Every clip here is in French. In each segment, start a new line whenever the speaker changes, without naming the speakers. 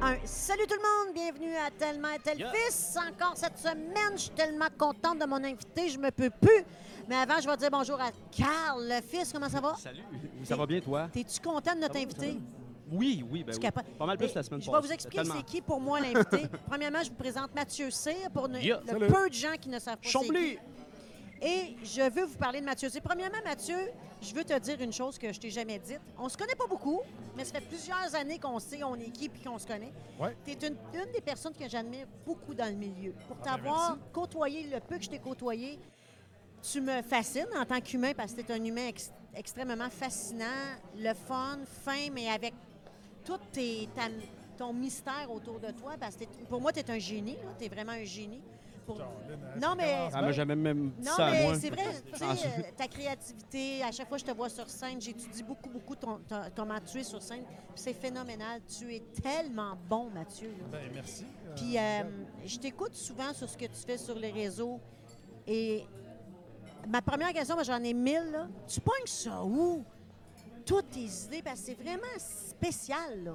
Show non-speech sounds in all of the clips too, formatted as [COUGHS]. Un salut tout le monde, bienvenue à Tellement et tel
Yeah.
fils. Encore cette semaine, je suis tellement contente de mon invité, je me peux plus. Mais avant, je vais dire bonjour à Carl, le fils. Comment ça va?
Salut. Ça va bien, toi?
T'es-tu content de notre
Ça va, ça
invité?
va. Oui, oui, ben
Tu
oui.
capotes.
Pas mal plus
Mais
la semaine
Je
passée.
vais vous expliquer
Tellement.
c'est qui pour moi l'invité. [LAUGHS] Premièrement, je vous présente Mathieu Cyr pour ne-
Yeah.
le
Salut.
peu de gens qui ne savent pas c'est qui.
Chambly!
Et je veux vous parler de Mathieu. C'est premièrement, Mathieu, je veux te dire une chose que je t'ai jamais dite. On se connaît pas beaucoup, mais ça fait plusieurs années qu'on sait on est qui puis qu'on se connaît.
Ouais.
Tu es une, une des personnes que j'admire beaucoup dans le milieu. Pour
Ah, ben,
t'avoir côtoyé le peu que je t'ai côtoyé, tu me fascines en tant qu'humain parce que tu es un humain ex- extrêmement fascinant, le fun, fin, mais avec tout tes, ta- ton mystère autour de toi. Parce que t'es- pour moi, tu es un génie. Tu es vraiment un génie. Pour-
Caroline, hein,
Non,
ça
mais-
commence
Elle m'a
bien.
jamais Ah, même dit
non,
ça à moi.
mais c'est vrai, tu sais,
Ah,
euh, ta créativité, à chaque fois que je te vois sur scène, j'étudie beaucoup, beaucoup ton, ton- comment tu es sur scène. puis C'est phénoménal. Tu es tellement bon, Mathieu. là.
Ben, merci. Euh,
Puis euh, je t'écoute souvent sur ce que tu fais sur les réseaux. Et ma première question, moi j'en ai mille, là. tu pognes ça où? Toutes tes idées, parce que c'est vraiment spécial. là.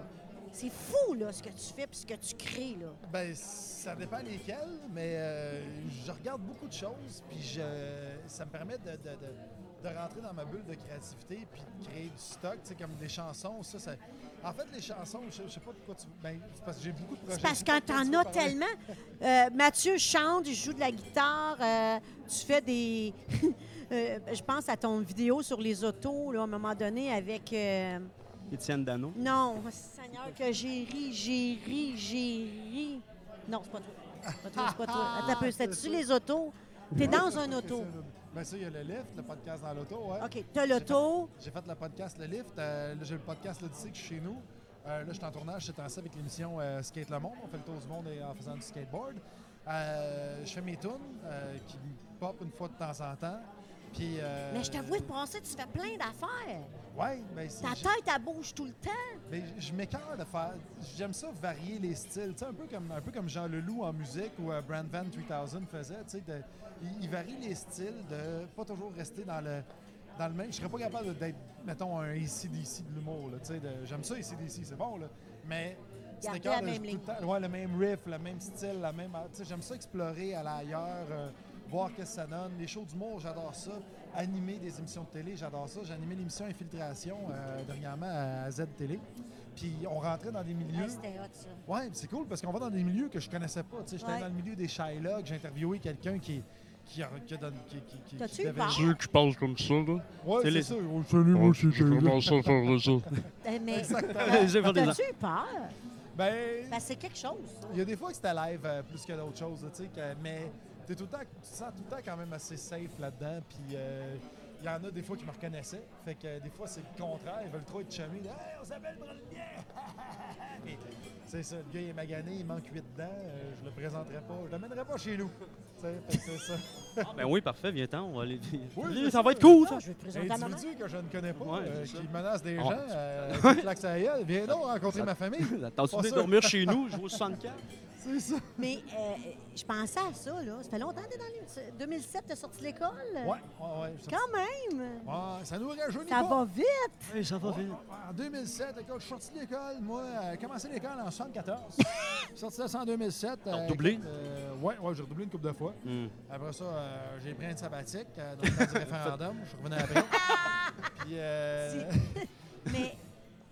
C'est fou là, ce que tu fais puis ce que tu crées. Là.
ben, ça dépend lesquels, mais euh, je regarde beaucoup de choses, puis je, ça me permet de, de- de- de rentrer dans ma bulle de créativité, puis de créer du stock, tu sais, comme des chansons, ça, ça- En fait, les chansons, je, je sais pas pourquoi tu... Ben, c'est parce que j'ai beaucoup de projets.
C'est parce
je
que
sais pas
quand t'en
pourquoi
as
tu veux parler.
tellement, euh, Mathieu chante, il joue de la guitare, euh, tu fais des... [LAUGHS] euh, je pense à ton vidéo sur les autos, là, à un moment donné, avec... euh,
Étienne Dano.
Non, Seigneur, que j'ai ri, j'ai ri, j'ai ri. Non, c'est pas toi. C'est pas toi, c'est pas toi. Attends
[LAUGHS]
un peu, c'était-tu les autos? T'es dans un auto.
Ben ça, il y a le lift, le podcast dans l'auto, ouais.
OK, t'as l'auto.
J'ai fait le podcast Le Lift. euh, là, j'ai le podcast L'Odyssée que je suis chez nous. Euh, là, je suis en tournage c'est en ça avec l'émission euh, Skate le Monde. On fait le tour du monde et- en faisant du skateboard. Euh, je fais mes tunes euh, qui me pop une fois de temps en temps. Puis, euh,
Mais je t'avoue, de passer, tu fais plein d'affaires.
Ouais, ben, c'est-
Ta
j'ai-
tête, elle bouge tout le temps.
ben, je m'écarte de faire. J'aime ça varier les styles. Tu sais, un peu comme un peu comme Jean Leloup en musique ou euh, Brand Van 3000 faisait. Tu sais, de- il, il varie les styles de pas toujours rester dans le dans le même. Je serais pas capable de- d'être mettons un ACDC de l'humour. là, tu sais, de- J'aime ça ACDC, c'est bon là. Mais tu
Garder la
t'écartes de-
même
tout le temps- ouais, le même riff, le même style, la même. tu sais, J'aime ça explorer à l'ailleurs, euh, voir qu'est-ce que ça donne. Les shows d'humour, j'adore ça. Animer des émissions de télé, j'adore ça. J'ai animé l'émission Infiltration euh, dernièrement à Z Télé. Puis on rentrait dans des milieux.
Hey, c'était hot, ça.
Ouais, c'est cool parce qu'on va dans des milieux que je connaissais pas. Tu sais, j'étais
Ouais.
dans le milieu des Shylock, j'ai interviewé quelqu'un qui qui a- qui a donné- qui- qui- qui-
T'as-tu
qui
eu
devait-
peur?
Ceux qui pensent comme ça, là.
Ouais,
C'est
c'est
les-
ça. Oh, salut, moi,
Ouais,
c'est
J'ai
Shylock.
commencé à faire ça.
Euh,
[LAUGHS]
Mais
J'ai peur des
t'as-tu eu peur?
Ben,
Parce que c'est quelque chose. ça.
Il y a des fois que c'était live euh, plus que d'autres choses, là, tu sais, que- mais t'es tout le temps, tu te sens tout le temps quand même assez safe là-dedans. Puis euh, il y en a des fois qui me reconnaissaient. Fait que euh, des fois, c'est le contraire. Ils veulent trop être chummy. Là, Hey, on s'appelle pour le [LAUGHS] bien! Mais c'est ça, le gars, il est magané, il manque 8 dents. euh, je le présenterai pas. Je l'amènerai pas chez nous. Tu sais, fait que c'est
[LAUGHS]
ça.
Ah, ben oui, parfait, viens-t'en, on va aller.
c'est
ça
ça.
va être cool,
Non,
ça.
je vais te présenter à maman.
Individu que je ne connais pas,
Ouais,
euh,
c'est
qui
ça.
menace des
Ah,
gens, euh, qui claque sa gueule. Viens donc rencontrer
[LAUGHS]
ma famille.
T'as souvenir de
sûr.
dormir chez nous, je vais au 64.
C'est ça.
Mais euh, je pensais à ça, là. Ça fait longtemps que t'es dans les... 2007, t'as sorti de l'école?
Ouais, ouais, ouais. je-
Quand même!
Ouais, ça nous rajeunit
Ça
pas.
va vite!
[LAUGHS]
Oui, ça va
Ouais,
vite.
En 2007, écoute, je suis sorti de l'école, moi, euh, commencé l'école en
[LAUGHS]
74. Je suis sorti de ça en 2007.
T'as redoublé?
écoute, euh, ouais, ouais, j'ai redoublé une couple de fois.
Hmm.
Après ça, euh, j'ai pris un sabbatique euh, dans
[LAUGHS]
le temps du référendum. Je suis revenu après. Puis, euh,
Mais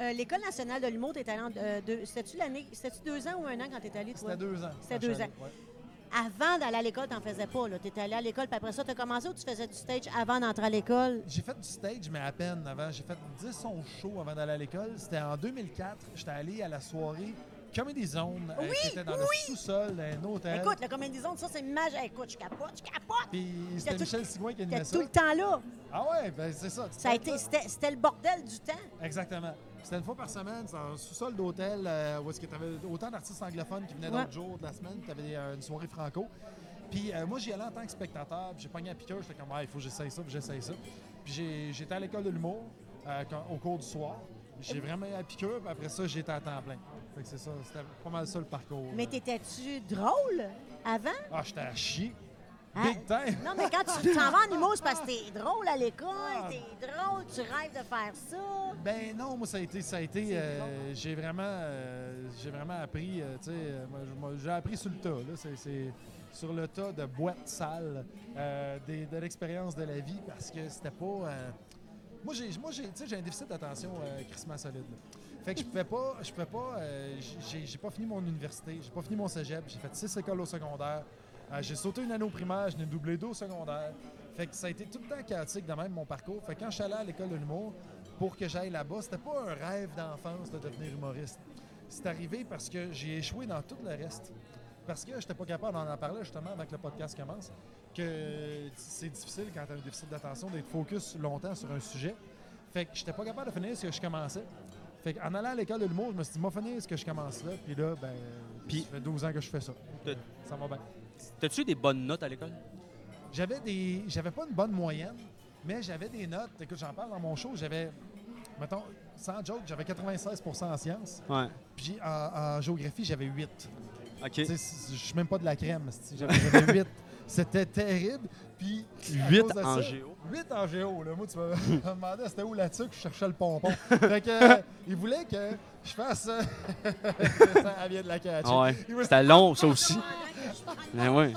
euh, l'École nationale de l'humour, t'es allé en- euh, deux- c'était-tu l'année, c'était-tu deux ans ou un an quand t'es allé, toi?
[LAUGHS] c'était deux ans.
C'était
quand je
deux
suis allé,
ans.
ouais.
Avant d'aller à l'école, t'en faisais pas, là. T'es allé à l'école, puis après ça, t'as commencé ou tu faisais du stage avant d'entrer à l'école?
J'ai fait du stage, mais à peine avant. J'ai fait 10 on show avant d'aller à l'école. C'était en 2004. J'étais allé à la soirée Comedy Zone, euh, qui était dans le sous-sol d'un hôtel.
Écoute, le combien disons, ça, c'est magique. Écoute, je capote, je capote!
Euh. Puis
t'as
c'était
tout-
Michel Sigouin qui
T'étais
animait ça.
tout le temps là.
Ah ouais, ben c'est ça. tu
Ça a
te-
été, c'était, c'était le bordel du temps.
Exactement. Puis C'était une fois par semaine, c'est un sous-sol d'hôtel euh, où est-ce que tu avais autant d'artistes anglophones qui venaient
Ouais.
d'autres jours de la semaine, tu avais une soirée franco. Puis euh, moi, j'y allais en tant que spectateur, puis j'ai pogné un piqueur, j'étais comme, ah, il faut que j'essaye ça, puis j'essaye ça. Puis j'ai- j'étais à l'école de l'humour euh, quand- au cours du soir. J'ai vraiment eu à piqûre, puis après ça, j'étais à temps plein. Fait que c'est ça, c'était pas mal ça le parcours.
Mais t'étais-tu drôle avant?
Ah, j'étais à chier.
Hein?
Big time!
Non, mais quand tu t'en vas en humour, c'est parce que t'es drôle à l'école, t'es drôle, Tu rêves de faire ça?
Ben non, moi ça a été, ça a été,
C'est
euh, j'ai vraiment, euh, j'ai vraiment appris, euh, tu sais, euh, moi, je- moi, j'ai appris sur le tas, là, c'est, c'est sur le tas de boîtes sales, euh, des- de l'expérience de la vie, parce que c'était pas, euh, moi j'ai, moi j'ai, tu sais, j'ai un déficit d'attention euh, crissement solide. là. Fait que je pouvais pas, je pouvais pas, euh, j'ai, j'ai pas fini mon université, j'ai pas fini mon cégep, j'ai fait six écoles au secondaire, Euh, j'ai sauté une année au primaire, j'ai doublé deux au secondaire. Fait que ça a été tout le temps chaotique de même mon parcours. Fait que quand je suis allé à l'école de l'humour, pour que j'aille là-bas. C'était pas un rêve d'enfance de devenir humoriste. C'est arrivé parce que j'ai échoué dans tout le reste. Parce que j'étais pas capable d'en en parler justement avant que le podcast commence. Que c'est difficile quand tu as un déficit d'attention d'être focus longtemps sur un sujet. Fait que j'étais pas capable de finir ce que je commençais. Fait qu'en allant à l'école de l'humour, je me suis dit, moi, finir ce que je commence là. Puis là, ben,
Puis-
ça fait 12 ans que je fais ça.
T'as-
Ça va bien.
T'as-tu des bonnes notes à l'école?
J'avais des. J'avais pas une bonne moyenne, mais j'avais des notes. Écoute, j'en parle dans mon show. J'avais, mettons, sans joke, j'avais 96 en sciences.
Ouais.
Puis en, en géographie, j'avais 8.
OK.
Tu sais, c'est- Je suis même pas de la crème. c'est- J'avais
[LAUGHS]
j'avais 8. C'était terrible. Puis. à
8
cause de
en
ça-
géo.
8 en géo, là. Moi, tu m'as tu
[LAUGHS]
m'as [LAUGHS] demandé c'était où là-dessus que je cherchais le pompon. fait que, euh, il voulait que je fasse. euh, [LAUGHS] ça vient de la catch.
Ah ouais. C'était long, ça aussi. Ben ouais.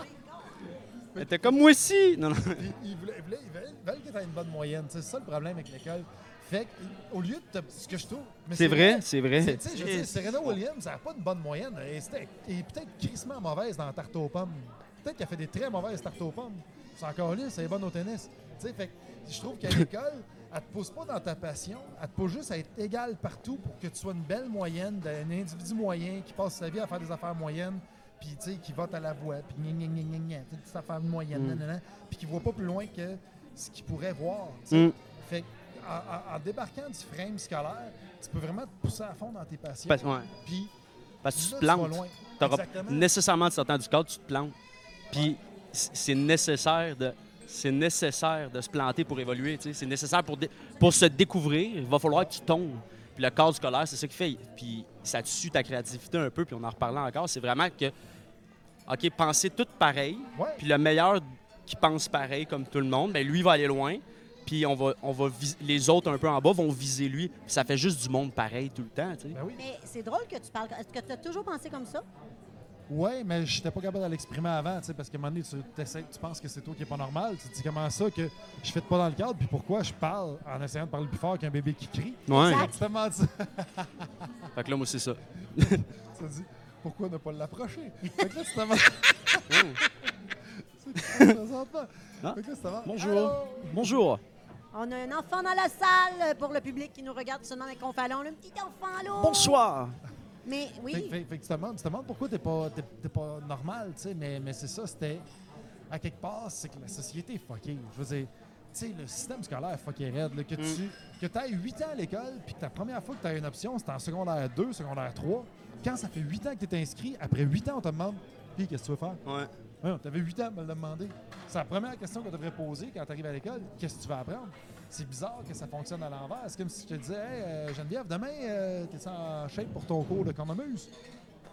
Mais T'es comme moi aussi. Non, non.
Puis ils voulaient, ils voulaient- ils veulent, ils veulent que tu aies une bonne moyenne. C'est ça le problème avec l'école. Fait que, au lieu de te- ce que je trouve. mais
C'est vrai, c'est
C'est-
vrai.
Tu sais, je veux dire, Serena Williams, elle n'a pas une bonne moyenne. Et c'était et peut-être crissement mauvaise dans la tarte aux pommes. Peut-être qu'elle fait des très mauvaises tartes aux pommes. C'est encore là, c'est bonne au tennis. Tu sais, fait que
[LAUGHS]
je trouve qu'à l'école, elle te pousse pas dans ta passion. Elle te pousse juste à être égal partout pour que tu sois une belle moyenne d'un individu moyen qui passe sa vie à faire des affaires moyennes. Puis, tu sais, qui vote à la voix, puis gna gna gna gna gna, tu sais, des affaires moyennes,
Mm.
nanana, puis qui voit pas plus loin que ce qu'il pourrait voir. tu sais.
Mm.
Fait que, en, en- en débarquant du frame scolaire, tu peux vraiment te pousser à fond dans tes passions.
Parce, ouais.
Puis,
Parce que tu
là,
te
tu vas
plantes.
loin.
T'auras
Exactement.
nécessairement, tu sortant du cadre, tu te plantes. Puis c- c'est nécessaire de c'est nécessaire de se planter pour évoluer. tu sais. C'est nécessaire pour, dé- pour se découvrir. Il va falloir que tu tombes. Puis le cadre scolaire, c'est ça qui fait. Puis ça tue ta créativité un peu. Puis on en reparlant encore. C'est vraiment que, OK, penser tout pareil.
Ouais.
Puis le meilleur qui pense pareil comme tout le monde, ben lui va aller loin. Puis on va, on va vis- les autres un peu en bas vont viser lui. Puis ça fait juste du monde pareil tout le temps. tu sais.
Ben oui.
Mais c'est drôle que tu parles. Est-ce que tu as toujours pensé comme ça?
Ouais, mais j'étais pas capable de l'exprimer avant, tu sais, parce qu'à un moment donné, tu, t'essaies- tu penses que c'est toi qui est pas normal. Tu te dis comment ça que je fais pas dans le cadre, puis pourquoi je parle en essayant de parler plus fort qu'un bébé qui crie.
Ouais.
Exact.
C'est tellement ça. [LAUGHS]
Fait que là, moi, c'est ça.
Tu te dis, pourquoi ne pas l'approcher? Fait que là,
[LAUGHS]
c'est tellement-
Oh.
[LAUGHS] c'est tellement présentement.
Hein?
Fait que là, c'est tellement-
Bonjour.
Allô?
Bonjour.
On a un enfant dans la salle pour le public qui nous regarde qui se demande avec qu'on fait. On a un petit enfant là.
Bonsoir.
Mais
Fait,
oui,
fait- fait que tu te demandes, tu te demandes pourquoi t'es pas, t'es, t'es pas normal, tu sais, mais, mais c'est ça, c'était. À quelque part, c'est que la société est fuckée. Je veux dire, tu sais, le système scolaire est fucké raide. là, que tu que ailles 8 ans à l'école, puis que ta première fois que tu as une option, c'était en secondaire 2, secondaire 3. Quand ça fait 8 ans que tu es inscrit, après 8 ans, on te demande Puis, qu'est-ce que tu veux faire
Ouais.
Voyons, T'avais 8 ans à me le demander. C'est la première question qu'on devrait poser quand tu arrives à l'école. Qu'est-ce que tu vas apprendre? C'est bizarre que ça fonctionne à l'envers. C'est comme si je te disais, Hey, euh, Geneviève, demain, euh, t'es en shape pour ton cours de cornemuse.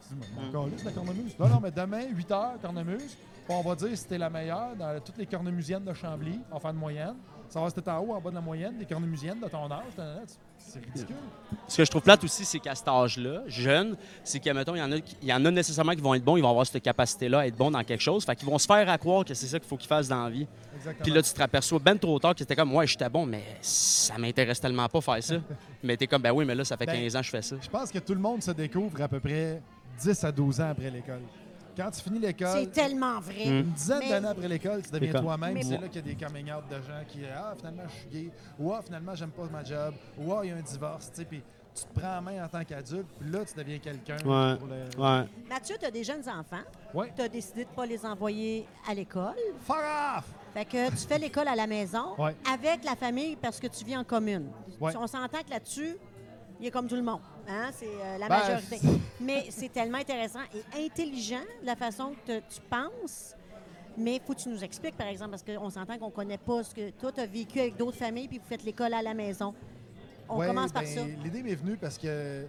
Tu dis, Mon
Mm.
calice, la cornemuse. Non, non, mais demain, 8 heures, cornemuse. Puis on va dire si t'es la meilleure dans toutes les cornemusiennes de Chambly, en fin de moyenne. Ça va si t'es en haut, en bas de la moyenne, des cornemusiennes de ton âge. nanana. C'est ridicule.
Ce que je trouve plate aussi, c'est qu'à cet âge-là, jeune, c'est que, mettons, il y, en a, qui- il y en a nécessairement qui vont être bons, ils vont avoir cette capacité-là à être bons dans quelque chose. Fait qu'ils vont se faire à croire que c'est ça qu'il faut qu'ils fassent dans la vie.
Exactement.
Puis là, tu te aperçois ben trop tard que c'était comme, ouais, j'étais bon, mais ça m'intéresse tellement pas faire ça. mais t'es comme, ben oui, mais là, ça fait
Ben,
15 ans que je fais ça.
Je pense que tout le monde se découvre à peu près 10 à 12 ans après l'école. Quand tu finis l'école,
c'est tellement vrai.
Mm.
Une dizaine
Mais-
d'années après l'école, tu deviens
École.
toi-même.
Mais-
C'est là qu'il y a des coming out de gens qui Ah, finalement, je suis gay. Ou Ah, finalement, j'aime pas ma job. Ou Ah, il y a un divorce. Tu sais, puis tu te prends en main en tant qu'adulte. Puis là, tu deviens quelqu'un.
Ouais.
pour le-
Ouais.
Mathieu, tu as des jeunes enfants.
Ouais.
Tu as décidé de ne pas les envoyer à l'école.
Fuck off!
Fait que tu fais l'école à la maison
Ouais.
avec la famille parce que tu vis en commune.
Ouais.
Tu- On s'entend que là-dessus, il est comme tout le monde. Hein? C'est euh, la
Ben,
majorité.
c'est-
Mais
[LAUGHS]
c'est tellement intéressant et intelligent la façon que te- tu penses. Mais faut que tu nous expliques, par exemple, parce qu'on s'entend qu'on ne connaît pas ce que toi, tu as vécu avec d'autres familles puis vous faites l'école à la maison. On
Ouais,
commence par
ben,
ça.
L'idée m'est venue parce que.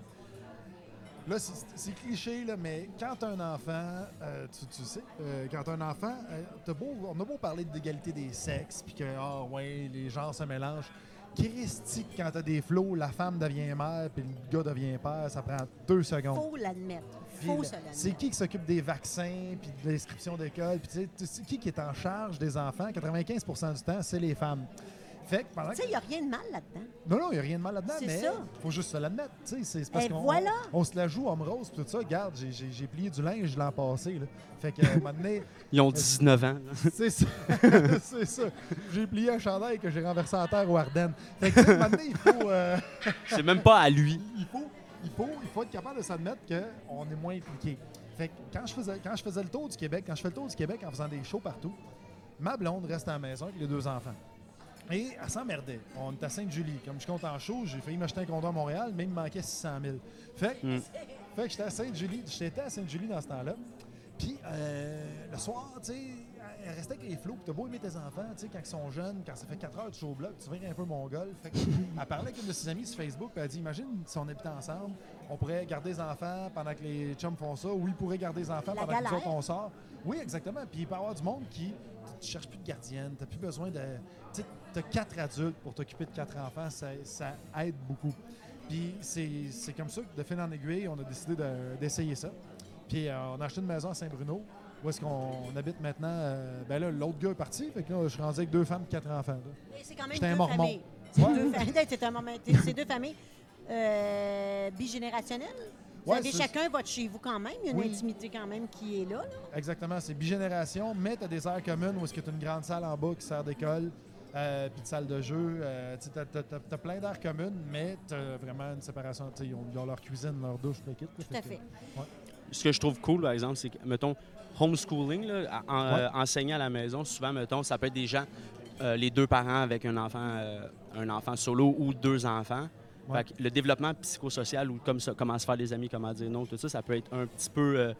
Là, c'est- c'est cliché, là, mais quand t'as un enfant, euh, tu, tu sais, euh, quand t'as un enfant, euh, t'as beau, on a beau parler d'égalité des sexes, puis que, ah, ouais, les genres se mélangent. Christique, quand t'as des flots, la femme devient mère puis le gars devient père, ça prend deux secondes.
Faut l'admettre.
Puis
Faut
là,
se l'admettre.
C'est qui qui s'occupe des vaccins, puis de l'inscription d'école, puis tu sais, tu- c'est qui qui est en charge des enfants? 95 du temps, c'est les femmes. Fait que pendant
Tu sais, il n'y a rien de mal là-dedans.
que- Non, non, il n'y a rien de mal là-dedans,
C'est
mais
ça.
il faut juste se l'admettre. tu sais, C'est c'est parce
Eh,
qu'on
voilà.
on, on se la joue homme rose, puis tout ça. Regarde, j'ai- j'ai j'ai plié du linge l'an passé. Là. Fait que, à un moment donné, [LAUGHS]
Ils ont 19 ans.
c'est ça. [LAUGHS] c'est ça. J'ai plié un chandail que j'ai renversé à terre aux Ardennes. Fait que, tu sais, à un moment donné, il faut. euh,
C'est même pas à lui.
il faut, il faut, il faut être capable de s'admettre qu'on est moins impliqué. Fait que quand je faisais, quand je faisais le tour du Québec, quand je fais le tour du Québec en faisant des shows partout, ma blonde reste à la maison avec les deux enfants. Et elle s'emmerdait. On est à Sainte-Julie. Comme je compte en show, j'ai failli m'acheter un condo à Montréal, mais il me manquait 600 000. Fait que,
Mm.
fait que j'étais à Sainte-Julie. J'étais à Sainte-Julie dans ce temps-là. Puis euh, le soir, tu sais, elle restait avec les flots. Puis t'as beau aimer tes enfants, tu sais, quand ils sont jeunes, quand ça fait 4 heures de show au bloc, tu viens un peu mongol. Fait que, elle parlait avec une de ses amies sur Facebook. Puis elle dit Imagine si on habitait ensemble, on pourrait garder les enfants pendant que les chums font ça, ou ils pourraient garder les enfants
La
pendant que nous
galère.
autres, on sort. Oui, exactement. Puis il peut y avoir du monde qui. Tu cherches plus de gardienne, t'as plus besoin de. Tu sais, t'as quatre adultes pour t'occuper de quatre enfants, ça, ça aide beaucoup. Puis c'est c'est comme ça que de fil en aiguille, on a décidé de- d'essayer ça. Puis euh, on a acheté une maison à Saint-Bruno, où est-ce qu'on on habite maintenant. euh, ben là, l'autre gars est parti, fait que là, je suis rendu avec deux femmes et quatre enfants. là.
Mais C'est quand même
J'étais un
deux
mormon.
familles. C'est
Ouais.
deux, fa- [LAUGHS] t'es un mormon. T'es- c'est deux familles euh, bigénérationnelles. Vous
Ouais,
avez
c'est-
chacun votre chez vous quand même. Il y a une
Oui.
intimité quand même qui est là. là.
Exactement, c'est bigénération, mais t'as des aires communes où est-ce que t'as une grande salle en bas qui sert d'école, euh, puis de salle de jeu. Euh, tu sais, t'as- t'as- t'as t'as plein d'aires communes, mais t'as vraiment une séparation. Tu sais, Ils ont, ils ont leur cuisine, leur douche, le kit. là,
Tout à
que-
fait.
Ce que je trouve cool, par exemple, c'est que, mettons, homeschooling, là, en-
Ouais.
euh, enseigner à la maison, souvent, mettons, ça peut être des gens, euh, les deux parents avec un enfant, euh, un enfant solo ou deux enfants.
Ouais.
Fait que le développement psychosocial ou comme ça, comment se faire des amis, comment dire non, tout ça, ça peut être un petit peu euh,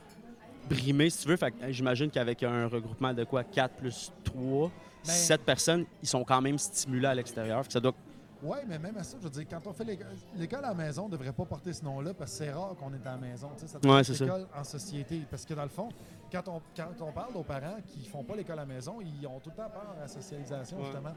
brimé, si tu veux. Fait que, euh, j'imagine qu'avec un regroupement de quoi, 4 plus 3,
Ben-
7 personnes, ils sont quand même stimulés à l'extérieur. Fait que Ça doit
Oui, mais même à ça, je veux dire, quand on fait l'école, l'école à la maison, ne devrait pas porter ce nom-là parce que c'est rare qu'on est à la maison. tu sais, Ça doit
Ouais,
être
c'est ça.
l'école en société. Parce que dans le fond, quand on, quand on parle aux parents qui font pas l'école à la maison, ils ont tout le temps peur à la socialisation,
Ouais.
justement.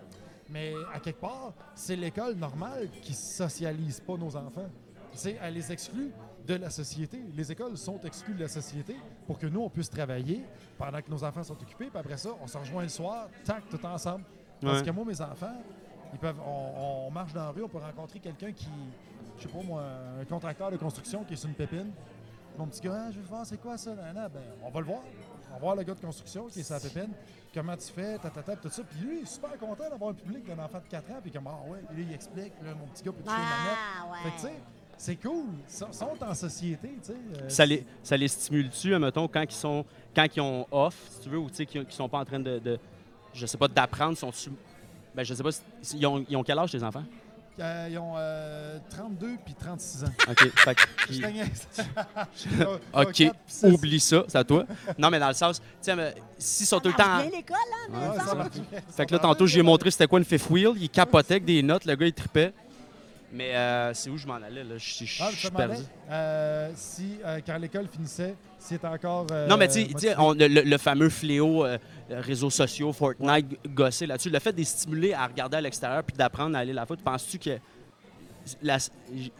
Mais à quelque part, c'est l'école normale qui socialise pas nos enfants. C'est, elle les exclut de la société. Les écoles sont exclues de la société pour que nous, on puisse travailler pendant que nos enfants sont occupés. Puis après ça, on se rejoint le soir, tac, tout ensemble. Parce
Ouais.
que moi, mes enfants, ils peuvent, on, on marche dans la rue, on peut rencontrer quelqu'un qui, je sais pas moi, un contracteur de construction qui est sur une pépine. Mon petit gars, Ah, je veux voir, c'est quoi ça? nanana? Ben, on va le voir. On va voir le gars de construction qui est sur la pépine. Comment tu fais? Ta, ta, ta, tout ça. Puis lui, il est super content d'avoir un public d'un enfant de 4 ans. Puis comme, ah ouais, Puis là, il explique, Puis là, mon petit gars peut toucher une manette.
Ah,
Fait que, tu
ouais.
sais, c'est cool. Ils sont- sont en société, tu sais. euh,
ça les, ça les stimule-tu, admettons, quand ils sont quand ils ont off, si tu veux, ou tu sais, qu'ils ne sont pas en train de, de- je sais pas, d'apprendre, sont ben, je sais pas, si- si- ils ont, ils ont quel âge, les enfants?
euh, ils ont euh, 32 puis 36 ans.
OK, fait que-
Je
puis-
te niaise. [LAUGHS] Ils ont- ils ont
[LAUGHS] OK,
quatre puis six.
oublie ça, c'est à toi. Non, mais dans le sens, tu sais, mais si sont tout le
Ça
temps...
marche
en-
bien l'école, hein?
Ouais,
Ouais,
c'est
ça
ça.
marche.
Fait que là, tantôt, j'ai montré c'était quoi une fifth wheel. Il capotait avec des notes, le gars, il tripait. Mais euh, c'est où je m'en allais, là? Je je- je
Ah,
suis
je me demandais
perdu.
euh, si, euh, quand l'école finissait, c'était encore. euh,
Non, mais tu sais- tu sais,
motivé.
on- le, le fameux fléau, euh, euh, réseaux sociaux, Fortnite, gosser là-dessus, le fait de les stimuler à regarder à l'extérieur puis d'apprendre à aller la faute, penses-tu que. la- j-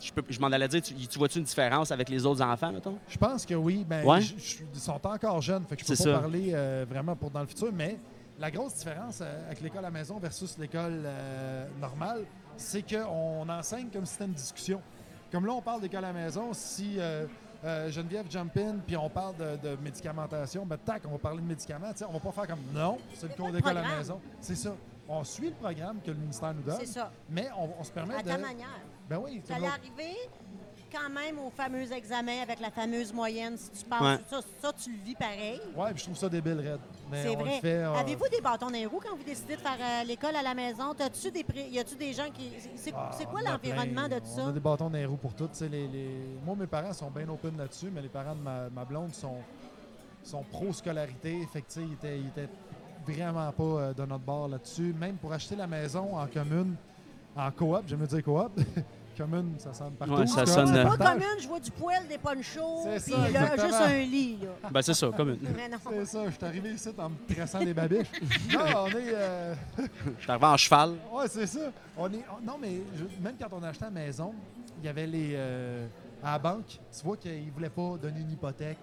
je peux- je m'en allais dire, tu, tu vois-tu une différence avec les autres enfants, mettons?
Je pense que oui. Ben,
Ouais.
je- je- ils sont encore jeunes, fait que je peux pas
C'est ça.
parler euh, vraiment pour dans le futur, mais la grosse différence euh, avec l'école à la maison versus l'école euh, normale, c'est qu'on enseigne comme si c'était une discussion. Comme là, on parle d'école à la maison, si euh, euh, Geneviève Jumpin, puis on parle de, de médicamentation, ben tac, on va parler de médicaments, tu sais, on va pas faire comme non, c'est le cours
pas le
d'école à la
programme.
maison. C'est ça. On suit le programme que le ministère nous donne,
C'est ça,
Hein? mais on, on se permet
à
de.
ta manière.
Ben
Tu
oui, comme
allais
l'autre-
arriver quand même au fameux examen avec la fameuse moyenne, si tu penses.
Ouais.
Ça, ça, tu le vis pareil.
Ouais, puis je trouve ça débile, Red. Mais
C'est
on
vrai.
le fait. euh,
Avez-vous des bâtons dans les roues quand vous décidez de faire euh, l'école à la maison? As-tu des pré- Y a-tu des gens qui. C'est
ah,
c'est quoi
on en a
l'environnement de
plein.
tout
On a
ça?
des bâtons dans les roues pour tout. tu sais, Les, les- Moi, mes parents sont bien open là-dessus, mais les parents de ma, ma blonde sont, sont pro-scolarité. Fait que, tu sais, ils étaient, ils étaient vraiment pas euh, de notre bord là-dessus. Même pour acheter la maison en commune, en coop, [LAUGHS] j'aime mieux dire coop. commune, ça sonne partout.
Ouais, ça
tu vois,
sonne,
c'est
euh,
Pas
partant.
commune, je vois du poêle, des ponchos,
C'est
puis
ça,
là,
exactement.
juste un lit,
[LAUGHS]
là.
Ben, c'est ça, comme une.
Mais non.
C'est ça, je suis arrivé ici en me tressant
[LAUGHS]
des babiches. non, on est. euh,
J'étais arrivé en cheval.
Ouais, c'est ça. On est, on- non, mais je- même quand on achetait la maison, il y avait les. euh, à la banque, tu vois qu'ils ne voulaient pas donner une hypothèque.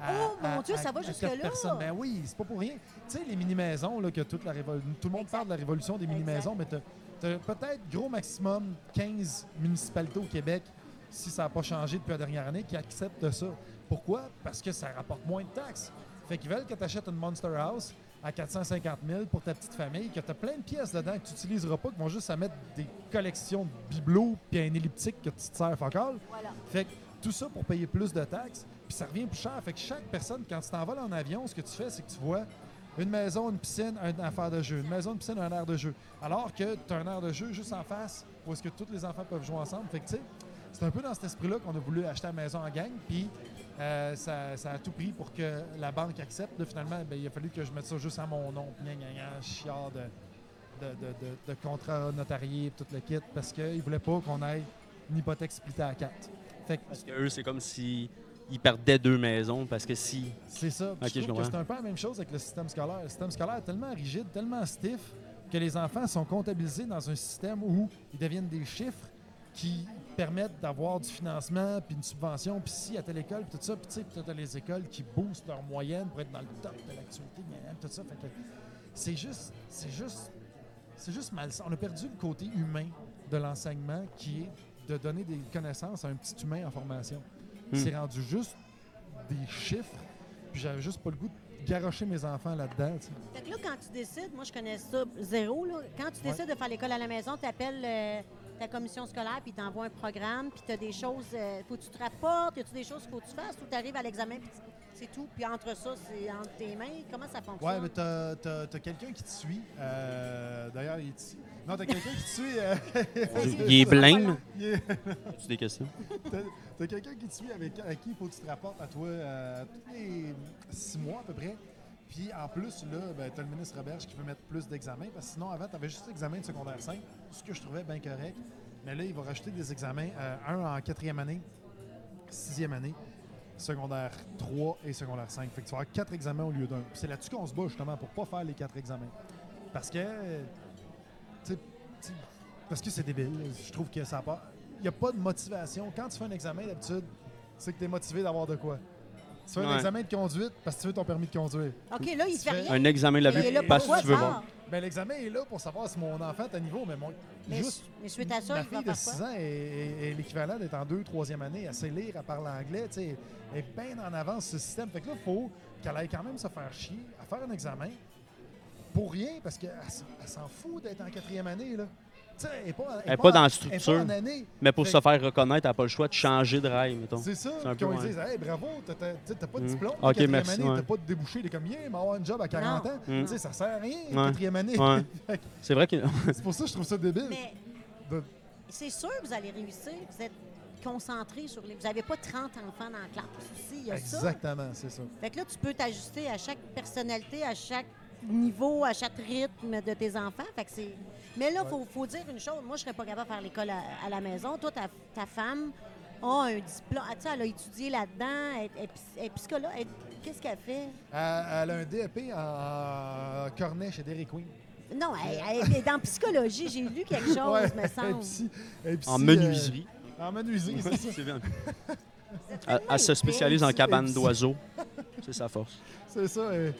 à-
Oh, mon
à-
Dieu,
à-
ça va
à
jusque-là.
quatre personnes. Ben oui, c'est pas pour rien. Tu sais, les mini-maisons, là, que toute la révol- tout le monde parle de la révolution des mini-maisons, mais tu as peut-être gros maximum 15 municipalités au Québec, si ça n'a pas changé depuis la dernière année, qui acceptent ça. Pourquoi? Parce que ça rapporte moins de taxes. Fait qu'ils veulent que tu achètes une Monster House à 450 000 pour ta petite famille, que tu as plein de pièces dedans que tu n'utiliseras pas, qui vont juste à mettre des collections de bibelots puis un elliptique que tu te sers focal.
Voilà.
Fait que tout ça pour payer plus de taxes, puis ça revient plus cher. Fait que chaque personne, quand tu t'envoles en avion, ce que tu fais, c'est que tu vois une maison, une piscine, une affaire de jeu. Une maison, une piscine, un air de jeu. Alors que tu as un air de jeu juste en face où est-ce que tous les enfants peuvent jouer ensemble. Fait que tu sais, c'est un peu dans cet esprit-là qu'on a voulu acheter la maison en gang, puis euh, ça, ça a tout pris pour que la banque accepte. Là, finalement, ben, il a fallu que je mette ça juste à mon nom. Gna, gna, gna, chiard de, de, de- de- de contrat notarié et tout le kit, parce qu'ils ne voulaient pas qu'on aille une hypothèque splittée à quatre. Fait que
Parce que eux, c'est comme si ils perdaient deux maisons parce que si.
C'est ça. Puis
Ok, je
je trouve que
comprends.
c'est un peu la même chose avec le système scolaire. Le système scolaire est tellement rigide, tellement stiff, que les enfants sont comptabilisés dans un système où ils deviennent des chiffres qui permettent d'avoir du financement, puis une subvention, puis si à telle école, puis tout ça. Puis tu sais, puis t'as les écoles qui boostent leur moyenne pour être dans le top de l'actualité, puis tout ça. Fait que c'est juste, c'est juste, c'est juste malsain. On a perdu le côté humain de l'enseignement qui est de donner des connaissances à un petit humain en formation.
Hmm.
C'est rendu juste des chiffres, puis j'avais juste pas le goût de garocher mes enfants là-dedans. tu sais.
Fait que là, quand tu décides, moi, je connais ça zéro, là. Quand tu décides de faire l'école à la maison, tu appelles ta commission scolaire, puis t'envoies un programme, puis t'as des choses, euh, faut que tu te rapportes, y a-tu des choses qu'il faut que tu fasses, ou t'arrives à l'examen, puis c'est tout, puis entre ça, c'est entre tes mains, comment ça
Ouais,
fonctionne?
mais t'as, t'as- t'as quelqu'un qui te suit. euh, d'ailleurs, il est ici. Non, t'as quelqu'un qui te suit. euh,
[LAUGHS]
[LAUGHS]
Il est blême.
il est-
As-tu des questions?
T'as [LAUGHS] t'as quelqu'un qui te suit avec à qui il faut que tu te rapportes à toi euh, tous les six mois à peu près. Puis en plus, là, ben, t'as le ministre Roberge qui veut mettre plus d'examens parce que sinon, avant, t'avais juste l'examen de secondaire 5, ce que je trouvais bien correct. Mais là, il va rajouter des examens, euh, un en quatrième année, sixième année, secondaire 3 et secondaire 5. Fait que tu vas avoir quatre examens au lieu d'un. Puis c'est là-dessus qu'on se bat justement pour pas faire les quatre examens. Parce que, euh, tu sais, tu sais, parce que c'est débile. Je trouve que ça a pas. Il n'y a pas de motivation. Quand tu fais un examen, d'habitude, c'est que tu es motivé d'avoir de quoi. Tu fais un
Ouais.
examen de conduite parce que tu veux ton permis de conduire.
OK, là, il fait
fais-
rien.
Un examen de la
Il est là pour
vue parce
toi,
que tu veux
ça.
voir.
Ben, l'examen est là pour savoir si mon enfant est à niveau, mais mon.
Mais,
juste.
mais suite à ça,
ma
il va
fille de
faire quoi?
6 ans est, est- est l'équivalent d'être en 2 troisième année. Elle sait lire, elle parle anglais. tu sais, Elle est bien en avance sur ce système. Fait que là, il faut qu'elle aille quand même se faire chier à faire un examen pour rien parce qu'elle s- elle s'en fout d'être en quatrième année. Là. Tu sais, Elle n'est pas, elle est
Elle est
en-
pas dans la
elle est pas
structure.
en année.
Mais pour
Fait
se faire reconnaître, t'as pas le choix de changer de rail, mettons.
C'est ça.
un
Puis qu'on lui
peu, ouais.
dise, hey, bravo, t'as- t'as t'sais, t'as pas de
Mm.
diplôme.
Ok,
en quatrième
merci,
année,
ouais.
t'as pas de débouché. Il est comme, yeah, il m'a avoir un job à 40
Non.
ans.
Mm.
Tu sais, ça sert à rien, une
Ouais.
quatrième année.
Ouais. [LAUGHS] C'est vrai que.
C'est pour ça que je trouve ça débile.
Mais
De-
c'est sûr que vous allez réussir. Vous êtes concentré sur les... Vous n'avez pas 30 enfants dans la classe aussi, il y a ça.
Exactement, c'est ça.
Fait que là, tu peux t'ajuster à chaque personnalité, à chaque niveau, à chaque rythme de tes enfants. Fait que c'est... Mais là, il faut, faut dire une chose. Moi, je serais pas capable de faire l'école à, à la maison. Toi, ta, ta femme a un diplôme. Ah, tu sais, elle a étudié là-dedans. Elle, elle- elle est psychologue. Elle- qu'est-ce qu'elle fait?
Elle, elle a un DEP en cornet chez Derry Queen.
Non, elle, elle est dans psychologie. J'ai lu quelque chose,
[LAUGHS]
me semble.
En menuiserie.
euh, en menuiserie, c'est
[LAUGHS]
ça.
C'est bien.
Vous êtes
Elle,
tellement
elle se
épais.
spécialise en
épais.
cabane d'oiseaux. C'est sa force.
C'est ça. euh,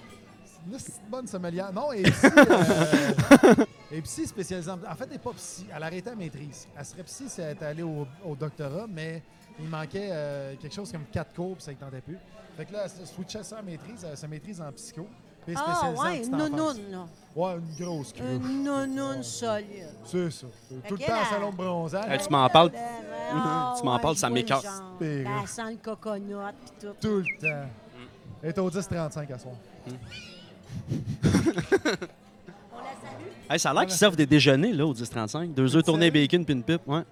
c'est une esti de bonne sommelière. Non, et psy,
[LAUGHS]
euh, et psy spécialisée en... En fait, elle n'est pas psy. Elle a arrêté la maîtrise. Elle serait psy si elle était allée au, au doctorat, mais il manquait euh, quelque chose comme quatre cours, puis ça ne tentait plus. Fait que là, elle se switchait ça à maîtrise. Elle se maîtrise en psycho. Puis elle est
Ah,
spécialisée en
ouais,
petite enfance.
nounoun, là.
Ouais, une grosse cruche.
Une nounoun solide.
C'est ça. Tout le
qu'elle
temps en
a-
salon de hein?
Hey,
bronzage.
[LAUGHS] tu m'en parles.
Ah,
Tu m'en
ouais,
parles,
je
ça
vois le
m'écoeure.
genre.
Pire.
Ben, Elle sent le coconut, pis tout.
Tout le temps. Elle est au 10-35 à soir.
On la salue?
Hey, ça a l'air qu'ils servent des déjeuners là, au 1035. Deux œufs tournés bacon puis une pipe. Ouais.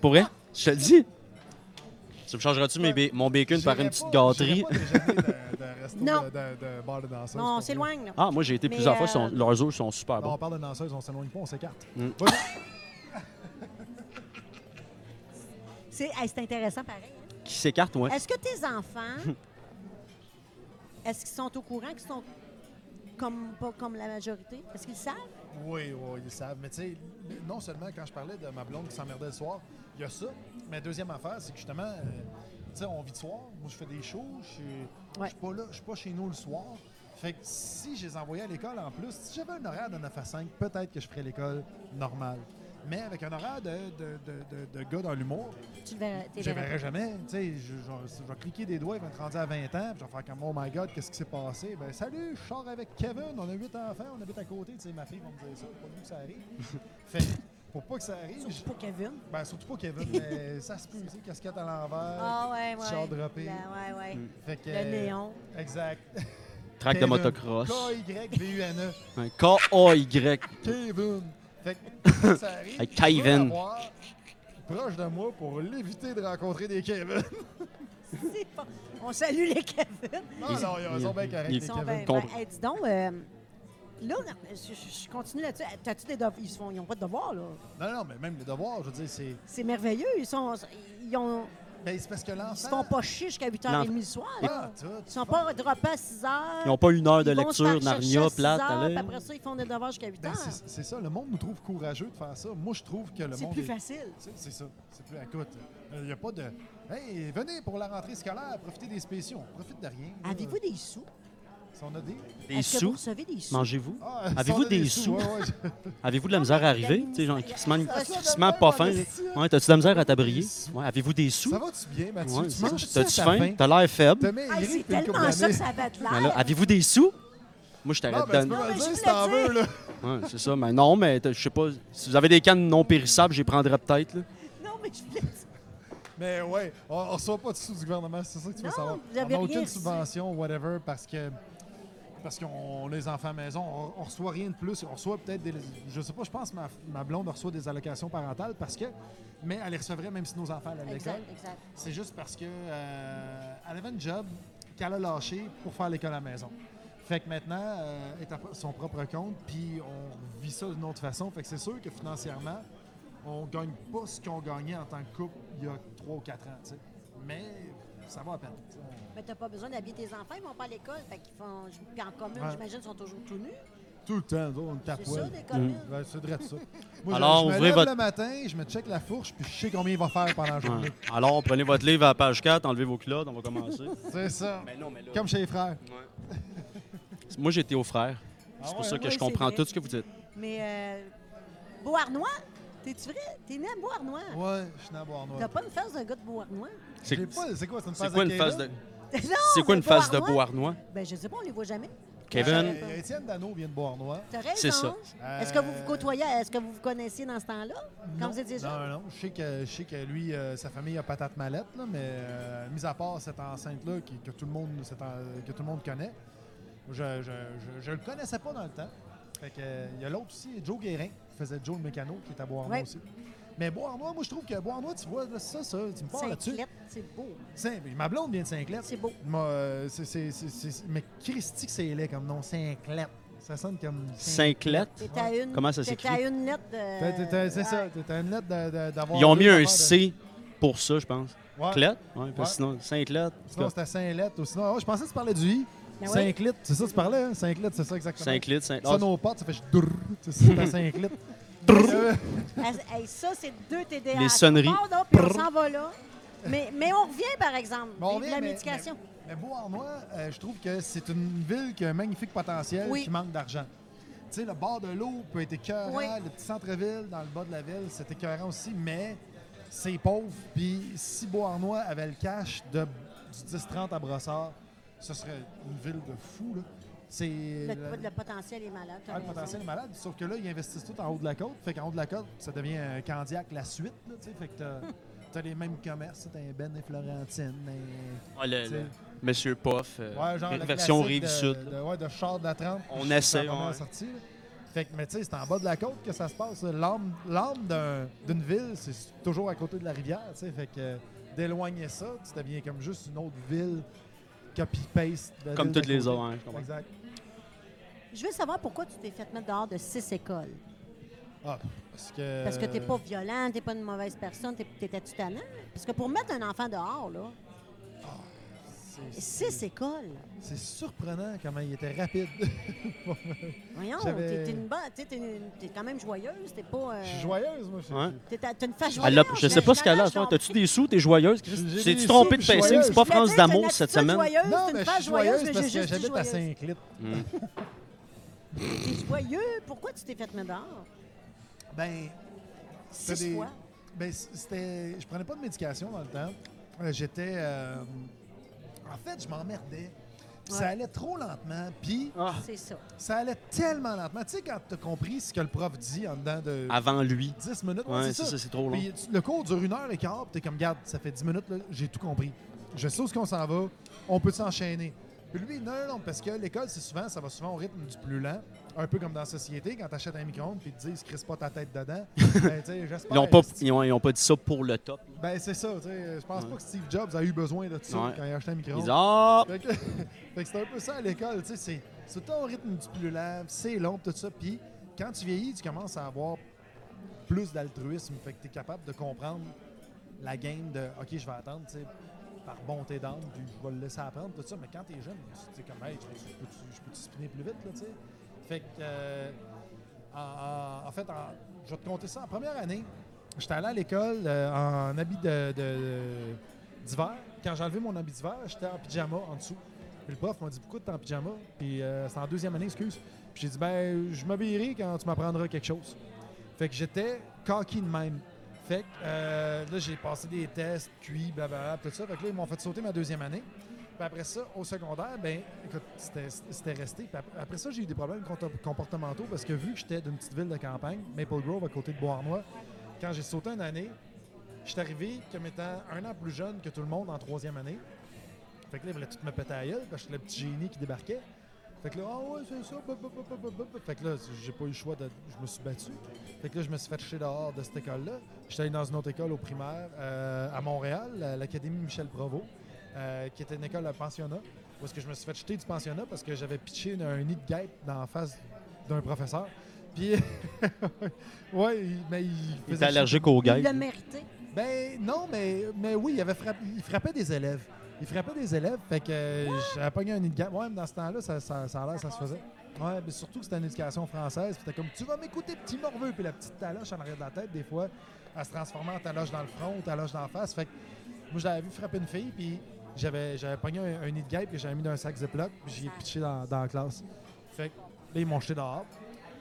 Pour vrai? Je te le dis. Tu me changeras-tu mes ba- mon bacon par une petite gâterie?
[LAUGHS]
Non.
Non. De, de, de bar de danseuse.
Non, on s'éloigne, là.
Ah, moi, j'ai été
Mais,
plusieurs fois. ils sont-
euh,
leurs œufs sont super
Non, on
bons.
parle de danseuse, on s'éloigne pas, on s'écarte.
Mm.
Vas-y.
C'est hey, c'est intéressant pareil. hein?
Qui s'écarte, ouais.
Est-ce que tes [LAUGHS] enfants, est-ce qu'ils sont au courant qu'ils sont comme, pas comme la majorité? Est-ce qu'ils le savent?
Oui, oui, ils le savent. Mais tu sais, non seulement quand je parlais de ma blonde qui s'emmerdait le soir, il y a ça. Mais deuxième affaire, c'est que justement, euh, tu sais, on vit le soir. Moi, je fais des shows. Je suis je
Ouais.
suis pas là. Je suis pas chez nous le soir. Fait que si je les envoyais à l'école en plus, si j'avais un horaire de 9 à 5, peut-être que je ferais l'école normale. Mais avec un horaire de, de, de- de- de gars dans l'humour,
Tu le verras. t'es
je
verras.
verrai jamais. Tu sais, je, je- je vais cliquer des doigts, ils vont être rendus à 20 ans, puis je vais faire comme Oh my god, qu'est-ce qui s'est passé? Ben salut, je sors avec Kevin, on a 8 enfants, on habite à côté, tu sais, ma fille va me dire ça, pas voulu que
[LAUGHS]
ça arrive. fait que, pour pas que ça arrive, je-
Pour Kevin.
ben surtout pas Kevin,
[LAUGHS]
mais ça se peut, tu sais, casquette à l'envers,
Ah, ouais, ouais.
petit char droppé.
Ben, ouais, ouais.
Fait que,
Le néon.
Exact.
Track de
Kevin.
motocross.
K-Y-V-U-N-E.
Un K-A-Y.
E. Kevin. Fait que,
[LAUGHS]
quand ça arrive,
Hey,
je veux
Kevin.
l'avoir proche de moi pour l'éviter de rencontrer des Kevin.
C'est pas- On salue les Kevin.
Non,
Ils-
non, ils sont bien
ils-
corrects,
ils-
les
Ils sont
Kevin.
bien.
Kevin.
ben, hey, dis donc, euh, là, on a- je, je- je continue là-dessus. T'as-tu des devoirs? Ils n'ont pas de devoirs, là.
Non, non, mais même les devoirs, je veux dire, c'est.
C'est merveilleux. Ils sont. Ils ont.
Ben, c'est parce que l'enfant.
Ils se font pas chier jusqu'à 8h30 le soir.
Ah,
Là.
tu vois, tu
Ils sont
fais-
pas droppés à 6 heures.
Ils n'ont pas une heure de
Ils vont se faire
lecture,
chercher à
Narnia,
6
plate,
heures,
allez.
puis Après ça, ils font des devoirs jusqu'à 8
Ben,
heures.
c'est c'est ça, le monde nous trouve courageux de faire ça. Moi, je trouve que le monde.
C'est plus
est-
facile.
C'est c'est ça. C'est plus. Écoute, il n'y a pas de. Hey, venez pour la rentrée scolaire, profitez des spéciaux. On profite de rien. là.
Avez-vous des sous?
Si on a des.
Des
Est-ce que vous
sous.
recevez des sous?
Mangez-vous.
Ah, si
Avez-vous
on a
des sous?
hein?
ouais, ouais,
[LAUGHS]
j'ai-
Avez-vous de la misère à arriver? Tu sais, genre, crissement,
Ça, ça,
crissement pas fin. là. Ouais, t'as-tu de la misère à t'abrier? Ouais, avez-vous des sous?
Ça va-tu bien, Mathieu?
Ouais,
tu
c'est ça.
manges
T'as-tu faim? T'as l'air faible?
T'as maigri
Hey,
depuis
c'est
une
tellement ça
couple
que
d'années.
ça avait de
[LAUGHS] Mais là,
l'air.
Avez-vous des sous? Moi, je t'arrête
Non,
de
ben, tu peux
donner.
me le
mais je
dire si
voulais
t'en
dire.
veux, là.
Ouais, c'est ça. Mais non, mais t'as- je sais pas. Si vous avez des cannes non périssables, j'y prendrais peut-être. là.
Non, mais je voulais dire-
Mais ouais, on ne reçoit pas de sous du gouvernement, c'est ça que tu veux
Non,
savoir.
vous avez
on n'a
rien
aucune
reçu.
subvention, whatever, parce que parce qu'on les enfants à maison, on, on reçoit rien de plus. On reçoit peut-être des. Je sais pas, je pense que ma, ma blonde reçoit des allocations parentales parce que. Mais elle les recevrait même si nos enfants allaient à l'école.
Exact, exact.
C'est juste parce que euh, elle avait un job qu'elle a lâché pour faire l'école à la maison. Fait que maintenant, euh, elle est à son propre compte, puis on vit ça d'une autre façon. Fait que c'est sûr que financièrement, on gagne pas ce qu'on gagnait en tant que couple il y a 3 ou 4 ans, tu sais. Mais ça va à peine. tu sais.
Mais t'as pas besoin d'habiller tes enfants, ils vont pas à l'école. Fait qu'ils font. Puis en commune,
Ouais.
j'imagine, ils sont toujours tout nus.
Tout le temps, nous, on tape
C'est ça, des communes.
Mmh.
Ouais, c'est vrai
[LAUGHS]
de ça. Moi, je-
Alors,
je, me
ouvrez
lève
votre-
le matin, je me check la fourche, puis je sais combien il va faire pendant la journée.
Ouais. Alors, prenez votre livre à la page 4, enlevez vos culottes, on va commencer.
C'est ça.
Mais non, mais là.
Comme chez les frères.
Moi, j'étais au frère.
Ah
C'est pour
ouais,
ça que
ouais,
je comprends
c'est vrai.
tout ce que vous dites.
Mais euh, Beauharnois, t'es-tu vrai? T'es né à Beauharnois.
Ouais, je suis dans Bois-Noir.
T'as pas une face d'un gars de
[LAUGHS]
Beauharnois?
C'est
J'ai pas- C'est quoi, c'est une
c'est quoi une
Kayla?
face de.
Non,
C'est quoi une face de
Beauharnois?
Beauharnois?
Ben, je sais pas, on les voit jamais.
Kevin?
Euh, Étienne Dano vient de Bois-Noir.
T'as raison.
C'est ça.
Est-ce que vous
Euh,
vous côtoyez, est-ce que vous vous connaissiez dans ce temps-là? Quand
Non.
vous étiez jeune?
Non, non, je sais que, je sais que lui, euh, sa famille a patate mallette, là, mais euh, mis à part cette enceinte-là qui- que, tout le monde- cette en- que tout le monde connaît, je, je, je- je le connaissais pas dans le temps. Fait que, euh, il y a l'autre aussi, Joe Guérin, qui faisait Joe le mécano, qui est à Bois-Arnois
Ouais.
aussi. Mais Bois-Arnois, moi, je trouve que Bois-Arnois, tu vois, là, ça, ça, tu me parles là-dessus.
Sainte-Claire, c'est beau.
Saint- Ma blonde vient de Saint-Clair.
C'est beau.
Moi, euh, c'est- c'est- c'est- c'est- mais Christy, que c'est laid comme nom, Saint-Clair. Ça sonne comme.
Cinclette?
T'es à une,
Comment ça
t'es
s'écrit?
à une lettre de...
T'as- t'as- t'as- C'est ça,
Ouais.
t'as une lettre de- de- d'avoir.
Ils ont mis
deux
un
affaires de-
C pour ça, je pense.
Ouais.
Clette? Ouais, parce que
Ouais.
sinon, Saint-Clette.
Sinon, c'était Saint-Lette ou sinon. oh, je pensais que tu parlais du I.
Ben oui.
Saint-Clit, c'est ça que tu parlais, hein? Saint-Clit, c'est ça exactement.
Saint-Clette, saint
Ça, nos potes, ça fait juste drrr,
[LAUGHS]
tu sais, dans Saint-Clit. Euh,
Ah, hey, ça, c'est deux TDA.
Les sonneries.
On part, donc, puis on s'en va là. Mais, mais on revient, par exemple,
Bon, on
vivre
revient,
la
mais-
médication.
Mais Beauharnois, euh, je trouve que c'est une ville qui a un magnifique potentiel
Oui.
qui manque d'argent. Tu sais, le bord de l'eau peut être écœurant,
Oui.
le petit centre-ville dans le bas de la ville, c'est écœurant aussi, mais c'est pauvre. Puis si Beauharnois avait le cash de, du 10-30 à Brossard, ce serait une ville de fou. Là. C'est
Le,
la-
le potentiel est malade. t'as
Ah, le
raison.
potentiel est malade, sauf que là, ils investissent tout en haut de la côte. Fait qu'en haut de la côte, ça devient un Candiac la suite. Là, tu sais. fait que t'as, t'as les mêmes commerces, t'as un Ben et Florentine. un-
Ouais, le-
tu sais.
le Monsieur Puff, euh,
Ouais, genre le
version
classique de-
Rive-Sud.
De, ouais, de char de la 30.
On
jusqu'à la
essaie,
première
ouais.
sortie, là. Fait que, mais tu sais, c'est en bas de la côte que ça se passe. là. L'âme, l'âme d'un- d'une ville, c'est toujours à côté de la rivière. tu sais. Fait que euh, d'éloigner ça, tu deviens comme juste une autre ville copy-paste. de la
Comme
ville d'à
toutes les
côté.
autres, hein, je comprends.
Exact.
Je veux savoir pourquoi tu t'es fait mettre dehors de six écoles.
Ah, Parce que,
Parce que t'es
Euh.
pas violent, t'es pas une mauvaise personne, t'es- t'étais-tu talent? Parce que pour mettre un enfant dehors, là,
c'est-
six écoles.
C'est surprenant comment il était rapide. [LAUGHS]
Euh. Voyons,
J'avais-
t'es t'es une bonne, t'es t'es une- t'es quand même joyeuse, t'es pas... euh,
Je suis joyeuse, moi. je-
Ouais.
je-
T'es t'as une fâche
Elle a- Ah, je sais pas ce qu'elle a. toi. T'as-tu des sous? T'es joyeuse?
J'ai des
T'es-tu
sous,
trompé de
puis je suis
pacing? C'est pas
joyeuse.
France d'amour cette semaine?
Non, mais je suis joyeuse parce que
j'habite
j'habite à Saint-Clip.
Hmm.
T'es joyeux? Pourquoi tu t'es fait mettre dehors?
Ben,
Six
des-
fois.
ben, c- c'était. Je prenais pas de médication dans le temps. Euh, J'étais. euh, En fait, je m'emmerdais. Puis
Ouais.
Ça allait trop lentement. Puis
C'est ça.
ça allait tellement lentement. Tu sais, quand t'as compris ce que le prof dit en dedans de
Avant lui.
10 minutes, ouais,
Ah. Ouais,
c'est
c'est
ça.
ça, c'est trop long.
Puis tu- le cours dure une heure et quart, puis t'es comme, garde, ça fait 10 minutes, là, j'ai tout compris. Je sais où est-ce qu'on s'en va, on peut s'enchaîner. Puis lui, non, non, non, parce que l'école, c'est souvent, ça va souvent au rythme du plus lent. Un peu comme dans la société, quand t'achètes un micro-ondes, puis ils te disent, crisse pas ta tête
[LAUGHS]
dedans. ben, tu sais, j'espère.
Ils ont, pas,
c'est-
ils, ont, ils ont pas dit ça pour le top.
Ben, c'est ça, tu sais, je pense
Ouais.
pas que Steve Jobs a eu besoin de ça
Ouais.
quand il a acheté un
Ils
micro-ondes.
disent Ah!
Fait que, [LAUGHS] fait que c'est un peu ça à l'école, tu sais, c'est- c'est tout un rythme du plus lent, c'est long, tout ça. Puis quand tu vieillis, tu commences à avoir plus d'altruisme, fait que tu es capable de comprendre la game de OK, je vais attendre, tu sais, par bonté d'âme, puis je vais le laisser apprendre, tout ça. Mais quand tu es jeune, tu sais, comme, hey, je peux- je peux-tu je peux-tu spinner plus vite, là, tu sais. Fait que, euh, en, en- en fait, en- je vais te compter ça. En première année, j'étais allé à l'école euh, en habit de- de- d'hiver. Quand j'ai enlevé mon habit d'hiver, j'étais en pyjama en dessous. Puis le prof m'a dit pourquoi t'es en pyjama Puis euh, c'est en deuxième année, excuse. Puis j'ai dit ben je m'habillerai quand tu m'apprendras quelque chose. Fait que j'étais cocky de même. Fait que euh, là j'ai passé des tests, cuit, blablabla, tout ça. Fait que là ils m'ont fait sauter ma deuxième année. Puis après ça, au secondaire, ben écoute, c'était- c'était resté. Puis ap- après ça, j'ai eu des problèmes conto- comportementaux parce que vu que j'étais d'une petite ville de campagne, Maple Grove à côté de Beauharnois, quand j'ai sauté une année, je suis arrivé comme étant un an plus jeune que tout le monde en troisième année. Fait que là, ils voulaient tout me péter à la gueule parce que j'étais le petit génie qui débarquait. Fait que là, ah ouais, c'est ça, bop, bop, bop, bop, bop, bop. Fait que là, j'ai pas eu le choix de. Je me suis battu. Fait que là, je me suis fait chier dehors de cette école-là. J'étais allé dans une autre école au primaire euh, à Montréal, à l'Académie Michel Provost, euh, qui était une école à pensionnat. Où est-ce que je me suis fait jeter du pensionnat parce que j'avais pitché une- un nid de guêpe dans la face d'un professeur. Puis. [LAUGHS] ouais, il- mais il.
Il était
faisait
allergique aux gars.
Il l'a mérité.
ben non, mais, mais oui, il, avait frappé, il frappait des élèves. Il frappait des élèves, fait que euh, j'avais pogné un nid de gamme. Ouais, mais dans ce temps-là, ça, ça, ça a l'air, ça se faisait. Ouais, mais surtout que c'était une éducation française. Puis c'était comme, tu vas m'écouter, petit morveux. Puis la petite taloche en arrière de la tête, des fois, elle se transformait en taloche dans le front, taloche dans la face. Fait que moi, j'avais vu frapper une fille, puis j'avais, j'avais pogné un, un nid de guêpe, puis j'avais mis dans un sac Ziploc, puis j'ai pitché dans, dans la classe. Fait que là, ils m'ont jeté dehors.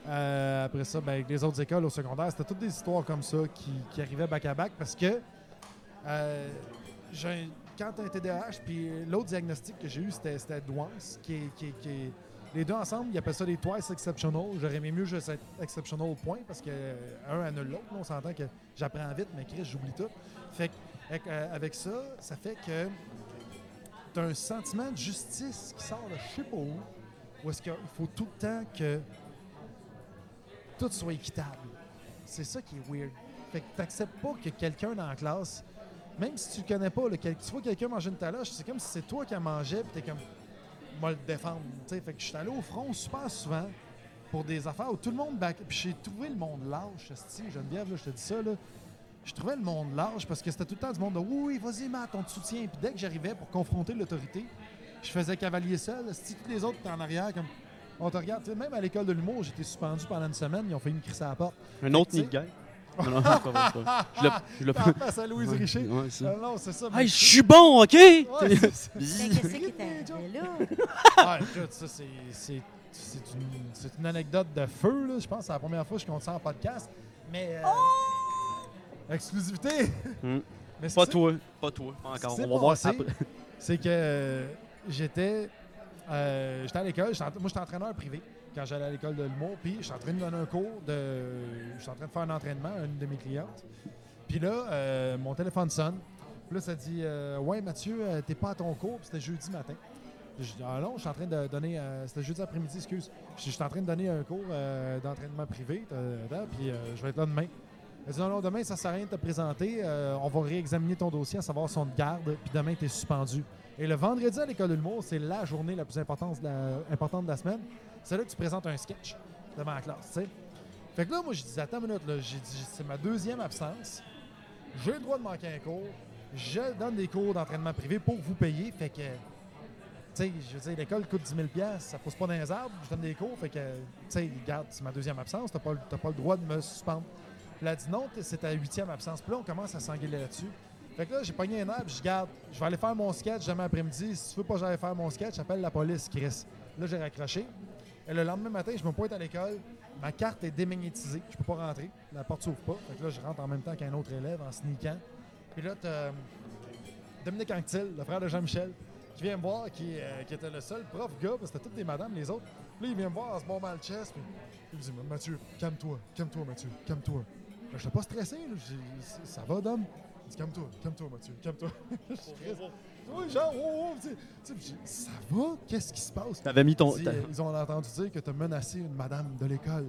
Euh, après ça, ben, avec les autres écoles au secondaire, c'était toutes des histoires comme ça qui, qui arrivaient back à back parce que euh, j'ai un- quand tu as un TDAH, puis l'autre diagnostic que j'ai eu, c'était c'était douance, qui est, qui est- qui est- Les deux ensemble, ils appellent ça les twice exceptional. J'aurais aimé mieux juste être exceptional au point parce que euh, un annule l'autre. là. On s'entend que j'apprends vite, mais Chris, j'oublie tout. Fait que, avec, euh, avec ça, ça fait que t'as un sentiment de justice qui sort de je sais pas où, où est-ce qu'il faut tout le temps que tout soit équitable. C'est ça qui est weird. Fait que t'acceptes pas que quelqu'un dans la classe, même si tu le connais pas, là, quel- tu vois quelqu'un manger une taloche, c'est comme si c'est toi qui la mangeais, puis t'es comme, moi le défendre. tu sais. Fait que je suis allé au front super souvent pour des affaires où tout le monde back. Puis j'ai trouvé le monde lâche, esti, Geneviève, là, je te dis ça, là. Je trouvais le monde large parce que c'était tout le temps du monde de oui, oui, vas-y, Matt, on te soutient. Puis dès que j'arrivais pour confronter l'autorité, je faisais cavalier seul. Si tous les autres étaient en arrière, comme on te regarde, Tu sais, même à l'école de l'humour, j'étais suspendu pendant une semaine, ils ont fait me crisser à la porte.
Un autre nid de guerre. Non, non, c'est pas vrai, c'est pas vrai. Je l'ai- Je l'ai
En face à Ah, Louise Richer.
Ouais, c'est ça.
Ah non, c'est ça. mais-
Hey, je suis bon, OK?
Ouais, c'est
[LAUGHS]
ça.
Mais
Bzzz.
qu'est-ce qui est arrivé
[LAUGHS]
là?
Ah, écoute, ça, c'est- c'est c'est une, c'est une anecdote de feu, là. Je pense que c'est la première fois que je compte ça en podcast. Mais. euh, Exclusivité!
Hmm.
Mais c'est
Oh! Pas
ça.
toi. Pas toi. Pas
Ce
encore.
qui
On
s'est
va voir
passé,
ça après.
C'est que euh, j'étais euh, j'étais à l'école, j'étais en- moi j'étais entraîneur privé quand j'allais à l'école de l'humour, puis j'étais en train de donner un cours de j'étais en train de faire un entraînement à une de mes clientes. Puis là euh, mon téléphone sonne. Puis là ça dit euh, ouais Mathieu, euh, t'es pas à ton cours, Puis c'était jeudi matin. Je dis ah non, je suis en train de donner euh, c'était jeudi après-midi, excuse. Je suis en train de donner un cours euh, d'entraînement privé, ta- ta- ta, puis euh, je vais être là demain. Elle dit non, non, demain, ça sert à rien de te présenter. Euh, on va réexaminer ton dossier à savoir son de garde, puis demain, tu es suspendu. Et le vendredi à l'école de l'humour, c'est la journée la plus importante de la, importante de la semaine. C'est là que tu présentes un sketch devant la classe, tu sais. Fait que là, moi, j'ai dit, attends une minute, là. J'ai dit, c'est ma deuxième absence. J'ai le droit de manquer un cours. Je donne des cours d'entraînement privé pour vous payer. Fait que, tu sais, je veux dire, l'école coûte 10 000 ça pousse pas dans les arbres. Je donne des cours. Fait que, tu sais, regarde, c'est ma deuxième absence. T'as pas, le- t'as pas le droit de me suspendre. Puis elle a dit non, t'es- c'est ta huitième absence. Puis là, on commence à s'engueuler là-dessus. Fait que là, j'ai pogné un arbre, je garde, je vais aller faire mon sketch demain après-midi. Si tu veux pas que j'aille faire mon sketch, j'appelle la police, Chris. Là, j'ai raccroché. Et le lendemain matin, je me pointe à l'école. Ma carte est démagnétisée. Je peux pas rentrer. La porte s'ouvre pas. Fait que là, je rentre en même temps qu'un autre élève en sneakant. Puis là, t'as euh, Dominique Anctil, le frère de Jean-Michel, qui vient me voir, qui, euh, qui était le seul prof gars, parce que c'était toutes des madames, les autres. Puis là, il vient me voir en se bombant le chest. Puis il me dit Mathieu, calme-toi, calme-toi, Mathieu, calme-toi. Je n'étais pas stressé. là. J'ai dit, Ça va, Dom Il dit Calme-toi, calme-toi, Mathieu, calme-toi. [LAUGHS] Je suis stressé. Oui, genre, oh, oh, tu sais, tu sais, puis j'ai dit, ça va? Qu'est-ce qui se passe?
T'avais mis ton.
Dis,
t'a-
euh, ils ont entendu dire que tu as menacé une madame de l'école.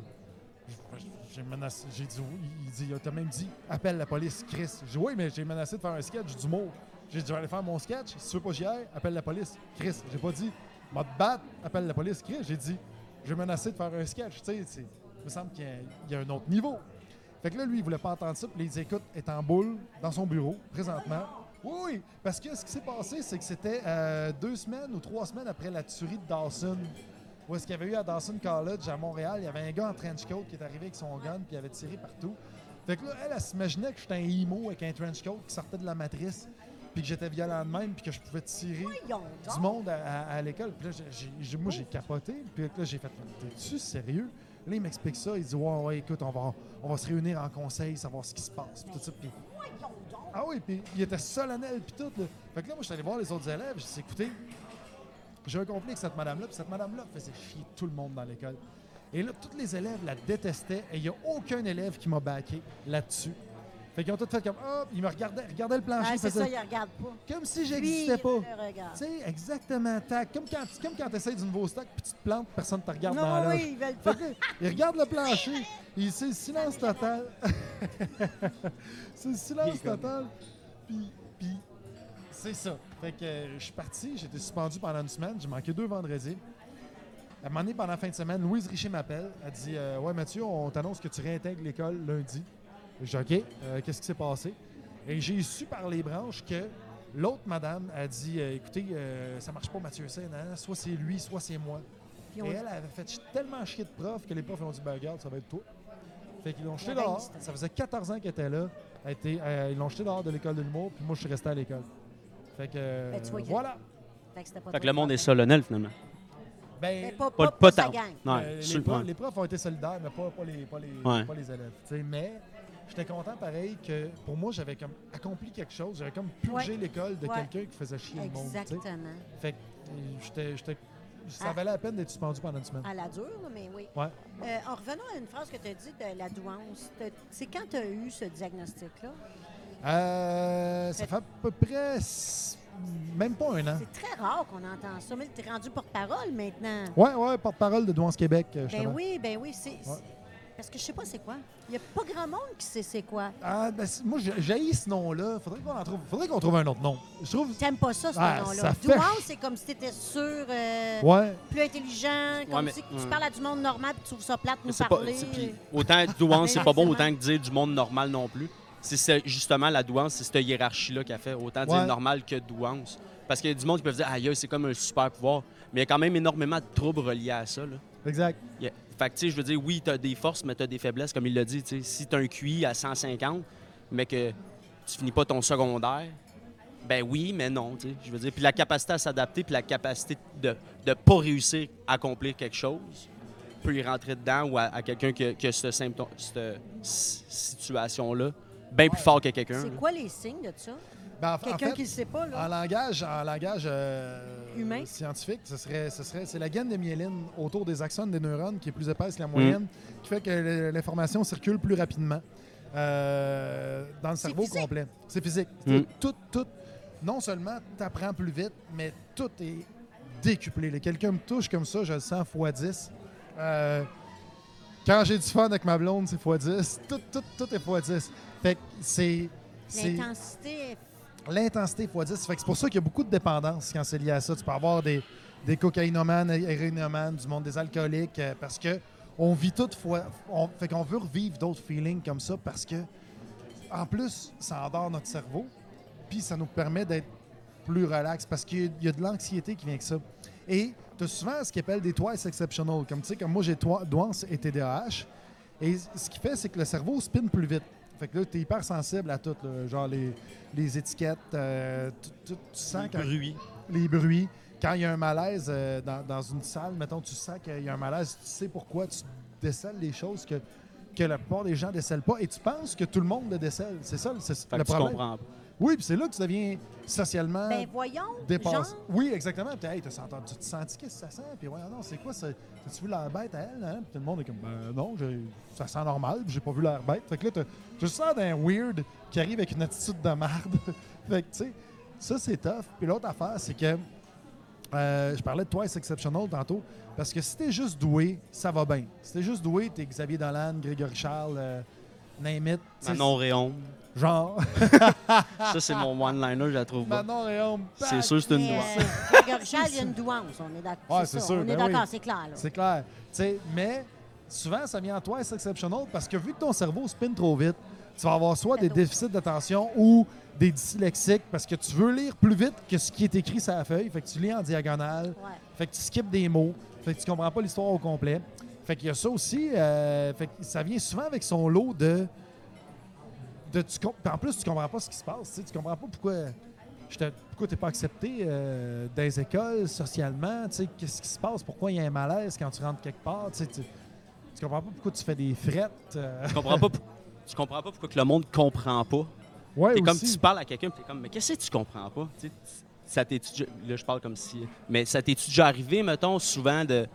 J- J'ai menacé, j'ai dit oui. Il dit, t'as même dit, appelle la police, Chris. J'ai dit oui, mais j'ai menacé de faire un sketch d'humour. J'ai dit, je vais aller faire mon sketch. Si tu veux pas que j'y aille, appelle la police, Chris. J'ai pas dit, m'a te battre, appelle la police, Chris. J'ai dit, j'ai menacé de faire un sketch. Tu sais, c'est- il me semble qu'il y a- il y, a un autre niveau. Fait que là, lui, il voulait pas entendre ça. Puis là, il dit, écoute, est en boule dans son bureau, présentement. Oui, oui, parce que ce qui s'est passé, c'est que c'était euh, deux semaines ou trois semaines après la tuerie de Dawson où est-ce qu'il y avait eu à Dawson College à Montréal, il y avait un gars en trench coat qui est arrivé avec son gun puis il avait tiré partout. Fait que là, elle, elle s'imaginait que j'étais un emo avec un trench coat qui sortait de la matrice puis que j'étais violent de même puis que je pouvais tirer
Voyons
du
donc.
monde à, à- à l'école. Puis là, j'ai- j'ai- j'ai- moi, j'ai capoté. Puis là, j'ai fait T'es-tu sérieux? Là, il m'explique ça. Il dit Ouais, ouais, écoute, on va, on va se réunir en conseil, savoir ce qui se passe. Puis tout ça. Puis- ah oui, puis il était solennel, puis tout. Là. Fait que là, moi, je suis allé voir les autres élèves. J'ai dit Écoutez, j'ai un conflit avec cette madame-là. Puis cette madame-là faisait chier tout le monde dans l'école. Et là, tous les élèves la détestaient. Et il n'y a aucun élève qui m'a baqué là-dessus. Fait qu'ils ont tous fait comme Hop, ils me regardaient, regardaient le plancher.
Ah, c'est
faisaient
ça, il regarde pas.
comme si
Lui,
j'existais pas.
il le regarde.
Tu sais, exactement, tac. Comme quand, comme quand tu essaies du nouveau stock puis tu te plantes, personne ne te regarde dans
Non,
la
oui, ils veulent
Fait
pas.
que là, il regarde le plancher, il c'est le silence total. [LAUGHS] c'est le silence total. Puis, puis c'est ça. Fait que euh, je suis parti, j'étais suspendu pendant une semaine, j'ai manqué deux vendredis. À un moment donné, pendant la fin de semaine, Louise Richer m'appelle. Elle dit euh, Ouais, Mathieu, on t'annonce que tu réintègres l'école lundi. J'ai dit OK, euh, qu'est-ce qui s'est passé Et j'ai su par les branches que l'autre madame a dit euh, Écoutez, euh, ça marche pas, Mathieu Saint, hein? soit c'est lui, soit c'est moi.
Puis
Et
on-
elle avait fait tellement chier de profs que les profs ont dit ben, regarde, ça va être toi. Fait qu'ils l'ont jeté
Ben,
dehors.
c'est-
Ça faisait 14 ans qu'elle était là. Elle était- euh, ils l'ont jeté dehors de l'école de l'humour, puis moi, je suis resté à l'école. Fait que euh,
Ben, tu vois qu'il y a-
voilà.
Fait que c'était pas
Fait que
toi
le
qui
monde est
l'as
solennel finalement.
fait.
Ben,
Mais pas,
Pas,
pas,
pas,
pas
tant.
sa gang.
Ouais,
euh, les,
sur-
profs,
ouais.
les profs ont été solidaires, mais pas, pas les, pas les-
Ouais.
pas les élèves. tu sais. Mais j'étais content, pareil, que pour moi, j'avais comme accompli quelque chose. J'avais comme purgé
Ouais.
l'école de
Ouais.
quelqu'un qui faisait chier le monde. tu sais.
Exactement.
Fait que euh, j'étais- j'étais- ça
Ah.
valait la peine d'être suspendu pendant une semaine.
À la dure, là, mais oui.
Ouais.
Euh, en revenant à une phrase que tu as dit de la douance, t'as- c'est quand tu as eu ce diagnostic-là?
Euh, ça fait à peu près. s- Même pas un an.
C'est très rare qu'on entend ça. Mais tu es rendu porte-parole maintenant.
Ouais, ouais, porte-parole de Douance Québec, euh,
Ben
justement.
oui, ben oui. c'est c'est-
Ouais.
Parce que je sais pas c'est quoi. Il n'y a pas grand monde qui sait c'est quoi.
Ah, ben, c'est- moi, j'ai- j'ai ce nom-là. Faudrait qu'on en trouve. Faudrait qu'on trouve un autre nom. Je trouve.
T'aimes pas ça, ce
Ah,
nom-là.
ça fait
Douance,
ch-
c'est comme si t'étais sûr, euh,
Ouais.
plus intelligent, comme
mais-
si tu
ouais.
parles à du monde normal puis tu trouves ça plate
Mais
nous
c'est pas-
parler.
c'est- puis
euh.
autant être douane, c'est pas bon,
[LAUGHS]
Exactement.
autant que dire du monde normal non plus. C'est ce- justement la douance, c'est cette hiérarchie-là qui a fait autant dire
Ouais.
normal que douance. Parce qu'il y a du monde qui peut dire, aïe, aïe, c'est comme un super pouvoir. Mais il y a quand même énormément de troubles reliés à ça. Là.
Exact.
Il y a- Fait que, tu sais, je veux dire, oui, tu as des forces, mais tu as des faiblesses, comme il l'a dit. tu sais. Si tu as un QI à 150, mais que tu finis pas ton secondaire, ben oui, mais non, tu sais. Je veux dire, puis la capacité à s'adapter, puis la capacité de ne pas réussir à accomplir quelque chose peut y rentrer dedans ou à, à quelqu'un qui a, qui a ce symptôme, cette s- situation-là, bien plus fort que quelqu'un.
C'est
là.
quoi les signes de ça?
Ben, en- en
Quelqu'un
fait, ah,
qui ne sait pas, là.
En langage, en langage euh,
Humain.
scientifique, ce serait, ce serait, c'est la gaine de myéline autour des axones des neurones qui est plus épaisse que la moyenne, qui fait que le- l'information circule plus rapidement euh, dans le
C'est
cerveau
physique.
complet. C'est physique.
Mm.
Tout, tout, non seulement tu apprends plus vite, mais tout est décuplé. là. Quelqu'un me touche comme ça, je le sens x 10. Euh, quand j'ai du fun avec ma blonde, c'est x 10. Tout, tout, tout est x 10. Fait que c'est. c'est-
L'intensité.
L'intensité x 10. Fait que c'est pour ça qu'il y a beaucoup de dépendances quand c'est lié à ça. Tu peux avoir des, des cocaïnomanes, hé- héroïnomanes, du monde des alcooliques, euh, parce que on vit toutefois. On, fait qu'on veut revivre d'autres feelings comme ça parce que, en plus, ça endort notre cerveau, puis ça nous permet d'être plus relax parce qu'il y a- il y a de l'anxiété qui vient avec ça. Et tu as souvent ce qu'ils appellent des twice exceptional. Comme tu sais, comme moi, j'ai toi- douance et TDAH. Et ce qui fait, c'est que le cerveau spin plus vite. Fait que là, tu es hyper sensible à tout, là, genre les, les étiquettes, euh, tout- tout- tu sens quand-
bruit.
les bruits. Quand il y a un malaise euh, dans, dans une salle, mettons, tu sens qu'il y a un malaise, tu sais pourquoi, tu décèles les choses que, que la plupart des gens ne décèlent pas et tu penses que tout le monde le décèle. C'est ça, c'est
Fait
le
que tu
problème.
comprends pas.
Oui, puis c'est là que tu deviens socialement
Ben voyons,
dépassé.
genre,
Oui, exactement. Puis, hey, t'as senti- tu te sens qu'est-ce que ça sent? Puis, ouais, non, c'est quoi? ça? T'as-tu vu l'air bête à elle? hein? Puis tout le monde est comme, ben non, j'ai- ça sent normal, puis j'ai pas vu l'air bête. Fait que là, t'as- tu sens d'un weird qui arrive avec une attitude de merde. [LAUGHS] fait que, tu sais, ça, c'est tough. Puis l'autre affaire, c'est que euh, je parlais de Twice Exceptional tantôt, parce que si t'es juste doué, ça va bien. Si t'es juste doué, t'es Xavier Dolan, Grégory Charles, euh, name it, tu sais,
Manon Réon.
Genre. [LAUGHS]
Ça, c'est mon one-liner, je la trouve bonne.
Manon et Homme.
C'est sûr, c'est une
mais,
douane.
euh, Grégory
[LAUGHS]
Charles, il y a une douance, on est d'accord.
Ouais, c'est
ça,
sûr,
on est
ben
d'accord,
oui.
c'est clair. là.
C'est clair. Tu sais, mais souvent, ça vient en toi, c'est exceptional, parce que vu que ton cerveau spin trop vite, tu vas avoir soit des
Cadeau.
déficits d'attention ou des dyslexiques parce que tu veux lire plus vite que ce qui est écrit sur la feuille. Fait que tu lis en diagonale.
Ouais.
Fait que tu skippes des mots. Fait que tu comprends pas l'histoire au complet. Fait qu'il y a ça aussi. euh, fait que ça vient souvent avec son lot de. de tu com- en plus, tu comprends pas ce qui se passe. Tu sais, tu comprends pas pourquoi. je te- Pourquoi t'es pas accepté euh, dans les écoles, socialement? Tu sais, Qu'est-ce qui se passe? Pourquoi il y a un malaise quand tu rentres quelque part? Tu, sais, tu, tu comprends pas pourquoi tu fais des frettes? euh.
Tu comprends pas, pou- tu comprends pas pourquoi que le monde comprend pas.
Ouais,
T'es comme
aussi.
tu parles à quelqu'un, puis t'es comme, mais qu'est-ce que tu comprends pas? Tu sais, ça t'es-tu déjà- Là, je parle comme si. Mais ça t'es-tu déjà arrivé, mettons, souvent de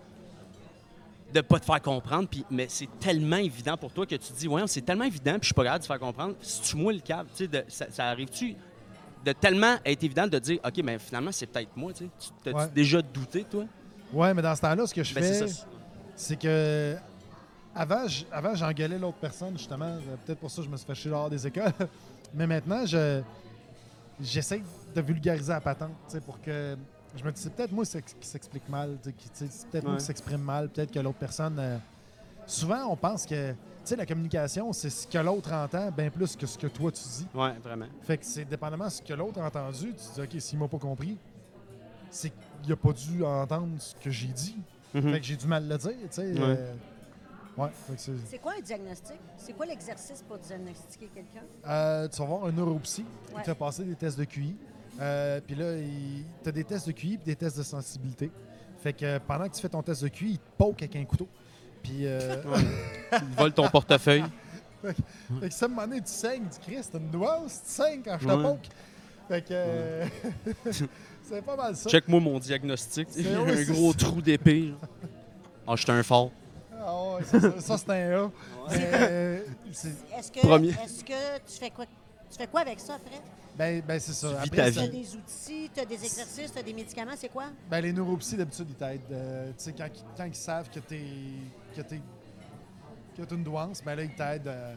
de pas te faire comprendre, puis mais c'est tellement évident pour toi que tu te dis, ouais, c'est tellement évident, puis je suis pas capable de te faire comprendre. Si tu moi le câble, tu sais, de- ça, ça arrive-tu de tellement être évident de dire, ok, mais finalement c'est peut-être moi, tu sais, Tu- t'as-tu
Ouais.
déjà douté toi
Ouais, mais dans ce temps-là, ce que je
Ben,
fais.
c'est ça.
c'est que avant, j- avant j'engueulais l'autre personne, justement. Euh, Peut-être pour ça que je me suis fait chier dehors des écoles. [LAUGHS] Mais maintenant, je j'essaie de vulgariser la patente, tu sais, pour que... Je me dis, c'est peut-être moi s'ex- qui s'explique mal, tu sais, qui- tu sais, c'est peut-être moi
Ouais.
qui s'exprime mal, peut-être que l'autre personne... euh, Souvent, on pense que, tu sais, la communication, c'est ce que l'autre entend bien plus que ce que toi, tu dis.
Ouais, vraiment.
Fait que c'est dépendamment de ce que l'autre a entendu, tu te dis, OK, s'il m'a pas compris, c'est qu'il a pas dû entendre ce que j'ai dit. Fait que j'ai du mal à le dire, tu sais.
Hmm. Ouais.
euh, ouais, fait que c'est-
C'est quoi un diagnostic? C'est quoi l'exercice pour diagnostiquer quelqu'un?
Euh, tu vas voir un neuropsy
Ouais.
qui t'a passé des tests de QI. Euh, puis là, il... tu as des tests de QI et des tests de sensibilité. Fait que euh, pendant que tu fais ton test de QI, il te poke avec un couteau.
[LAUGHS]
Puis, euh,
Il [LAUGHS] vole ton portefeuille.
fait que ça me donné, tu saignes, tu cries, c'est une nuance, tu saignes quand je te
Ouais.
poke. Fait que euh, [LAUGHS] c'est pas mal ça.
Check-moi mon diagnostic. Il y a
oui,
un
c'est
gros trou d'épée. genre. Ah, j'étais un fort.
Ah ouais, ça, ça- ça, c'est un A. Euh, c'est-
Est-ce que,
Premier.
est-ce que tu fais quoi? Tu fais quoi avec ça après?
ben, ben, c'est ça.
Tu vis ta
Après, ça-
Tu as
vie.
des outils, tu as des exercices, tu as des médicaments, c'est quoi?
Ben, les neuropsies, d'habitude, ils t'aident. Euh, tu sais, quand, ils- quand ils savent que t'es. que t'es. que t'es une douance, ben là, ils t'aident euh,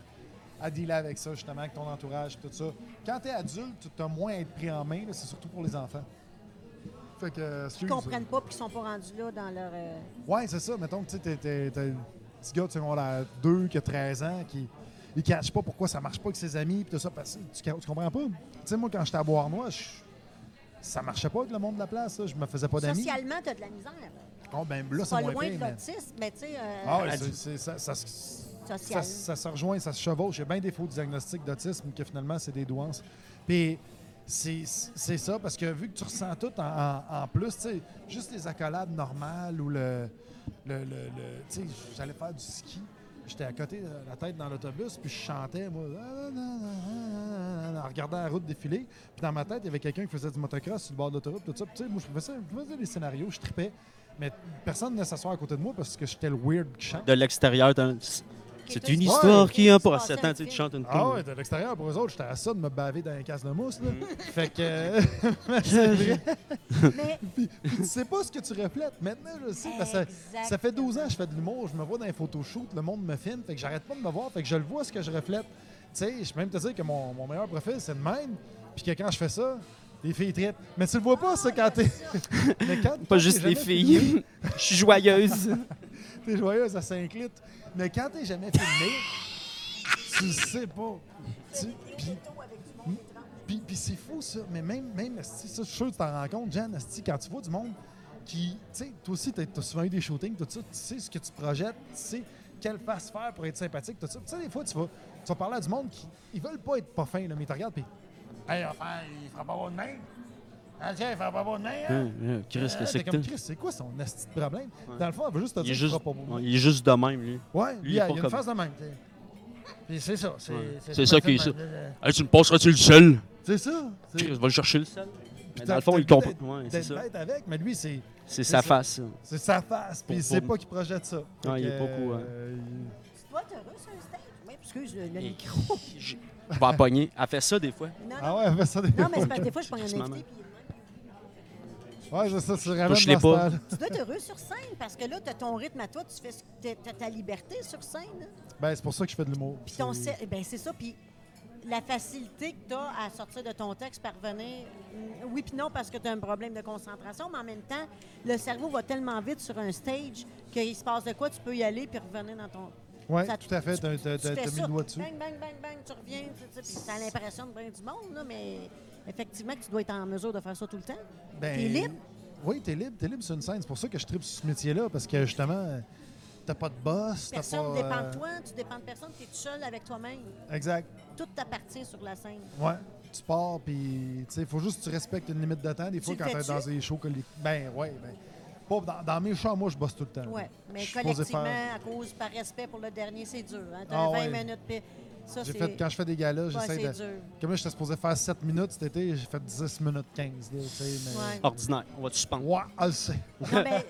à dealer avec ça, justement, avec ton entourage, tout ça. Quand t'es adulte, t'as moins à être pris en main, là, c'est surtout pour les enfants. Fait que. euh,
Qui
excuse.
ne comprennent pas puis qui ne sont pas rendus là dans leur. euh,
Ouais, c'est ça. Mettons que tu sais, t'es- t'es t'es un petit gars de secondaire 2 qui a 13 ans, qui ne cache pas pourquoi ça marche pas avec ses amis, puis tout ça. Parce que tu, tu comprends pas? Tu sais, moi, quand j'étais à Boire-Noir, ça marchait pas avec le monde de la place, là. je me faisais pas d'amis.
Socialement, tu as de la misère.
Oh, ben, là, c'est
Pas
moins
loin
pire,
de
mais-
l'autisme, mais tu sais, euh,
Ah oui,
Elle
c'est-
dit-
c'est- ça, ça se- ça-
social.
ça se rejoint, ça se chevauche. Il y a bien des faux diagnostics d'autisme que finalement, c'est des douances. Puis c'est c'est ça, parce que vu que tu ressens tout en, en- en plus, tu sais, juste les accolades normales ou le. le, le- le- tu sais, j'allais faire du ski. J'étais à côté, euh, la tête dans l'autobus, puis je chantais, moi, en regardant la route défiler. Puis dans ma tête, il y avait quelqu'un qui faisait du motocross sur le bord de l'autoroute, tout ça. Puis tu sais, moi, je faisais, je faisais des scénarios, je tripais. Mais personne ne venait s'asseoir à côté de moi parce que j'étais le weird qui chante.
De l'extérieur, t'as- c'est
toi,
une
tu-
histoire
Ouais.
qui a
Tu
pas
passais
sept
un
ans. Tu sais,
film.
tu chantes une
Ah
tour.
ouais, de l'extérieur, pour eux autres, j'étais à ça de me baver dans un casse de mousse. Là. [LAUGHS] fait que. euh, c'est vrai.
Mais
Puis, puis tu sais pas ce que tu reflètes. Maintenant, je le sais. parce que [LAUGHS] ça, ça fait 12 ans que je fais de l'humour. Je me vois dans les photoshoots. Le monde me filme. Fait que j'arrête pas de me voir. Fait que je le vois ce que je reflète. Tu sais, je peux même te dire que mon, mon meilleur profil, c'est le même. Puis que quand je fais ça, Les filles tripent. Mais tu le vois pas, ça, quand t'es. Mais quand- quand
Pas
t'es
juste les
jamais
filles. Je suis joyeuse.
filmé, T'es joyeuse à 5 litres. Mais quand t'es jamais filmé, tu le sais pas. Tu... Puis, puis, puis c'est fou, ça. Mais même, même esti, ça, je suis sûr que tu t'en rends compte, Jeanne, esti, quand tu vois du monde qui. Tu sais, toi aussi, t'as t'as souvent eu des shootings, tout ça. Tu sais ce que tu projettes, tu sais quelle face faire pour être sympathique, tout ça. Tu sais, des fois, tu vas, tu vas parler à du monde qui. Ils veulent pas être pas fins, là, mais ils te regardent, puis. Hey, enfin, il fera pas beau de même. Ah, tiens, il fera pas beau de même. hein?
Hein, hein, Chris,
Ah,
que c'est
t'es
que
comme
t'as?
Chris, c'est quoi son esti de problème? Dans le fond, elle veut juste te
il
dire
est,
qu'il
juste,
fera pas beau.
ouais, il est juste de même, lui.
Ouais, il
il
y
est
a,
pas
il y a une
comme-
face de même. t'sais. Puis c'est ça. C'est
C'est ça Ah, qui est
ça. euh,
Hey, tu me passeras-tu le sel?
C'est ça. c'est-
Chris, va le chercher le sel. Mais dans
t'as-
le fond,
t'as
il
le
comprend.
goût
Ouais, c'est
D'être
ça.
bête avec, mais lui, c'est
C'est sa
ça.
face. ça.
c'est sa face.
Pour-
Puis il sait
pour-
pas qu'il projette ça. Fait
Ouais, il
que,
est pas cool, hein.
euh, il-
Tu dois être heureux sur un stage? Oui, excuse le, le
Et-
micro.
Je je vais la pogner. Elle fait ça des fois.
Non,
Ah
non,
ouais, elle fait ça des
non mais c'est parce que des fois, je prends un
Chris, maman.
invité. Puis, il est de même.
fois. Ouais, c'est ça, tu ramènes
Touche-les
dans ce
pas.
temps-là.
tu dois être heureux sur scène parce que là, tu as ton rythme à toi, tu fais ce- t'as- t'as ta liberté sur scène. hein? là.
Ben, c'est pour ça que je fais de l'humour.
Puis ton
C'est-
cer- ben c'est ça. Puis la facilité que tu as à sortir de ton texte, parvenir, mm, oui puis non parce que tu as un problème de concentration, mais en même temps, le cerveau va tellement vite sur un stage qu'il se passe de quoi, tu peux y aller puis revenir dans ton...
Ouais,
ça-
tout à fait. T'as t'as-
Tu
t'as-
fais
t'as mis
ça, Ben,
le doigt dessus.
bang, bang, bang, bang, tu reviens, tu sais, puis ça l'impression de bien du monde, là, mais effectivement que tu dois être en mesure de faire ça tout le temps.
Ben,
T'es libre?
Oui, t'es libre. T'es libre sur une scène. C'est pour ça que je tripe sur ce métier-là, parce que justement, t'as pas de boss. t'as
Personne ne
pas,
dépend
euh,
de toi, tu dépends de personne, tu es seul avec toi-même.
Exact.
Tout t'appartient sur la scène.
Ouais. Tu pars, puis tu sais, faut juste que tu respectes une limite de temps. Des fois,
le
quand t'es
fais-tu?
dans des shows collectifs. Ben, ouais, ben. Pas, dans, dans mes shows, moi, je bosse tout le temps.
Oui, mais
Euh, Je suis supposé
collectivement,
faire-
à cause, par respect pour le dernier, c'est dur. Hein? T'as
Ah
20
ouais.
minutes, puis ça,
J'ai
c'est...
fait, quand je fais des galas,
ouais, c'est
j'essaie de.
dur.
Comme là, j'étais supposé faire 7 minutes cet été, j'ai fait 10 minutes 15. Là, tu sais,
Ouais.
mais...
Ordinaire. On va te suspendre.
Ouais, elle le sait.
Non,
[LAUGHS]
mais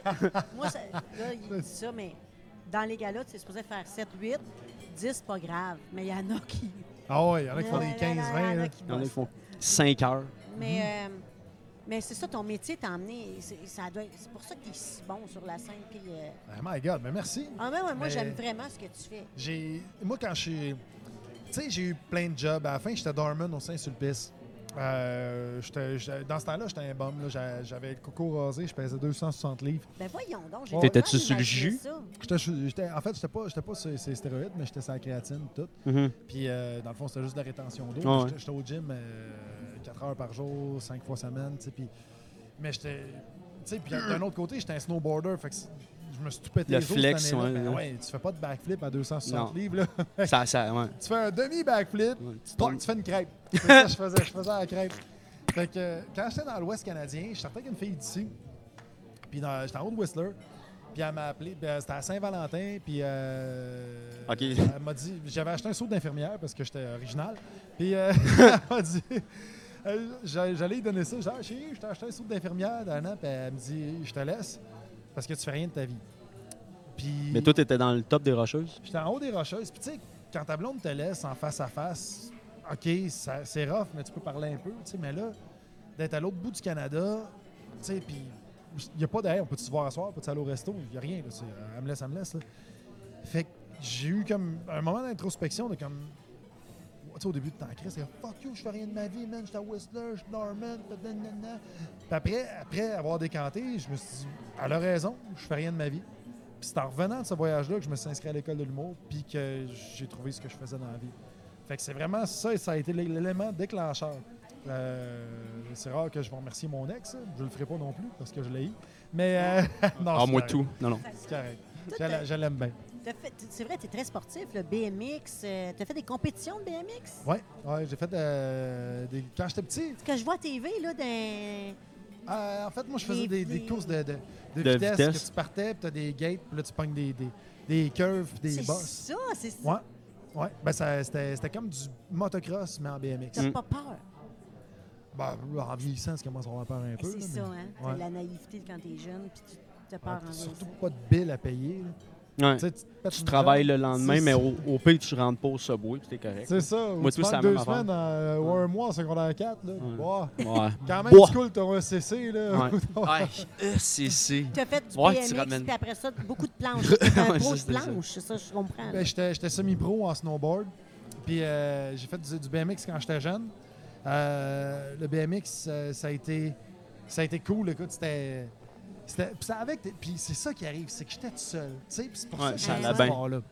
moi, ça- là, il dit ça, mais dans les galas, tu es supposé faire 7, 8, 10, pas grave. Mais il y en a qui...
Ah ouais, il y en a qui font
Ouais,
des
là,
15,
là, Il y en
20.
a
là.
qui
Il y en a qui
bossent.
font 5 heures.
Mhm.
Mais, euh, mais c'est ça, ton métier t'a emmené. C'est ça doit- c'est pour ça que tu es si bon sur la scène. Puis, euh,
Ah, my God, mais merci.
ah, mais ouais, moi,
Mais-
j'aime vraiment ce que tu fais.
J'ai, moi, quand je suis. Tu sais, j'ai eu plein de jobs. À la fin, j'étais Dorman au Saint-Sulpice. Euh, j'étais- j'étais- dans ce temps-là, j'étais un bum. là. J'a- J'avais le coco rasé, je pesais 260 livres.
Ben voyons donc, j'ai
T'étais-tu
vraiment
sur le
imaginé
jus?
ça.
J'étais sur- j'étais- en fait, j'étais pas, j'étais pas sur ces stéroïdes, mais j'étais sur la créatine, tout.
Mhm.
Puis, euh, dans le fond, c'était juste de la rétention d'eau.
Ah ouais.
J'étais- J'étais au gym 4 heures par jour, 5 fois semaine, tu sais. Puis, mais j'étais. Tu sais, puis d'un autre côté, j'étais un snowboarder. Fait que c'est- je me suis tout pété
Le
les os cette
flex,
année-là.
ouais,
Ben
ouais.
ouais, tu fais pas de backflip à 260
Non.
livres, là.
Ça,
[LAUGHS]
ça, ouais.
Tu fais un demi-backflip,
Ouais, tu
Bon,
tombes.
tu fais une crêpe. C'est ça que je faisais, je faisais la crêpe. Fait que euh, quand j'étais dans l'Ouest canadien, je sortais avec une fille d'ici. Puis dans- j'étais en haut de Whistler. Puis elle m'a appelé. puis, euh, c'était à Saint-Valentin. Puis euh,
Ok.
elle m'a dit j'avais acheté un saut d'infirmière parce que j'étais original. Puis
[LAUGHS]
euh, [LAUGHS] elle m'a dit euh, j'a- j'allais lui donner ça. J'ai dit Ah, chérie, je t'ai acheté un saut d'infirmière d'un an. Puis elle me dit je te laisse parce que tu fais rien de ta vie. Puis
Mais toi, t'étais dans le top des rocheuses.
J'étais en haut des rocheuses. Puis tu sais, quand ta blonde te laisse en face à face, OK, ça- c'est rough, mais tu peux parler un peu. tu sais, Mais là, d'être à l'autre bout du Canada, tu sais, puis il n'y a pas d'air. On peut-tu se voir à soir? Peut-tu aller au resto? Il n'y a rien. Là, c'est, euh, elle me laisse, elle me laisse. là. Fait que j'ai eu comme un moment d'introspection de comme... Tu sais, au début de temps, Chris, c'est comme, fuck you, je fais rien de ma vie, man, j'étais à Whistler, je suis Norman, nanana. Puis après, après avoir décanté, je me suis dit, elle a raison, je fais rien de ma vie. Puis c'est en revenant de ce voyage-là que je me suis inscrit à l'école de l'humour, puis que j'ai trouvé ce que je faisais dans la vie. Fait que c'est vraiment ça, et ça a été l'élément déclencheur. Euh, c'est rare que je vais remercier mon ex, hein. je le ferai pas non plus parce que je l'ai eu. Mais euh, [LAUGHS] non,
Ah, moi
c'est correct,
tout. Non, non.
c'est correct.
Tout
Je l'a- Je l'aime bien.
T'as fait- C'est vrai, tu es très sportif, le BMX. euh, T'as fait des compétitions de BMX?
Ouais, ouais, j'ai fait euh, des... quand j'étais petit.
Ce que je vois à TV, là, d'un.
euh, en fait, moi, je faisais
Des-
des, des
des-
courses de, de- de
De
vitesse,
vitesse.
que tu partais, puis t'as des gates, puis là tu pognes des, des, des curves, puis des
C'est
bosses.
ça, c'est ça.
Ouais. Ouais. Ben, ça- c'était c'était comme du motocross, mais en BMX.
T'as
Mm.
pas peur.
Ben, en vieillissant, ça commence à avoir peur un peu.
C'est
là,
ça,
mais-
hein? T'as
Ouais.
la naïveté quand t'es jeune, puis tu t'as
Ouais,
peur
t'as
en
surtout
vieillissant.
pas de bill à payer. là.
Ouais.
Tu sais, te pètes
Tu
une
travailles
jambe,
le lendemain,
c'est
mais
ça.
au, au pire, tu rentres pas au subway, puis t'es correct.
C'est ça. Moi,
Moi,
tu
tout, c'est
passes
la
deux
même affaire.
semaines euh, ou un mois en secondaire 4. Là. Bah,
Ouais.
quand même,
Bah.
tu coules ton ECC. Là. [LAUGHS]
Ouais. Ouais. Euh, c'est- c'est-
Tu as fait du
Ouais,
BMX,
tu ramènes.
puis après ça, beaucoup de
[LAUGHS]
planches. T'es un
Ouais,
pro
ça,
de
c'est ça.
planches, c'est ça, je
Ah.
comprends. là.
Ben, j'étais j'étais semi-pro en snowboard. Puis euh, j'ai fait du, du BMX quand j'étais jeune. Euh, le BMX, euh, ça a été, ça a été cool. Écoute, c'était. c'était- Puis c'est avec- puis c'est ça qui arrive, c'est que j'étais tout seul. Tu sais, puis c'est pour
Ouais,
ça que
ça
j'aime
allait
ce
bien.
sport-là.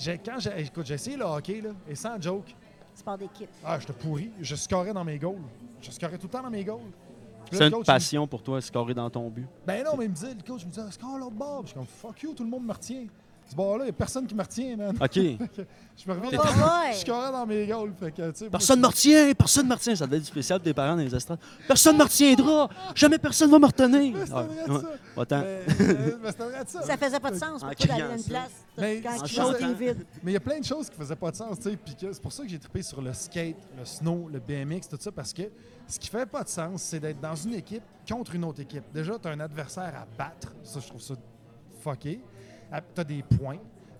J'ai- Quand j'ai, écoute, j'ai essayé le hockey, là, et sans joke,
Sport d'équipe.
ah, j'étais pourri. Je scorais dans mes goals. Je scorais tout le temps dans mes goals. Puis
C'est
là, le
une
coach, il me
passion pour toi, scorer dans ton but.
ben non, mais il me dit, le coach me dit, ah, score l'autre bord. Puis Je suis comme, fuck you, tout le monde me retient. Ce bord-là, il n'y a personne qui me retient, man.
OK.
Je me reviens,
Oh boy!
je scorais dans mes goals. Fait que, tu sais,
[LAUGHS]
moi,
Personne ne
je-
me retient, personne ne me retient. Ça devait être du spécial des parents dans les estrades. Personne ne me retiendra. Jamais personne ne va me retenir.
Mais c'est vrai de ça.
Ouais. Va-t'en.
Mais, euh,
[LAUGHS]
mais c'était vrai de ça.
Ça faisait pas de sens
En
pour toi d'aller
criant,
à une
ça.
place
Mais
quand
en
tu chantes
chantant.
est vide.
Mais il y a plein de choses qui faisaient pas de sens, tu sais. Puis que c'est pour ça que j'ai trippé sur le skate, le snow, le BMX, tout ça, parce que ce qui fait pas de sens, c'est d'être dans une équipe contre une autre équipe. Déjà, tu as un adversaire à battre. Ça, je trouve ça fucké. Tu as des points,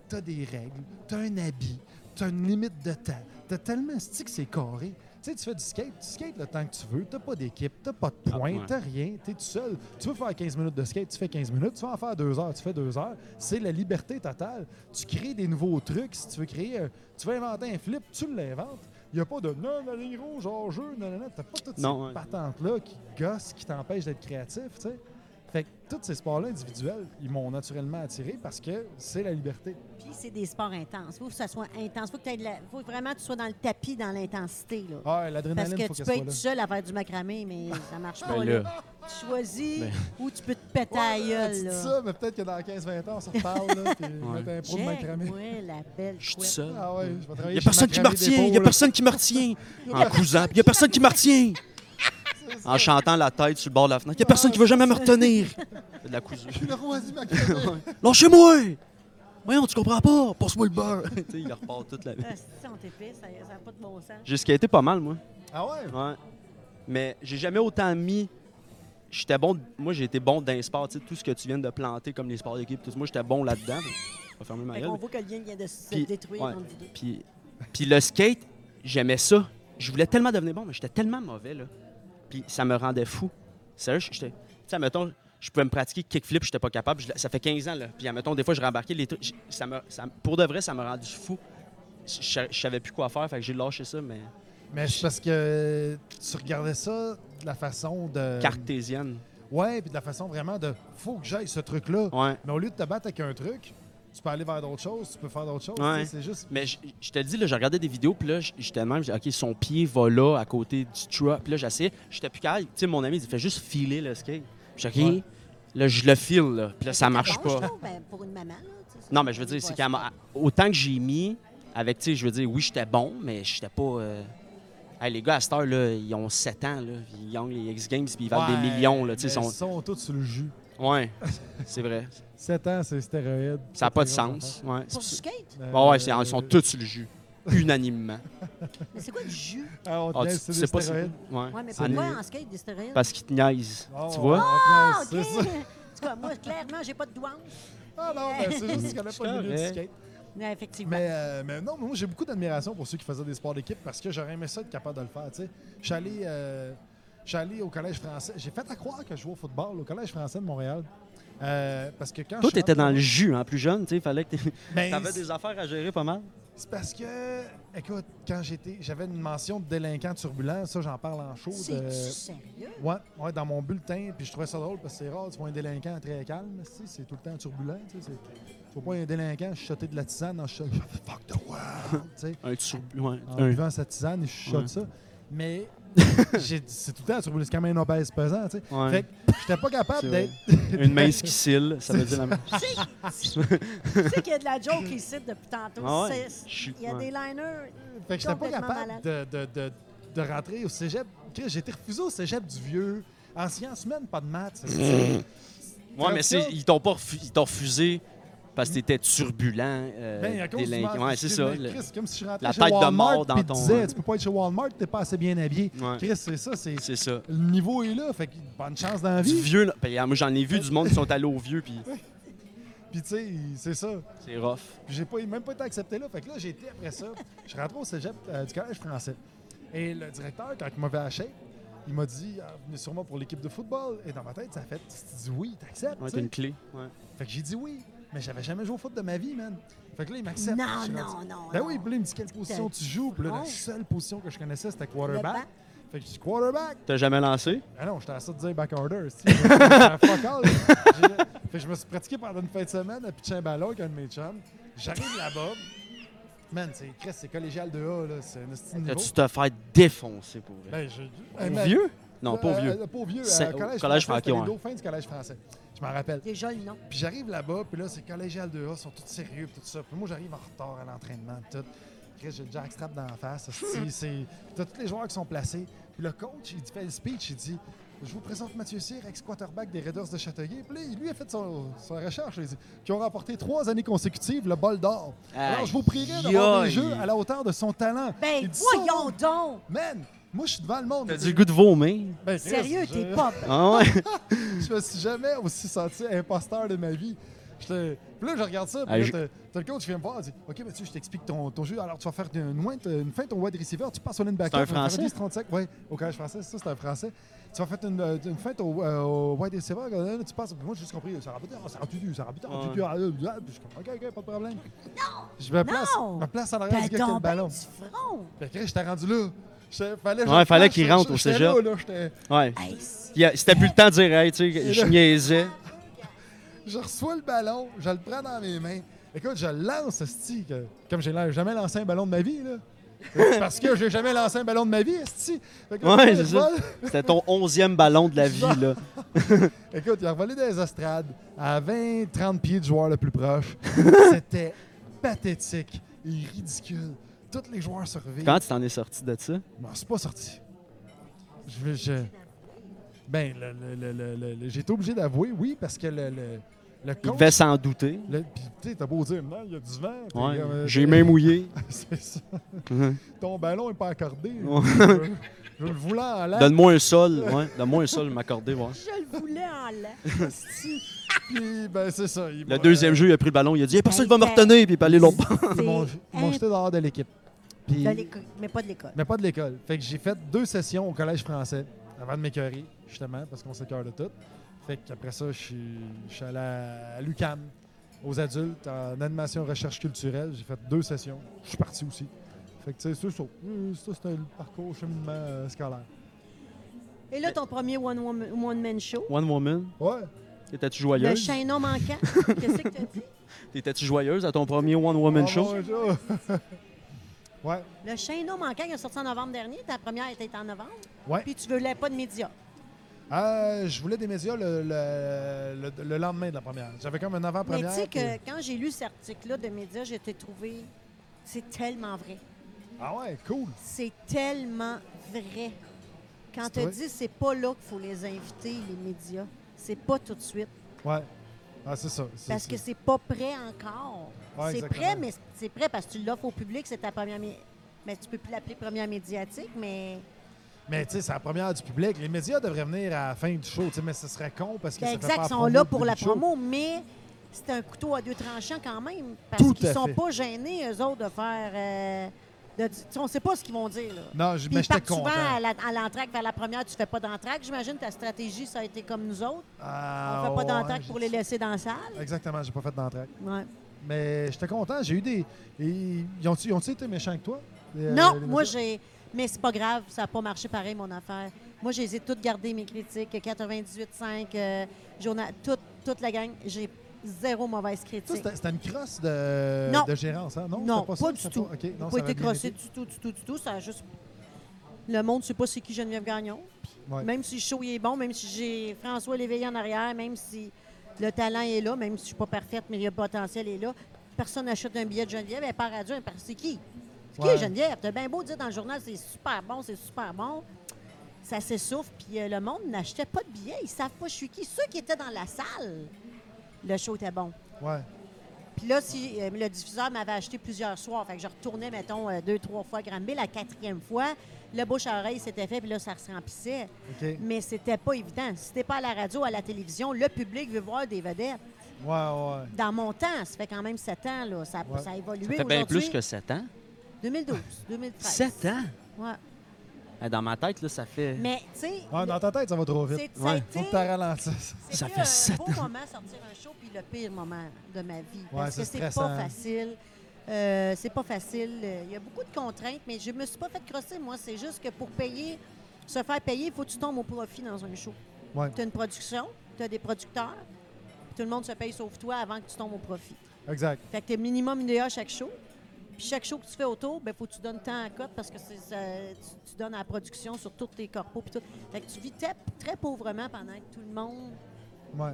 tu as des règles, tu as un habit, tu as une limite de temps. Tu as tellement stick que c'est carré. Tu sais, tu fais du skate, tu skates le temps que tu veux, t'as pas d'équipe, t'as pas de
Ah,
points,
ouais.
t'as rien, t'es tout seul. Tu veux faire 15 minutes de skate, tu fais 15 minutes, tu vas en faire 2 heures, tu fais 2 heures. C'est la liberté totale. Tu crées des nouveaux trucs, si tu veux créer, un- tu veux inventer un flip, tu l'inventes. Il n'y a pas de non, la ligne rouge, hors jeu, non, non, non. T'as pas toutes
Non, hein.
ces
ouais.
patentes-là qui gossent, qui t'empêchent d'être créatif, tu sais. Fait que tous ces sports-là individuels, ils m'ont naturellement attiré parce que c'est la liberté.
Puis c'est des sports intenses. Faut que ça soit intense. Faut que t'aies de la- faut vraiment que tu sois dans le tapis, dans l'intensité. là.
Ah,
Parce
l'adrénaline,
que
faut
tu peux
qu'elle soit
être
là.
tout seul à faire du macramé, mais ça marche pas.
Ben
là.
là,
Tu choisis
Ben.
où tu peux te péter à la
Ouais,
gueule.
tu dis
là.
ça, mais peut-être que dans 15-20 ans, on se reparle, là, puis
Ouais.
mettre un pro de
Check,
macramé.
ouais, la belle
je suis tout
couette.
seul.
Ah ouais, je vais
Il n'y
travailler
a
chez
personne qui me
Macramé
retient. Il n'y a
Dépôt, là.
personne qui me [LAUGHS] retient. En cousant. Il n'y a personne qui me [LAUGHS] retient. En chantant la tête sur le bord de la fenêtre. Il n'y a personne qui ne va jamais me [LAUGHS] retenir. C'est de la cousue.
Je suis le roi du macramé.
Lâchez-moi! Voyons, tu comprends pas. Passe-moi le beurre. [LAUGHS] Tu sais, il repart toute la vie.
Ah, c'est- on t'épais, ça n'a pas de bon sens.
J'ai skaté pas mal, moi.
Ah ouais?
[LAUGHS] Ouais. Mais j'ai jamais autant mis. J'étais bon. Moi, j'ai été bon dans les sports, tu sais, tout ce que tu viens de planter comme les sports d'équipe, tout ça. Moi, j'étais bon là-dedans. On va fermer ma
Fait
gueule.
qu'on voit que le lien vient de se
Puis-
détruire
ouais.
entre vous deux.
Puis, puis le skate, j'aimais ça. Je voulais tellement devenir bon, mais j'étais tellement mauvais, là. Puis ça me rendait fou. Sérieux, j'étais. Tu sais, mettons, je pouvais me pratiquer kickflip, j'étais pas capable. Je l'ai- ça fait 15 ans, là. Puis, admettons, des fois, je rembarquais les trucs. J- Ça me, ça, me- pour de vrai, ça m'a rendu fou. Je, je, je savais plus quoi faire, fait que j'ai lâché ça, mais
Mais c'est parce que tu regardais ça de la façon de.
cartésienne.
Ouais, puis de la façon vraiment de. Faut que j'aille ce truc-là.
Ouais.
Mais au lieu de te battre avec un truc, tu peux aller vers d'autres choses, tu peux faire d'autres choses.
Ouais.
tu sais, C'est juste.
Mais je, je te le dis, là, je regardais des vidéos, puis là, j- j'étais même, j'ai dit, OK, son pied va là, à côté du truck. Puis là, j'essayais, j'étais plus calme. Tu sais, mon ami, il dit, fais juste filer le skate. J'ai dit, OK,
Ouais.
là, je le file, là. Puis là, ça marche
Bon, je
pas.
trouve, ben, pour une maman, là, tu sais, ça-
Non, mais je veux dire, c'est
Ouais,
qu'à ma- autant que j'ai mis, avec, tu sais, je veux dire, oui, j'étais bon, mais j'étais pas. euh, hey, les gars, à cette heure, là, ils ont 7 ans, là. Ils gagnent les X-Games, puis ils valent
Ouais,
des millions, là. Tu sais,
mais
sont...
Ils sont tous sur le jus.
Ouais, c'est
[LAUGHS]
vrai.
7 ans, c'est stéroïde.
Ça n'a pas de sens. Ouais,
Pour
c'est pour
du
ça-
skate?
Bon, ouais, c'est- ils
euh,
sont tous sur le jus,
[LAUGHS]
unanimement.
Mais c'est quoi du jus?
Ah, on te
Ah, tu
laisse,
tu
c'est
sais
des
pas si.
stéroïdes.
Ouais.
Ouais, mais
Ah,
pourquoi
non.
en skate des stéroïdes?
Parce qu'ils te niaisent.
Oh,
tu vois?
Ah,
on
OK!
te laisse, c'est ça.
En tout cas, moi, clairement, j'ai pas de douance.
Ah non, mais c'est juste qu'on
C'est
n'a pas le milieu du
correct.
skate.
Mais effectivement.
Mais, euh, mais non, mais moi j'ai beaucoup d'admiration pour ceux qui faisaient des sports d'équipe parce que j'aurais aimé ça être capable de le faire. tu sais. Je suis allé, euh, je suis allé au collège français. J'ai fait à croire que je jouais au football au collège français de Montréal. Euh, parce que
Toi,
quand je suis
t'étais dans le
rentré-
jus, hein, plus jeune, tu sais, fallait que
[LAUGHS]
t'aies-
Ben,
t'avais des affaires à gérer pas mal.
C'est parce que, écoute, quand j'étais, j'avais une mention de délinquant turbulent. Ça, j'en parle en chaud.
C'est-tu
de-
sérieux?
Ouais, ouais, dans mon bulletin, puis je trouvais ça drôle parce que c'est rare, tu vois un délinquant très calme, tu sais, c'est tout le temps turbulent, tu sais, c'est- tu vois pas un délinquant chuchoter de la tisane en chuchotant [LAUGHS] « Fuck the world! » tu sais.
Un turbu, ouais,
en
un-
buvant sa tisane et je chuchote
Ah. Ouais.
ça.
[LAUGHS]
Mais j'ai dit- c'est tout le temps turbulent, c'est quand même un obèse pesant, tu sais.
ouais.
Fait que j'étais pas capable
C'est
d'être...
une mince qui cille, ça veut dire la même.
Tu sais qu'il y a de la joke ici depuis tantôt.
Ah ouais,
C'est-
je suis-
Il y a
ouais.
des liners.
[LAUGHS] Fait que j'étais pas
complètement
capable de, de, de, de rentrer au cégep. Chris, J'ai été refusé au cégep du vieux. En sciences humaines, pas de maths.
Euh,
c'est-
Ouais, mais c'est, ils t'ont pas refu- ils t'ont refusé parce que t'étais turbulent, euh,
Ben, à cause du
délinquant.
masque,
Ouais, c'est
je
ça.
dis, mais
le-
Chris, c'est comme si je rentrais
la
chez
tête de
Walmart,
mort dans
puis
ton-
disais, tu peux pas être chez Walmart, t'es pas assez bien habillé.
Ouais.
Chris, c'est ça, c'est
C'est ça.
le niveau est là, fait que bonne chance dans la
Du
vie.
vieux, là. Ben, moi j'en ai vu du monde qui sont allés au vieux, puis
Puis tu sais, c'est ça.
c'est rough.
Puis j'ai pas, même pas été accepté là. Fait que là, j'ai été après ça. Je suis rentré au cégep euh, du collège français. Et le directeur, quand il m'avait haché, il m'a dit Ah, Venez sûrement pour l'équipe de football. Et dans ma tête, ça a fait Tu dis oui, t'acceptes.
Ouais,
tu
t'as
sais.
une clé. Ouais.
Fait que j'ai dit oui. Mais j'avais jamais joué au foot de ma vie, man. Fait que là, il m'accepte. Je
Non,
suis
non,
rendu-
non.
Ben
non.
oui, puis là, il me dit quelle position tu joues. Puis là, la
Ouais.
seule position que je connaissais, c'était
Le
quarterback.
banc.
Fait que je suis quarterback.
T'as jamais lancé?
Ah non, j'étais à ça de dire back order. esti. J'étais à fuck all. J'ai- Fait que je me suis pratiqué pendant une fin de semaine à pitcher un ballon avec un de mes chums. J'arrive là-bas. Man, c'est Chris, c'est collégial de A, là. C'est un esti de niveau.
T'as-tu te faire défoncer pour vrai?
Ben, je-
Au
Hey, man,
vieux?
non, pas au
euh,
vieux.
euh, pas au vieux.
C'est-
euh,
au
collège,
collège
français.
français,
c'était
ouais.
les dauphins du collège français. Je m'en rappelle.
Déjà le nom.
Puis j'arrive là-bas, puis là, c'est collégial 2A, ils sont tous sérieux, puis tout ça. Puis moi, j'arrive en retard à l'entraînement, puis tout. Chris, j'ai le jackstrap dans la
[LAUGHS]
face. esti, c'est- Puis t'as tous les joueurs qui sont placés. Puis le coach, il fait le speech, il dit Je vous présente Mathieu Cyr, ex-quarterback des Raiders de Châteauguay. Puis là, il- lui a fait son, sa recherche, là, il dit, qui ont remporté trois années consécutives le bol d'or. Alors, je vous prierai d'avoir des
Aïe.
jeux à la hauteur de son talent.
Ben,
Il dit ça,
voyons donc!
Man, moi, je suis devant le monde.
T'as du goût de vomir?
Ben, Chris,
Sérieux,
je-
t'es pas...
Ah ouais? [LAUGHS]
je me suis jamais aussi senti imposteur de ma vie. J'étais- Puis là, je regarde ça,
Ah,
puis là,
je-
t'as- t'as le coach qui vient me voir, il dit « Ok, Mathieu, je t'explique ton, ton jeu. Alors, tu vas faire une, feinte une feinte au wide receiver, tu passes au linebacker.
C'est un
tu vas faire
Français?
10-35. Ouais, au collège français, c'est ça, c'est un français. Tu vas faire une, euh, une feinte au, euh, au wide receiver, euh, tu passes. Puis moi, j'ai juste compris, ça rabute, ça rabute, ça rabute, ça rabute.
Ouais.
ah, euh, ah, Puis je suis comme « Ok, ok, pas de problème. » Je me place,
Non!
je me place en arrière
T'as
du gars qui a le
tombé
ballon.
ben, du front!
Puis après, j'étais rendu là. J'étais- Fallait, que je
Ouais, fallait
me place,
qu'il rentre au
j'étais
cégep.
là, là, j'étais-
Ouais.
Hey, c'est-
Il y a- C'était plus le temps de dire, hey, tu sais, je niaisais.
Je reçois le ballon, je le prends dans mes mains. Écoute, je le lance, esti, que- comme j'ai l'air- jamais lancé un ballon de ma vie, là. [LAUGHS] Parce que j'ai jamais lancé un ballon de ma vie, esti. Fait que là,
Ouais,
je
c'est ça.
vole.
C'était ton onzième ballon de la vie, là.
Écoute, il a revolé des estrades à 20, 30 pieds du joueur le
[LAUGHS]
plus proche. C'était pathétique et ridicule. Tous les joueurs survivent.
Quand tu t'en es sorti de ça?
Je m'en suis pas sorti. Je veux- je- Ben, le- le- le- le- le- le- j'ai été obligé d'avouer, oui, parce que le, le, le
Il
coach-
devait s'en douter.
Le- Puis, tu sais, t'as beau dire, non, il y a du vent. puis,
Ouais.
euh,
J'ai même
[LAUGHS]
mouillé.
C'est ça.
Mhm.
Ton ballon est pas accordé.
Ouais.
je, je le voulais en l'air.
Hein? Donne-moi un sol, ouais. Donne-moi un sol, m'accorder, ouais.
Je le voulais en
[LAUGHS]
l'air.
Puis, ben, c'est ça. Ils
Le
m'ont-
deuxième jeu, il a pris le ballon, il a dit, Hey, personne ne va me retenir, puis il est allé l'autre bord.
Ils m'ont
C'est
ils m'ont jeté dehors de l'équipe. Puis,
De l'école, mais pas de l'école.
mais pas de l'école. Fait que j'ai fait deux sessions au collège français avant de m'écœurer, justement, parce qu'on s'écœure de tout. Fait qu'après ça, je suis je suis allé à l'UCAM, aux adultes, en animation recherche culturelle. J'ai fait deux sessions. Je suis parti aussi. Fait que, tu sais, c'est ça. Euh, Ça, c'était le parcours cheminement euh, scolaire.
Et là, ton premier one woman- one-man show,
One Woman,
Ouais.
t'étais-tu
le
joyeuse?
chaînon
[LAUGHS]
manquant, qu'est-ce que t'as dit?
T'étais-tu joyeuse à ton premier One Woman
Ah,
Show?
bon, je- ouais.
Le chaînon manquant, il est sorti en novembre dernier, ta première était en novembre.
Ouais.
Puis tu voulais pas de médias.
Euh, je voulais des médias le, le- le- le lendemain de la première. J'avais comme un
Mais
avant-première.
tu sais que
puis-
quand j'ai lu cet article-là de médias, j'étais trouvé. C'est tellement vrai.
Ah ouais, cool.
C'est tellement vrai. Quand
C'est
tu
vrai.
dis c'est pas là qu'il faut les inviter, les médias. C'est pas tout de suite.
Ouais. Ah, c'est ça. c'est-
Parce que
c'est-
c'est pas prêt encore.
Ouais,
c'est
exactement.
prêt, mais c'est prêt parce que tu l'offres au public, c'est ta première. mé- Mais tu peux plus l'appeler première médiatique, mais.
Mais tu sais, c'est la première du public. Les médias devraient venir à la fin du show, tu sais, mais ce serait con parce que
Ben
ça fait pas
exact,
la
ils sont
promo
là
du
pour la
début du show.
promo, mais c'est un couteau à deux tranchants quand même.
Tout
Parce qu'ils
à
sont
fait.
pas gênés, eux autres, de faire. euh, de- tu sais, on sait pas ce qu'ils vont dire. Là.
Non, je-
Puis
mais
ils
j'étais
partent
content.
souvent à la- à l'entraque vers la première, tu fais pas d'entraque. J'imagine ta stratégie, ça a été comme nous autres.
Ah,
On fait pas
ouais,
d'entraque
j'ai-
pour les laisser dans la salle.
Exactement, j'ai pas fait d'entraque.
Ouais.
Mais j'étais content, j'ai eu des. et- Ils ont-tu ils ont-tu été méchants avec toi? les-
non,
Euh, les
moi
médias?
j'ai. Mais c'est pas grave, ça n'a pas marché pareil, mon affaire. Moi, j'ai toutes gardé mes critiques, 98.5, euh, journal, toute, toute la gang. J'ai zéro mauvaise
Ça,
critique.
c'était c'était une crosse de,
Non.
de gérance, hein? Non,
Non,
c'était
pas,
ça,
du
c'était
tout.
ok,
J'ai
non, ça
pas
avait
été
bien
crossé
été.
du tout, du tout, du tout. Ça a juste. Le monde ne sait pas c'est qui Geneviève Gagnon.
Ouais.
Même si le show il est bon, même si j'ai François Léveillé en arrière, même si le talent est là, même si je suis pas parfaite, mais le potentiel est là, personne n'achète un billet de Geneviève, elle part à Dieu, elle part- c'est qui? C'est qui
Ouais.
Geneviève? T'as bien beau dire dans le journal, c'est super bon, c'est super bon. Ça s'essouffle, puis euh, le monde n'achetait pas de billets. Ils savent pas je suis qui. Ceux qui étaient dans la salle, le show était bon.
Ouais.
Puis là, si euh, le diffuseur m'avait acheté plusieurs soirs, fait que je retournais, mettons, euh, deux, trois fois à Granby, la quatrième fois, le bouche à oreille s'était fait, puis là, ça se remplissait.
OK. Ouais,
Mais c'était pas évident. Si t'es pas à la radio, à la télévision, le public veut voir des vedettes.
ouais.
Dans mon temps, ça fait quand même sept ans, là, ça,
Ouais.
ça a évolué
Ça fait bien
aujourd'hui.
plus que 7 ans.
2012, 2013.
7 ans?
Ouais.
Eh, Dans ma tête, là, ça fait...
Mais, tu sais,
Ah, dans ta tête, ça va trop vite.
c'est- ça a
Ouais.
été-
Faut que tu ralentisses.
C'était
Ça fait sept
un beau moment sortir un show, puis le pire moment de ma vie. parce
c'est
que c'est
stressant.
pas facile. Euh, c'est pas facile. Euh, Il y a beaucoup de contraintes, mais je me suis pas fait crosser, moi. C'est juste que pour payer se faire payer, il faut que tu tombes au profit dans un show.
Ouais.
Tu as une production, tu as des producteurs, tout le monde se paye sauf toi avant que tu tombes au profit.
Exact.
Fait que t'es minimum une DA chaque show. Puis chaque show que tu fais autour, ben faut que tu donnes tant à cote parce que c'est, ça- tu, tu donnes à la production sur tous tes corpos. puis tout. Fait que tu vis très, très pauvrement pendant que tout le monde.
Ouais.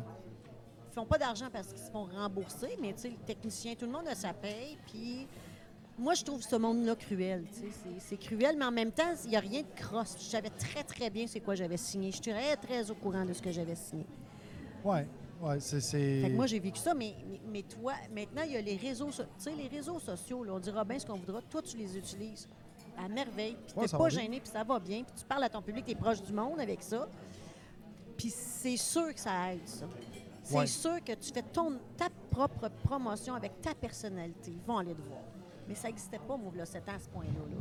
Ils font pas d'argent parce qu'ils se font rembourser, mais tu sais, le technicien, tout le monde a sa paye. Puis moi, je trouve ce monde-là cruel. tu sais. C'est, c'est cruel, mais en même temps, il n'y a rien de crosse. Je savais très, très bien c'est quoi j'avais signé. Je suis très, très au courant de ce que j'avais signé.
Ouais. Ouais, c'est. c'est-
Fait que moi, j'ai vécu ça, mais, mais, mais toi, maintenant, il y a les réseaux, so- tu sais, les réseaux sociaux, là, on dira bien ce qu'on voudra, toi, tu les utilises à merveille, puis t'es
Ouais, ça
pas
va bien.
gêné, puis ça va bien, puis tu parles à ton public, t'es proche du monde avec ça, puis c'est sûr que ça aide, ça. C'est
Ouais.
sûr que tu fais ton, ta propre promotion avec ta personnalité. Ils vont aller te voir. Mais ça n'existait pas, moi, là, 7 ans, à ce point-là. là.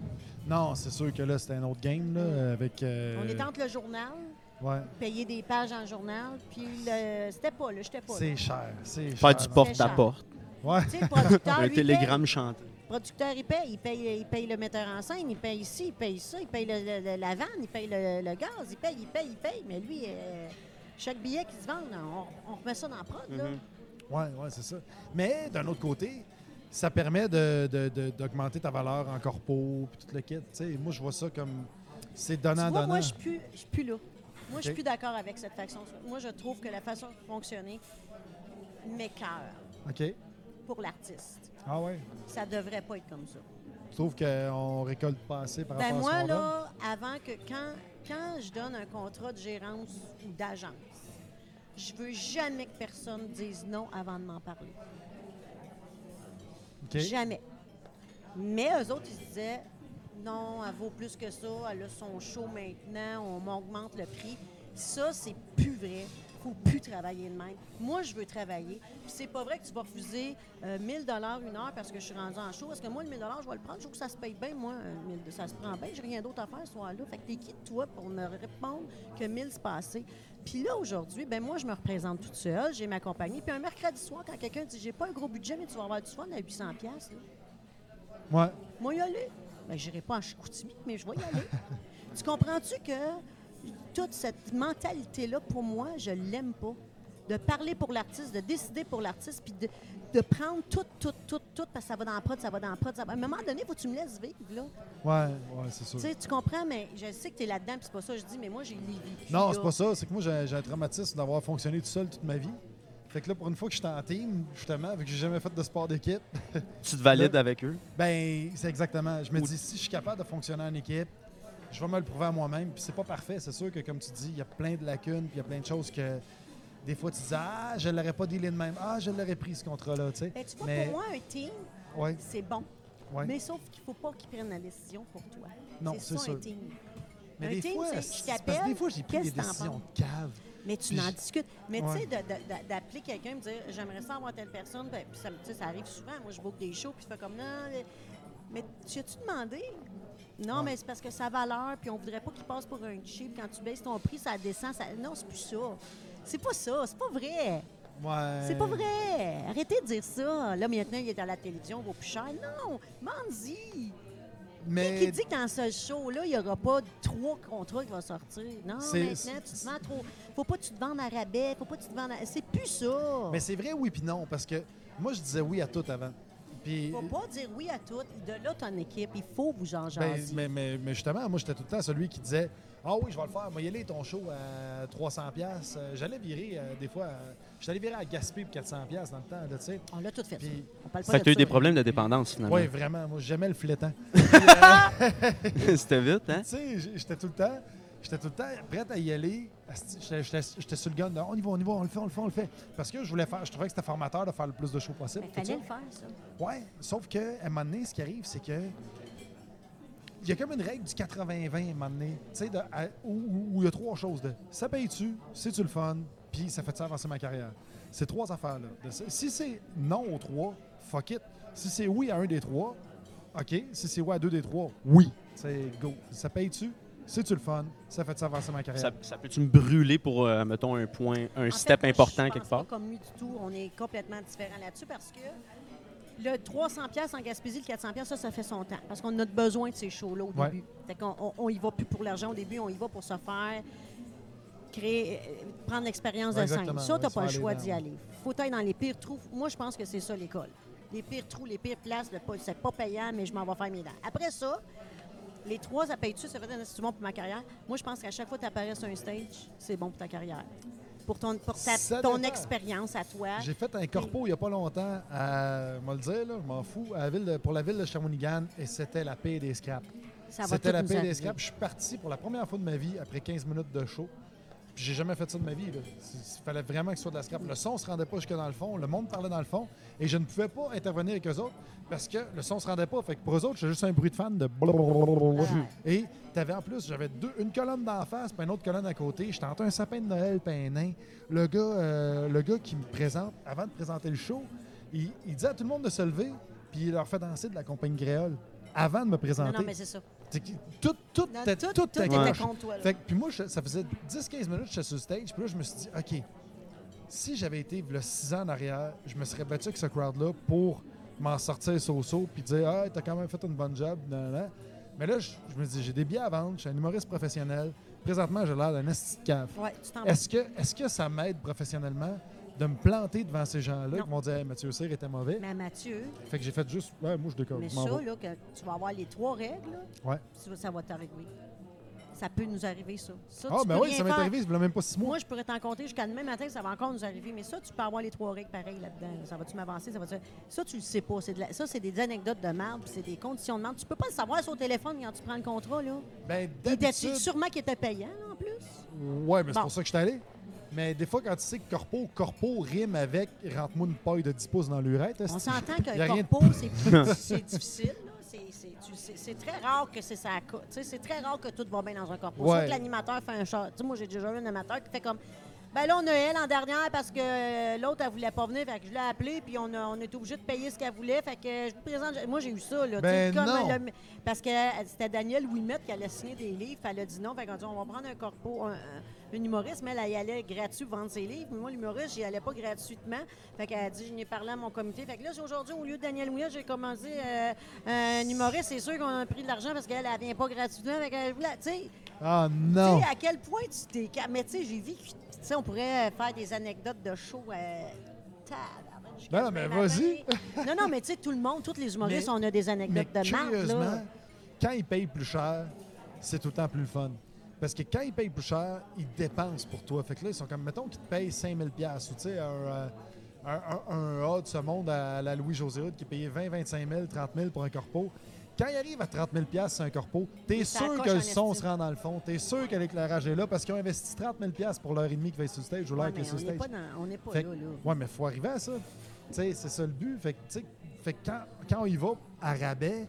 Non, c'est sûr que là, c'était un autre game, là, avec. euh,
On est entre le journal,
Ouais.
payer des pages en journal, puis le- c'était pas là, j'étais pas là.
C'est cher. C'est cher.
Faire du porte-à-porte.
Ouais.
Tu sais, le
[LAUGHS]
producteur,
Un
lui, paye.
télégramme chanté.
producteur, il paye. Il paye, il paye le metteur en scène, il paye ici, il paye ça, il paye le- le- le- la vanne, il paye le, le gaz, il paye, il paye, il paye. Mais lui, euh, chaque billet qui se vend, on, on remet ça dans la prod.
Mhm.
là.
Ouais, ouais, c'est ça. Mais d'un autre côté, ça permet de- de- de- d'augmenter ta valeur en corpo puis tout le kit. Tu sais, moi, je vois ça comme. C'est
Tu
donnant,
vois,
donnant.
moi, je suis plus- je suis plus là. Moi, je suis
Ok.
plus d'accord avec cette façon. Moi, je trouve que la façon de fonctionner m'écœure
OK.
pour l'artiste.
Ah ouais.
Ça devrait pas être comme ça.
Je trouve qu'on récolte pas assez par
Ben
rapport à
moi,
ce qu'on donne.
là, avant que quand, quand je donne un contrat de gérance ou d'agence, je veux jamais que personne dise non avant de m'en parler.
OK.
Jamais. Mais eux autres, ils se disaient, non, elle vaut plus que ça, elle a son show maintenant, on augmente le prix. Ça, c'est plus vrai. Faut plus travailler de même. Moi, je veux travailler. Puis c'est pas vrai que tu vas refuser euh, 1000 dollars une heure parce que je suis rendu en show. Est-ce que moi, le 1000 dollars, je vais le prendre? Je trouve que ça se paye bien, moi, euh, 1000 ça se prend bien. J'ai rien d'autre à faire ce soir-là. Fait que t'es qui, toi, pour me répondre que 1000 se passé? Puis là, aujourd'hui, ben moi, je me représente toute seule, j'ai ma compagnie. Puis un mercredi soir, quand quelqu'un dit « J'ai pas un gros budget, mais tu vas avoir du fun à 800 pièces
Ouais.
moi, y aller. Ben, j'irai pas en Chicoutimi, mais je vais y aller. tu comprends-tu que toute cette mentalité-là, pour moi, je l'aime pas. De parler pour l'artiste, de décider pour l'artiste, puis de, de prendre tout, tout, tout, tout, parce que ça va dans la prod, ça va dans la prod, ça va... À un moment donné, faut que tu me laisses vivre, là.
Ouais, ouais, c'est sûr.
Tu sais, tu comprends, mais je sais que tu es là-dedans, puis c'est pas ça que je dis, mais moi, j'ai les vécu,
Non,
là.
c'est pas ça. C'est que moi, j'ai j'ai un traumatisme d'avoir fonctionné tout seul toute ma vie. Fait que là, pour une fois que je suis en team, justement, vu que j'ai jamais fait de sport d'équipe,
Tu te valides
Là-
avec eux.
ben c'est exactement. Je me
Ou-
dis, si je suis capable de fonctionner en équipe, je vais me le prouver à moi-même. Puis c'est pas parfait. C'est sûr que, comme tu dis, il y a plein de lacunes, puis il y a plein de choses que des fois, tu dis, ah, je l'aurais pas dealé de même. Ah, je l'aurais pris, ce contrat-là, tu sais.
Ben, tu vois,
Mais-
pour moi, un team,
Ouais,
c'est bon.
ouais.
Mais sauf qu'il faut pas qu'ils prennent la décision pour toi.
Non,
c'est
c'est
ça, un
sûr.
team.
Mais
un
des
team,
fois,
c'est- je
c'est-
t'appelle,
parce que des fois, j'ai pris des
qu'est-ce que t'en
décisions
penses?
de cave.
Mais tu
Puis
n'en
je-
discutes. Mais tu sais,
Ouais.
de- de- de- d'appeler quelqu'un et me dire j'aimerais ça avoir telle personne, ben, puis ça, me- tu sais, ça arrive souvent. Moi, je boucle des shows, puis tu fais comme non. le- Mais tu as-tu demandé? Non,
Ouais.
mais c'est parce que sa valeur, puis on voudrait pas qu'il passe pour un cheap. Quand tu baisses ton prix, ça descend. ça- Non, c'est plus ça. C'est pas ça. C'est pas vrai.
Ouais.
C'est pas vrai. Arrêtez de dire ça. Là, maintenant, il est à la télévision, il vaut plus cher. Non, Mandy!
Mais
Qui dit que dans ce show-là, il n'y aura pas trois contrats qui vont sortir? Non,
C'est-
maintenant, tu te vends trop. faut pas que tu te vendes à rabais, faut pas que tu te vendes à... C'est plus ça.
Mais c'est vrai, oui, puis non, parce que moi, je disais oui à tout avant. Puis,
faut pas dire oui à tout. De là, ton équipe, il faut vous en
ben,
jaser.
mais, mais- mais justement, moi, j'étais tout le temps celui qui disait Ah oui, je vais le faire, moi, y aller ton show à 300$. Euh, J'allais virer, euh, des fois, euh, j'étais allé virer à Gaspé pour 400$ dans le temps, là, tu sais.
On l'a tout fait. ça.
Puis,
On parle pas
Fait
de
que tu as eu
ça,
des
là.
problèmes de dépendance finalement.
ouais, vraiment, moi, j'aimais le flétan.
[LAUGHS]
[LAUGHS]
C'était vite, hein?
tu sais, j- j'étais tout le temps. J'étais tout le temps prête à y aller. Asti, J'étais j'étais- j'étais sur le gun de on y va, on y va, on le fait, on le fait, on le fait. Parce que je voulais faire, je trouvais que c'était formateur de faire le plus de shows possible.
Mais
tout
fallait
ça.
le faire, ça.
Ouais, sauf que à un moment donné, ce qui arrive, c'est que il y a comme une règle du 80-20 à un moment donné, tu sais, de- à- où où- où il y a trois choses de ça paye-tu, c'est-tu le fun, puis ça fait-tu avancer ma carrière. Ces trois affaires-là. De ça- Si c'est non aux trois, fuck it. Si c'est oui à un des trois, OK. Si c'est oui à deux des trois, oui. C'est go. Ça paye-tu, c'est-tu le fun, ça fait-tu avancer ma carrière.
Ça, ça peut-tu me brûler pour, euh, mettons, un point, un
En
step
fait, moi,
important
je
quelque
pense
part?
Pas comme lui du tout, on est complètement différents là-dessus parce que Le 300 pièces en Gaspésie, le 400 pièces, ça, ça fait son temps. Parce qu'on a besoin de ces shows-là au
Ouais.
début. Fait qu'on on, on y va plus pour l'argent au début, on y va pour se faire créer, euh, prendre l'expérience
Ouais,
de scène.
exactement.
Ça, t'as
Ouais,
pas le
se faire
choix
aller
d'y
dans-
aller. Faut aller dans les pires trous. Moi, je pense que c'est ça l'école. Les pires trous, les pires places, le pas- c'est pas payant, mais je m'en vais faire mes dents. Après ça, les trois, ça paye-tu, ça fait c'est bon pour ma carrière. Moi, je pense qu'à chaque fois que tu apparais sur un stage, c'est bon pour ta carrière. Pour ton, pour ta-
Ça
ton
dépend.
expérience à toi.
J'ai fait un corpo il n'y a pas longtemps, à, on va le dire, là, je m'en fous, à la ville de- pour la ville de Shawinigan, et c'était la paix des scraps.
Ça va
C'était
tout
la
nous
paix
arriver.
des scraps. Je suis parti pour la première fois de ma vie après 15 minutes de show. Puis j'ai jamais fait ça de ma vie. là. C'est- Il fallait vraiment que ce soit de la scrap. Le son se rendait pas jusque dans le fond, le monde parlait dans le fond, et je ne pouvais pas intervenir avec eux autres parce que le son se rendait pas. Fait que pour eux autres, j'étais juste un bruit de fan de blablabla. Et t'avais en plus, j'avais deux, une colonne d'en face, puis une autre colonne à côté. J'étais entre un sapin de Noël, puis un nain. Le gars, euh, le gars qui me présente, avant de présenter le show, il, il dit à tout le monde de se lever, puis il leur fait danser de la compagnie Gréole avant de me
Non,
présenter.
non, mais c'est ça.
C'est que Tout, tout,
Non,
était-
tout,
tout,
tout
était
était
croche.
contre toi. là.
Fait que- puis moi, je- ça faisait 10-15 minutes que j'étais sur le stage. Puis là, je me suis dit, OK, si j'avais été le 6 ans en arrière, je me serais battu avec ce crowd-là pour m'en sortir so-so puis dire, ah, t'as quand même fait une bonne job. nan, nan, nan. Mais là, je, je me dis, j'ai des billets à vendre, je suis un humoriste professionnel. Présentement, j'ai l'air d'un esti de cave.
Ouais, tu t'en vas.
Est-ce que, est que ça m'aide professionnellement de me planter devant ces gens-là
Non.
qui vont dire, hey, Mathieu Cyr était mauvais?
Mais Mathieu,
Fait que j'ai fait juste, ouais, moi, je décolle.
mais
je m'en
ça,
vais.
là, que tu vas avoir les trois règles, là,
Ouais.
tu vas- ça va t'arriver. Ça peut nous arriver, ça. Ça,
Ah,
tu
ben
peux
oui,
rien
ça m'est
faire.
arrivé, ça fait même pas six mois.
Moi, je pourrais t'en compter jusqu'à demain matin, ça va encore nous arriver. Mais ça, tu peux avoir les trois règles pareilles là-dedans. là. Ça va-tu m'avancer? Ça, va ça, tu le sais pas. C'est de la- Ça, c'est des anecdotes de merde, puis c'est des conditions de merde. Tu peux pas le savoir sur le téléphone quand tu prends le contrat, là.
Ben,
Il était
d'habitude-
sûrement qu'il était payant, là, en plus.
Ouais, mais c'est
Bon.
pour ça que je suis allé. Mais des fois, quand tu sais que corpo, corpo rime avec rentre-moi une paille de 10 pouces dans l'urette.
On
esti.
s'entend
Y a
qu'un
rien de-
corpo, c'est plus- c'est
[LAUGHS]
difficile. là. C'est- c'est- tu- C'est c'est très rare que c'est ça. co- tu sais, C'est très rare que tout va bien dans un corpo. Sauf
Ouais.
que l'animateur fait un chat. Tu sais, moi, j'ai déjà eu un amateur qui fait comme. Ben là, on a elle en dernière parce que euh, l'autre, elle voulait pas venir. Fait que je l'ai appelée, puis on, a, on est obligé de payer ce qu'elle voulait. Fait que euh, je vous présente. Moi, j'ai eu ça, là. tu sais,
Ben
comme
non.
le- parce que euh, c'était Daniel Ouimette qui allait signer des livres. puis Elle a dit non. Fait qu'on dit, on va prendre un corpo, un, un- une humoriste. Mais elle, elle y allait gratuit vendre ses livres. Mais moi, l'humoriste, j'y allais pas gratuitement. Fait qu'elle a dit, je n'ai parlé à mon comité. Fait que là, j'ai- aujourd'hui, au lieu de Daniel Ouimette, j'ai commandé euh, un humoriste. C'est sûr qu'on a pris de l'argent parce qu'elle, elle vient pas gratuitement. Fait que, voilà, tu sais,
Ah
tu
non!
sais, à quel point tu t'es... ca- Mais tu sais, j'ai vécu... Tu sais, on pourrait faire des anecdotes de show... Euh... tabarnak, jusqu'à
Ben Non, mais
demain matin.
vas-y.
non, non, mais tu sais, tout le monde, tous les humoristes,
Mais-
on a des
Mais
anecdotes de marde, là.
curieusement, quand ils payent plus cher, c'est tout le temps plus le fun. Parce que quand ils payent plus cher, ils dépensent pour toi. Fait que là, ils sont comme, mettons qu'ils te payent 5000 pièces ou tu sais, un, euh, un, un- un A de ce monde à la Louis-José Hood qui payait 20, 25 000, 30 000 pour un corpo. Quand ils arrivent à 30 000 sur un corpo, t'es
Ça coche
sûr que
en
le son se
estime.
rend dans le fond, t'es sûr que l'éclairage est là parce qu'ils ont investi 30 000 pour l'heure et demie qui va être sur le stage ou l'heure
Ouais,
qui est
mais
sur
on
le
n'est
stage.
pas, dans- on n'est pas
Fait-
là, là.
Ouais, mais faut arriver à ça. Tu sais, c'est ça le but. Fait que, tu sais, fait que quand, quand on y va à rabais,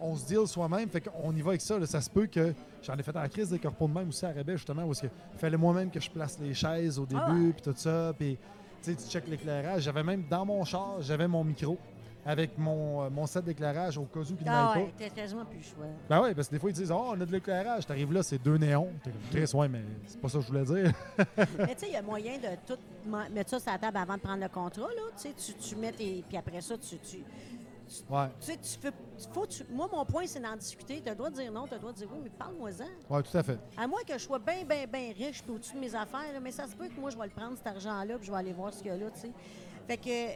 on se deal soi-même. Fait qu'on y va avec ça. là. Ça se peut que j'en ai fait en crise des corpos de même aussi à rabais, justement, où est-ce que fallait moi-même que je place les chaises au début,
Ah.
puis tout ça. Puis, tu sais, tu checkes l'éclairage. J'avais même dans mon char, j'avais mon micro avec mon, euh, mon set d'éclairage au cas où qu'il
Ah
n'aille
ouais, t'as quasiment plus le choix.
pas. Ben ouais, parce que des fois, ils disent Oh, on a de l'éclairage. T'arrives là, c'est deux néons. T'es comme Chris, ouais, mais c'est pas ça que je voulais dire. [LAUGHS]
Mais tu sais, il y a moyen de tout ma- mettre ça sur la table avant de prendre le contrat, là. Tu sais, tu- tu mets tes... Puis après ça, tu... tu
ouais,
tu sais, tu fais, tu- faut, tu- moi, mon point, c'est d'en discuter. Tu as le droit de dire non, tu as le droit de dire oui, mais parle-moi-en.
ouais, tout à fait.
À moins que je sois bien, bien, bien riche puis au-dessus de mes affaires, là, mais ça se peut que moi, je vais le prendre, cet argent-là, puis je vais aller voir ce qu'il y a là, tu sais. Fait que, euh,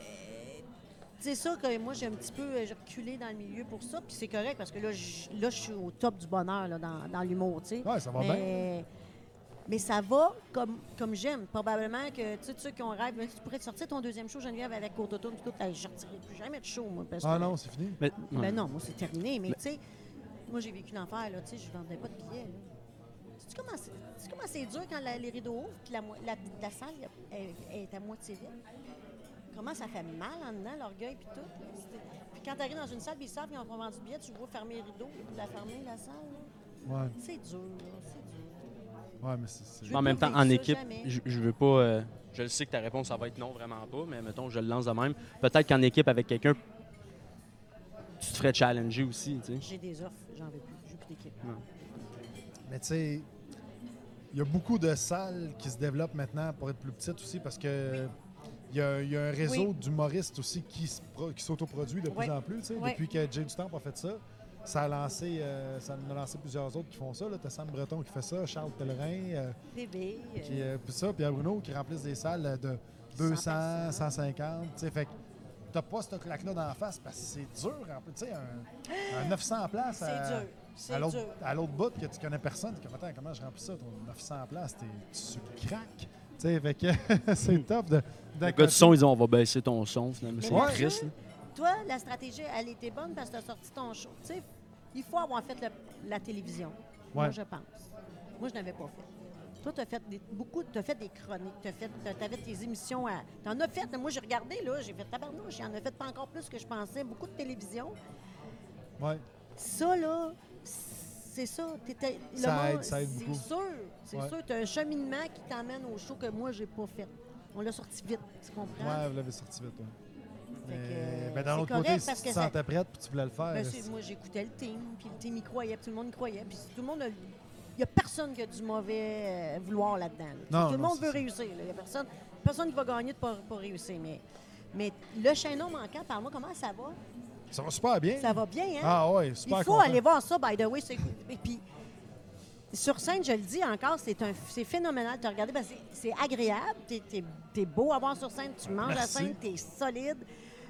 c'est ça que moi, j'ai un petit peu euh, j'ai reculé dans le milieu pour ça, puis c'est correct, parce que là, je là, je suis au top du bonheur là, dans, dans l'humour, tu sais.
Ouais, ça va bien.
mais, mais ça va comme, comme j'aime. Probablement que, tu sais, ceux qui ont rêve, tu pourrais te sortir ton deuxième show, Geneviève, avec Court Automne, puis tout, Hey, je ne sortirai plus jamais de show, moi, parce
Ah
que-
non, c'est fini.
Mais,
ben non, moi, c'est terminé. Mais, tu sais, moi, j'ai vécu l'enfer, là. Tu sais, je vendais pas de billets, là. Sais-tu comment c'est- sais-tu comment c'est dur quand la- les rideaux ouvrent puis la, mo- la- la salle est, est à moitié vide? Comment ça fait mal en dedans, l'orgueil puis tout. là. C'était- Puis quand t'arrives dans une salle, puis ils savent qu'ils ont pas vendu de billets, tu vois fermer les rideaux, la fermer, la salle. là.
Ouais,
C'est dur, là. C'est dur.
ouais, mais c'est. c'est-
Je veux
en
pas
même temps,
vivre
en
ça
équipe,
jamais.
je, je veux pas. euh, je le sais que ta réponse, ça va être non, vraiment pas, mais mettons, je le lance de même. Peut-être qu'en équipe avec quelqu'un, tu te ferais challenger aussi, tu sais.
J'ai des offres, j'en veux plus. J'ai plus d'équipe.
Mais tu sais, il y a beaucoup de salles qui se développent maintenant pour être plus petites aussi parce que Il y, a, il y a un réseau
Oui.
d'humoristes aussi qui se pro- qui s'autoproduit de
Ouais.
plus en plus. tu sais.
Ouais.
Depuis que James Stamp a fait ça, ça a lancé, euh, ça en a lancé plusieurs autres qui font ça. Tu as Sam Breton qui fait ça, Charles Pellerin, euh,
Bébé. euh,
qui, euh, puis ça, Pierre Bruno qui remplissent des salles euh, de 200,
personnes.
150. tu sais. Fait que t'as pas cette claque-là dans la face parce que c'est dur. en plus. Tu sais,
[GASPS]
un, un 900 places. euh,
c'est
à-
dur.
à
C'est
l'autre-
dur.
à l'autre bout que tu connais personne, tu comme attends, comment je remplis ça, ton 900 places, t'es tu le craques. Tu sais, fait que [LAUGHS]
Hmm.
c'est top de.
Les gars du son, ils disent on va baisser ton son, finalement.
Mais
C'est
là,
triste.
tu-
là.
Toi, la stratégie, elle était bonne parce que tu as sorti ton show. Tu sais, il faut avoir fait le- la télévision. Moi,
Ouais.
je pense. Moi, je n'avais pas fait. Toi, tu as fait des, beaucoup, tu as fait des chroniques, tu avais tes émissions à. Tu en as fait, moi, j'ai regardé, là, j'ai fait tabarnouche, j'en ai fait pas encore plus que je pensais, beaucoup de télévision. Hein?
Ouais.
Ça, là, c'est ça. t'étais- le
Ça
monde-
aide, ça aide beaucoup.
C'est sûr, c'est
Ouais.
sûr. Tu as un cheminement qui t'emmène au show que moi, j'ai pas fait. On l'a sorti vite, tu comprends?
Ouais, vous l'avez sorti vite. ouais.
Fait que,
Mais,
euh,
ben,
c'est
dans l'autre côté,
correct
si
parce
tu
que
te
ça-
sentais prête puis tu voulais le faire.
Ben,
Ah, c'est-
c'est- moi, j'écoutais le team, puis le team y croyait, puis tout le monde y croyait, puis tout le monde a- Il n'y a personne qui a du mauvais euh, vouloir là-dedans. là.
Non,
tout le
non,
monde
c'est
veut
ça.
réussir. là. Il n'y a personne, personne qui va gagner de pas, pas réussir. Mais, mais le chaînon manquant, parle-moi, comment ça va?
Ça va super bien.
Ça va bien, hein?
Ah ouais,
Il
super
faut
content.
aller voir ça, by the way. c'est- Et puis, sur scène, je le dis encore, c'est un- c'est phénoménal de te regarder parce que c'est c'est agréable. T'es es, beau à voir sur scène, tu manges
Merci.
à scène, t'es solide.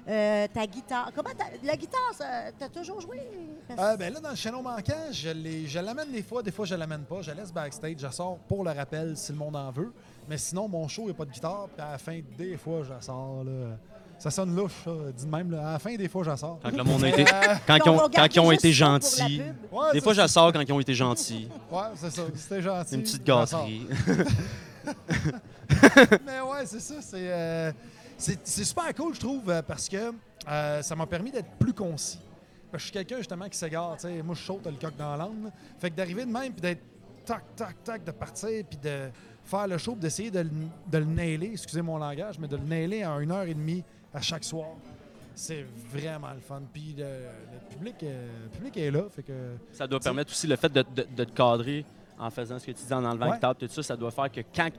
Euh, ta guitare. Comment t'as- la guitare, ça- t'as toujours joué? Parce-
Ah, ben là, dans le chaînon manquant, je l'ai- je l'amène des fois, des fois je l'amène pas. Je laisse backstage, je la sors pour le rappel si le monde en veut. Mais sinon, mon show, il n'y a pas de guitare. Puis à la fin, des fois, je la sors. là. Ça sonne louche, ça, dis de même. là. À la fin, des fois, je la sors.
Quand le monde a été-
Euh,
quand
Donc,
ils ont,
on
quand
garde
ils ont
juste
été
ça pour la
gentils.
pub.
Des
ouais, c'est
fois, je
ça.
la sors quand ils ont été gentils.
Ouais, c'est ça. C'était gentil.
C'est une petite
je la sors.
gâterie.
Mais ouais, c'est ça. C'est, euh, c'est, c'est super cool, je trouve, euh, parce que euh, ça m'a permis d'être plus concis. Parce que je suis quelqu'un, justement, qui s'égare. tu sais. Moi, je saute le coq dans l'âne. là. Fait que d'arriver de même, puis d'être tac, tac, tac, de partir, puis de faire le show, puis d'essayer de, le- de le nailer, excusez mon langage, mais de le nailer en une heure et demie à chaque soir. C'est vraiment le fun. Puis le, le public, euh, le public est là. Fait que
Ça doit permettre aussi le fait de, de- de te cadrer en faisant ce que tu dis, en enlevant
Ouais.
le table, tout ça, ça doit faire que quand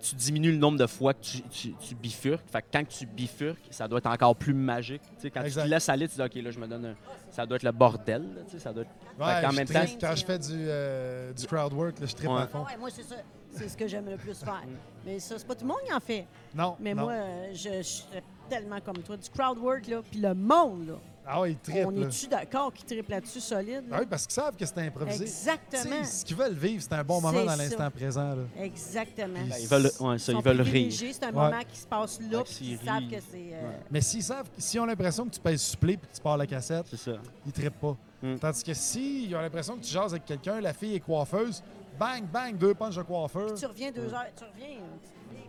tu diminues le nombre de fois que tu, tu- tu bifurques, fait que quand tu bifurques, ça doit être encore plus magique. Tu sais, quand
Exact.
tu te laisses aller, tu dis, OK, là, je me donne un... Ça doit être le bordel, là, tu sais, ça doit être...
Ouais,
qu'en
je
même
trippe.
temps-
quand je fais du, euh, du crowd work, là, je tripe
Ouais.
à fond.
Ah ouais, moi, c'est ça. C'est ce que j'aime le plus faire. Mais ça, c'est pas tout le monde qui en fait.
Non,
Mais
Mm. non.
moi, euh, je, je suis tellement comme toi. Du crowd work, là, puis le monde, là.
ah ouais, il tripe.
on
là.
est-tu d'accord qui triple là-dessus solide? là?
Ah oui, parce qu'ils savent que c'est improvisé.
Exactement.
Tu sais, Ce qu'ils veulent vivre, c'est un bon moment
C'est
dans
ça.
l'instant présent. là.
Exactement.
Ils-
Ils veulent, ouais, ça, ils
sont
veulent rire.
privilégiés, C'est un
Ouais.
moment qui se passe là,
Ouais,
puis
s'ils
ils savent
rient.
que c'est... euh,
Ouais.
Mais s'ils savent, s'ils ont l'impression que tu pèses supplé et que tu pars la cassette,
C'est ça.
ils trippent pas.
Mm.
Tandis que s'ils ont l'impression que tu jases avec quelqu'un, la fille est coiffeuse, bang, bang, deux punches de coiffeur.
Tu reviens deux heures, tu reviens...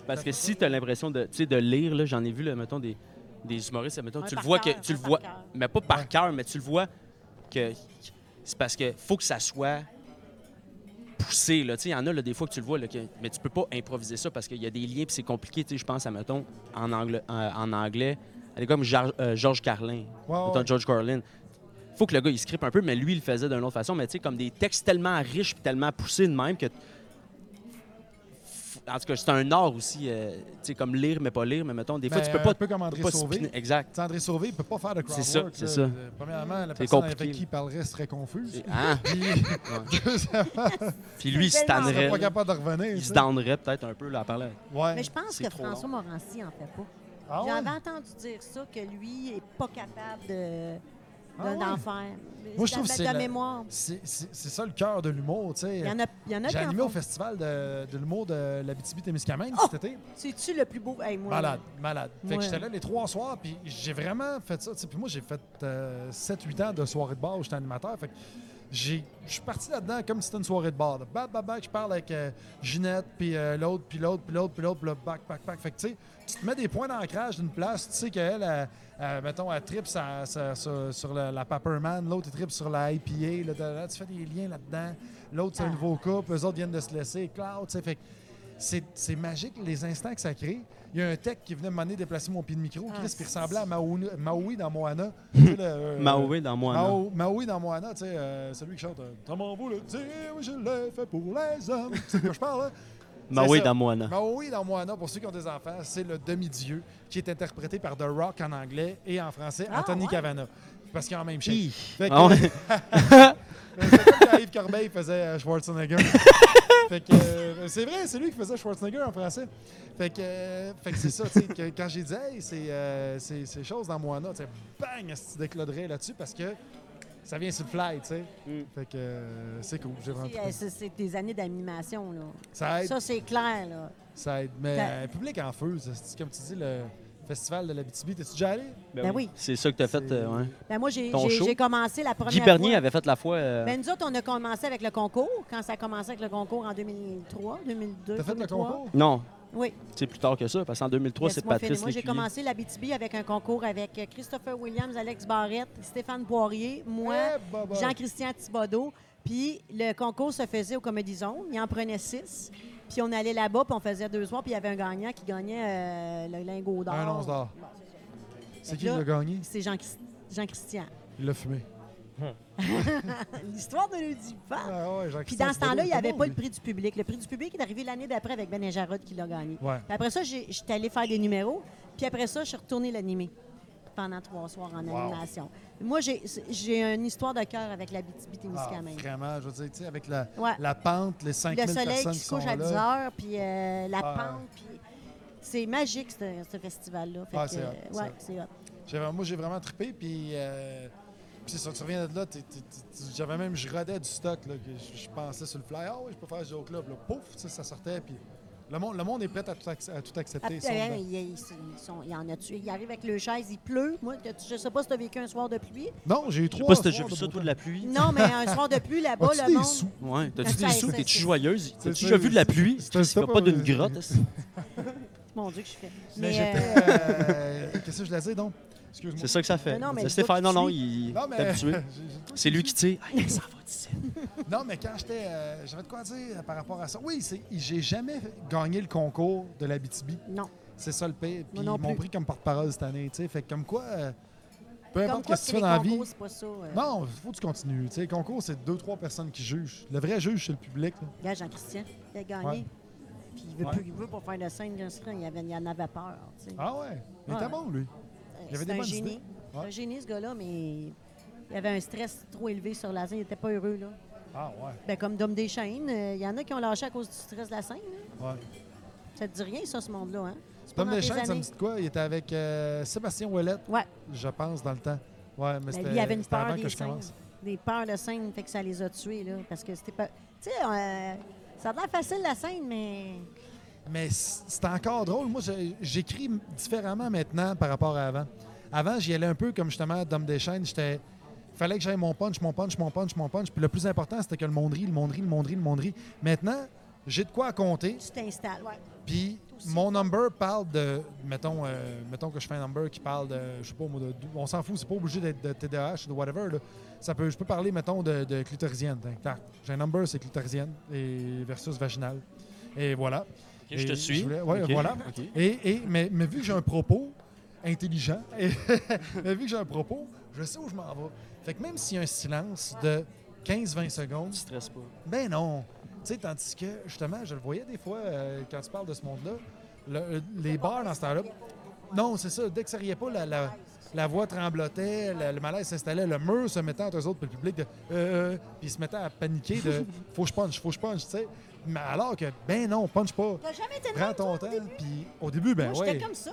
Parce que si tu as l'impression de, tu sais, de lire, là, j'en ai vu, là, mettons, des, des humoristes, mettons,
Un
tu le
par
vois, que,
cœur,
tu
un
le
par
vois,
cœur.
mais pas par cœur, mais tu le vois que c'est parce que faut que ça soit poussé. là. Tu sais, Il y en a là, des fois que tu le vois, là, que- mais tu peux pas improviser ça parce qu'il y a des liens puis c'est compliqué. Tu sais, Je pense à, mettons, en, angle- euh, en anglais, elle est comme Jar- euh, George Carlin.
Ouais, ouais.
Mettons, George Carlin. Faut que le gars il script un peu, mais lui il le faisait d'une autre façon. Mais tu sais, comme des textes tellement riches puis tellement poussés de même que. F- En tout cas, c'est un art aussi, euh, tu sais, comme lire mais pas lire, mais mettons, des fois
Ben,
tu peux
un
pas.
peu comme André
pas
Sauvé.
spinner- Exact.
Tu sais, André Sauvé, il peut pas faire de crowd
C'est ça,
work,
c'est
là.
ça.
Euh, Premièrement, la personne
compliqué,
avec qui
là.
il parlerait serait confuse. [LAUGHS]
Hein?
Puis,
Puis lui,
Tellement.
il se
il serait
tannerait.
pas
là.
capable de revenir.
Il
tu
se
sais.
dandrait peut-être un peu là, à parler.
Ouais.
Mais je pense
C'est
que
trop long.
François Morancy en fait pas.
Ah ouais?
J'avais entendu dire ça, que lui est pas capable de, de-
Ah ouais?
d'en faire.
Moi, je trouve que
de,
c'est
de
le-
mémoire.
C'est c'est- c'est ça le cœur de l'humour. tu sais.
Il y en a, il y en a
J'ai
qui en
animé au
font.
festival de, de l'humour de l'Abitibi-Témiscamingue
Oh!
cet été.
C'est-tu le plus beau? Hey, moi,
Malade, malade. Fait
Ouais.
que j'étais là les trois soirs, puis j'ai vraiment fait ça. tu sais. Puis moi, j'ai fait 7-8 ans de soirée de bar où j'étais animateur. Fait que j'ai- je suis parti là-dedans comme si c'était une soirée de bar. là. Bap, bap, bap, je parle avec euh, Ginette, puis euh, l'autre, puis l'autre, puis l'autre, puis l'autre, puis le bac, bac, bac. Fait que tu sais, tu te mets des points d'ancrage d'une place, tu sais qu'elle, elle, elle, mettons, elle tripe sa- sa- sur, sur la, la Paperman, l'autre, il tripe sur la IPA, là, de- là, tu fais des liens là-dedans. L'autre, c'est un
Ah.
nouveau couple, eux autres viennent de se laisser, Cloud, tu sais. Fait que c'est c'est magique les instants que ça crée. Il y a un tech qui venait me demander de déplacer mon pied de micro,
Ah,
Chris, qui
c'est-
ressemblait à Maui, Maui dans
[LAUGHS]
Moana. Tu sais, le, euh,
Maoué dans moi. non.
Mao- Maui dans Moana, tu sais, euh, celui qui chante euh, Comment vous le dire, je le fais pour les hommes. C'est de quoi je parle, hein?
Maui
ça.
dans
[LAUGHS]
Moana.
Maui dans Moana, pour ceux qui ont des enfants, c'est le demi-dieu qui est interprété par The Rock en anglais et en français,
Ah,
Anthony
ouais.
Cavana. Parce qu'il est en même chaîne.
Hi.
Fait que-
Ah ouais.
C'est comme quand Yves Corbeil faisait
[LAUGHS]
euh, Schwarzenegger. Fait que, euh, c'est vrai, c'est lui qui faisait Schwarzenegger en français. Fait que, euh, fait que c'est ça, tu sais, que quand j'ai dit, hey, c'est, euh, c'est, c'est chose dans Moana, tu sais, bang, tu décloderais là-dessus parce que ça vient sur le fly, tu sais.
Mm.
Fait que euh, c'est cool, j'ai rentré.
C'est, euh, C'est c'est des années d'animation, là.
Ça aide,
Ça, c'est clair, là.
ça aide. Mais
Ça-
euh, public en feu, ça, c'est- comme tu dis, le festival de la BTB, t'es-tu déjà allé?
Ben oui.
C'est ça que tu as fait.
C'est-
euh, ouais.
Ben, moi, j'ai,
Ton
j'ai-
show?
j'ai commencé la première
Guy Bernier
fois.
avait fait la fois. euh,
Ben, nous autres, on a commencé avec le concours, quand ça a commencé avec le concours en 2003, 2002.
T'as fait le
2003.
concours?
Non,
Oui.
c'est plus tard que ça, parce qu'en 2003, c'est
Laisse-moi
Patrice
finir. Moi, j'ai
Lécuyer.
commencé la BTB avec un concours avec euh, Christopher Williams, Alex Barrette, Stéphane Poirier, moi,
Eh, bah, bah.
Jean-Christian Thibodeau. Puis le concours se faisait au Comedy Zone. Il en prenait six. Puis on allait là-bas, puis on faisait deux soirs, puis il y avait un gagnant qui gagnait euh, le lingot d'or.
Un once d'or.
Bon,
C'est qui qui
Là-
l'a gagné?
C'est Jean- Jean-Christian. [LAUGHS]
Il l'a fumé.
L'histoire ne le dit pas.
Ah ouais,
Puis dans ce temps-là, il n'y avait pas le prix du public. Le prix du public est arrivé l'année d'après avec Ben Jarod qui l'a gagné.
Ouais.
Puis après ça, j'ai- j'étais allée faire des numéros. Puis après ça, je suis retournée l'animer pendant trois soirs en animation. Moi, j'ai- j'ai une histoire de cœur avec la
Ah,
Témiscamingue.
vraiment, je veux dire, tu sais, avec la,
Ouais.
la pente, les 5000
Le soleil
personnes
qui
qui
se
sont
couche à 10
là.
heures, puis euh, la
Ah.
pente, puis... C'est magique, ce, ce festival-là. Fait
Ah,
que,
c'est hot,
euh,
c'est
ouais,
hot.
c'est hot.
J'ai vraiment- moi, j'ai vraiment trippé, puis euh, puis c'est ça, tu reviens de là, t'es- t'es- t'es- j'avais même, je rodais du stock, là, que je, je pensais sur le fly, ah oui, je peux faire ce joke-là, Puis là, pouf, tu sais, ça sortait, puis le monde, le monde est prêt à tout, ac- à tout accepter. ils sont
Après, hein,
dedans.
il, il- ils sont- il y en a tué. Il arrive avec le chaise, il pleut. Moi, t'as- je sais pas si tu as vécu un soir de pluie.
Non, j'ai eu
Je sais
trois
pas si t'as
soirs
déjà vu ça, toi,
beau temps.
de la pluie.
Non, mais un soir de pluie, là-bas,
As-tu
le
des
monde...
sous?
Ouais, t'as-tu
Ça,
des sous?
ça,
T'es-tu
c'est-
joyeuse? T'as-tu
Ah, c'est-
déjà vu de la pluie?
c'est-
Chris,
c'est
Il va
pas-
pas d'une grotte.
[LAUGHS]
est-ce-
Mon Dieu, que je fais.
Mais,
Mais, euh,
j'étais... euh, Qu'est-ce que je disais, donc? Excuse-moi.
C'est ça que ça fait.
Mais non, mais
C'est
le
Stéphane,
gars
non,
qui
non,
suit-
il
Non,
t'es
mais...
habitué.
[LAUGHS] j'ai- j'ai-
C'est lui qui tire. Hey, ça va d'ici.
Non, mais quand j'étais. euh, J'avais de quoi dire par rapport à ça. Oui, c'est- j'ai jamais gagné le concours de la BTB.
euh, non.
C'est ça le pire. Puis
Moi
ils
non
m'ont
plus.
pris comme porte-parole cette année. tu sais. Fait que comme quoi, euh, peu
Comme
importe
quoi,
ce que
c'est
tu fais
les
dans la vie.
concours, c'est pas ça. euh.
Non, il faut que tu continues. tu sais. Le concours, c'est deux, trois personnes qui jugent. Le vrai juge, c'est le public. là.
Regarde, Jean-Christian, il a gagné.
Ouais.
Puis il veut,
Ouais.
plus, il veut pas faire de scène d'un screen. Il, avait, il en avait peur. tu sais.
Ah ouais? Il
Ouais.
était bon, lui.
Euh,
il avait
c'est
des
un
bonnes
génie.
idées.
C'est
Ouais.
un génie, ce gars-là, mais il avait un stress trop élevé sur la scène. Il était pas heureux, là.
Ah ouais.
Ben, comme Dom Deschaines, euh, il y en a qui ont lâché à cause du stress de la scène. là.
ouais.
Ça te dit rien, ça, ce monde-là, hein? C'est pas
Tom
dans tes
Deschamps, ça me
années.
dit de quoi? Il était avec euh, Sébastien Ouellette,
Ouais,
je pense, dans le temps. Ouais, mais
ben,
c'était
lui, il avait une
c'était
peur
avant que
des
je
scènes.
commence.
Des peurs de scène, fait que ça les a tués, là. Parce que c'était pas. Tu sais, euh, ça a l'air facile, la scène, mais.
Mais c- c'est encore drôle. Moi, je- j'écris différemment maintenant par rapport à avant. Avant, j'y allais un peu comme justement Dom Deschaines. J'étais. Fallait que j'aille mon punch, mon punch, mon punch, mon punch. Puis le plus important, c'était que le monde rit, le monde rit, le monde rit, le monde rit. Maintenant, j'ai de quoi à compter.
Tu t'installes, ouais.
Puis mon number parle de. Mettons, euh, mettons que je fais un number qui parle de. Je sais pas, moi, de- on s'en fout, c'est pas obligé d'être de TDAH ou de whatever. là. Ça peut, je peux parler, mettons, de, de clitorisienne. Tac, tac. J'ai un number, c'est clitorisienne et versus vaginale. Et voilà.
Ok, je te
Et
suis.
voulais- ouais,
Ok.
voilà.
Ok.
Et, et- mais, mais vu que j'ai un propos intelligent, [LAUGHS] et mais vu que j'ai un propos, je sais où je m'en vais. Fait que même s'il y a un silence de 15-20 secondes,
Tu stresses pas.
ben non. Tu sais, tandis que, justement, je le voyais des fois euh, quand tu parles de ce monde-là, le- euh, les bars dans ce temps-là. Non, c'est ça. Dès que ça riait pas, la, la, la voix tremblotait, la- le malaise s'installait, le mur se mettait entre eux autres, puis le public, de, euh, euh, puis ils se mettait à paniquer
[LAUGHS]
de faut que je punch, faut que je punch, tu sais. Mais alors que, ben non, punch pas.
T'as jamais été de
Prends
même, toi,
ton
au
temps.
début?
Puis au début, ben
Moi,
ouais.
j'étais comme ça.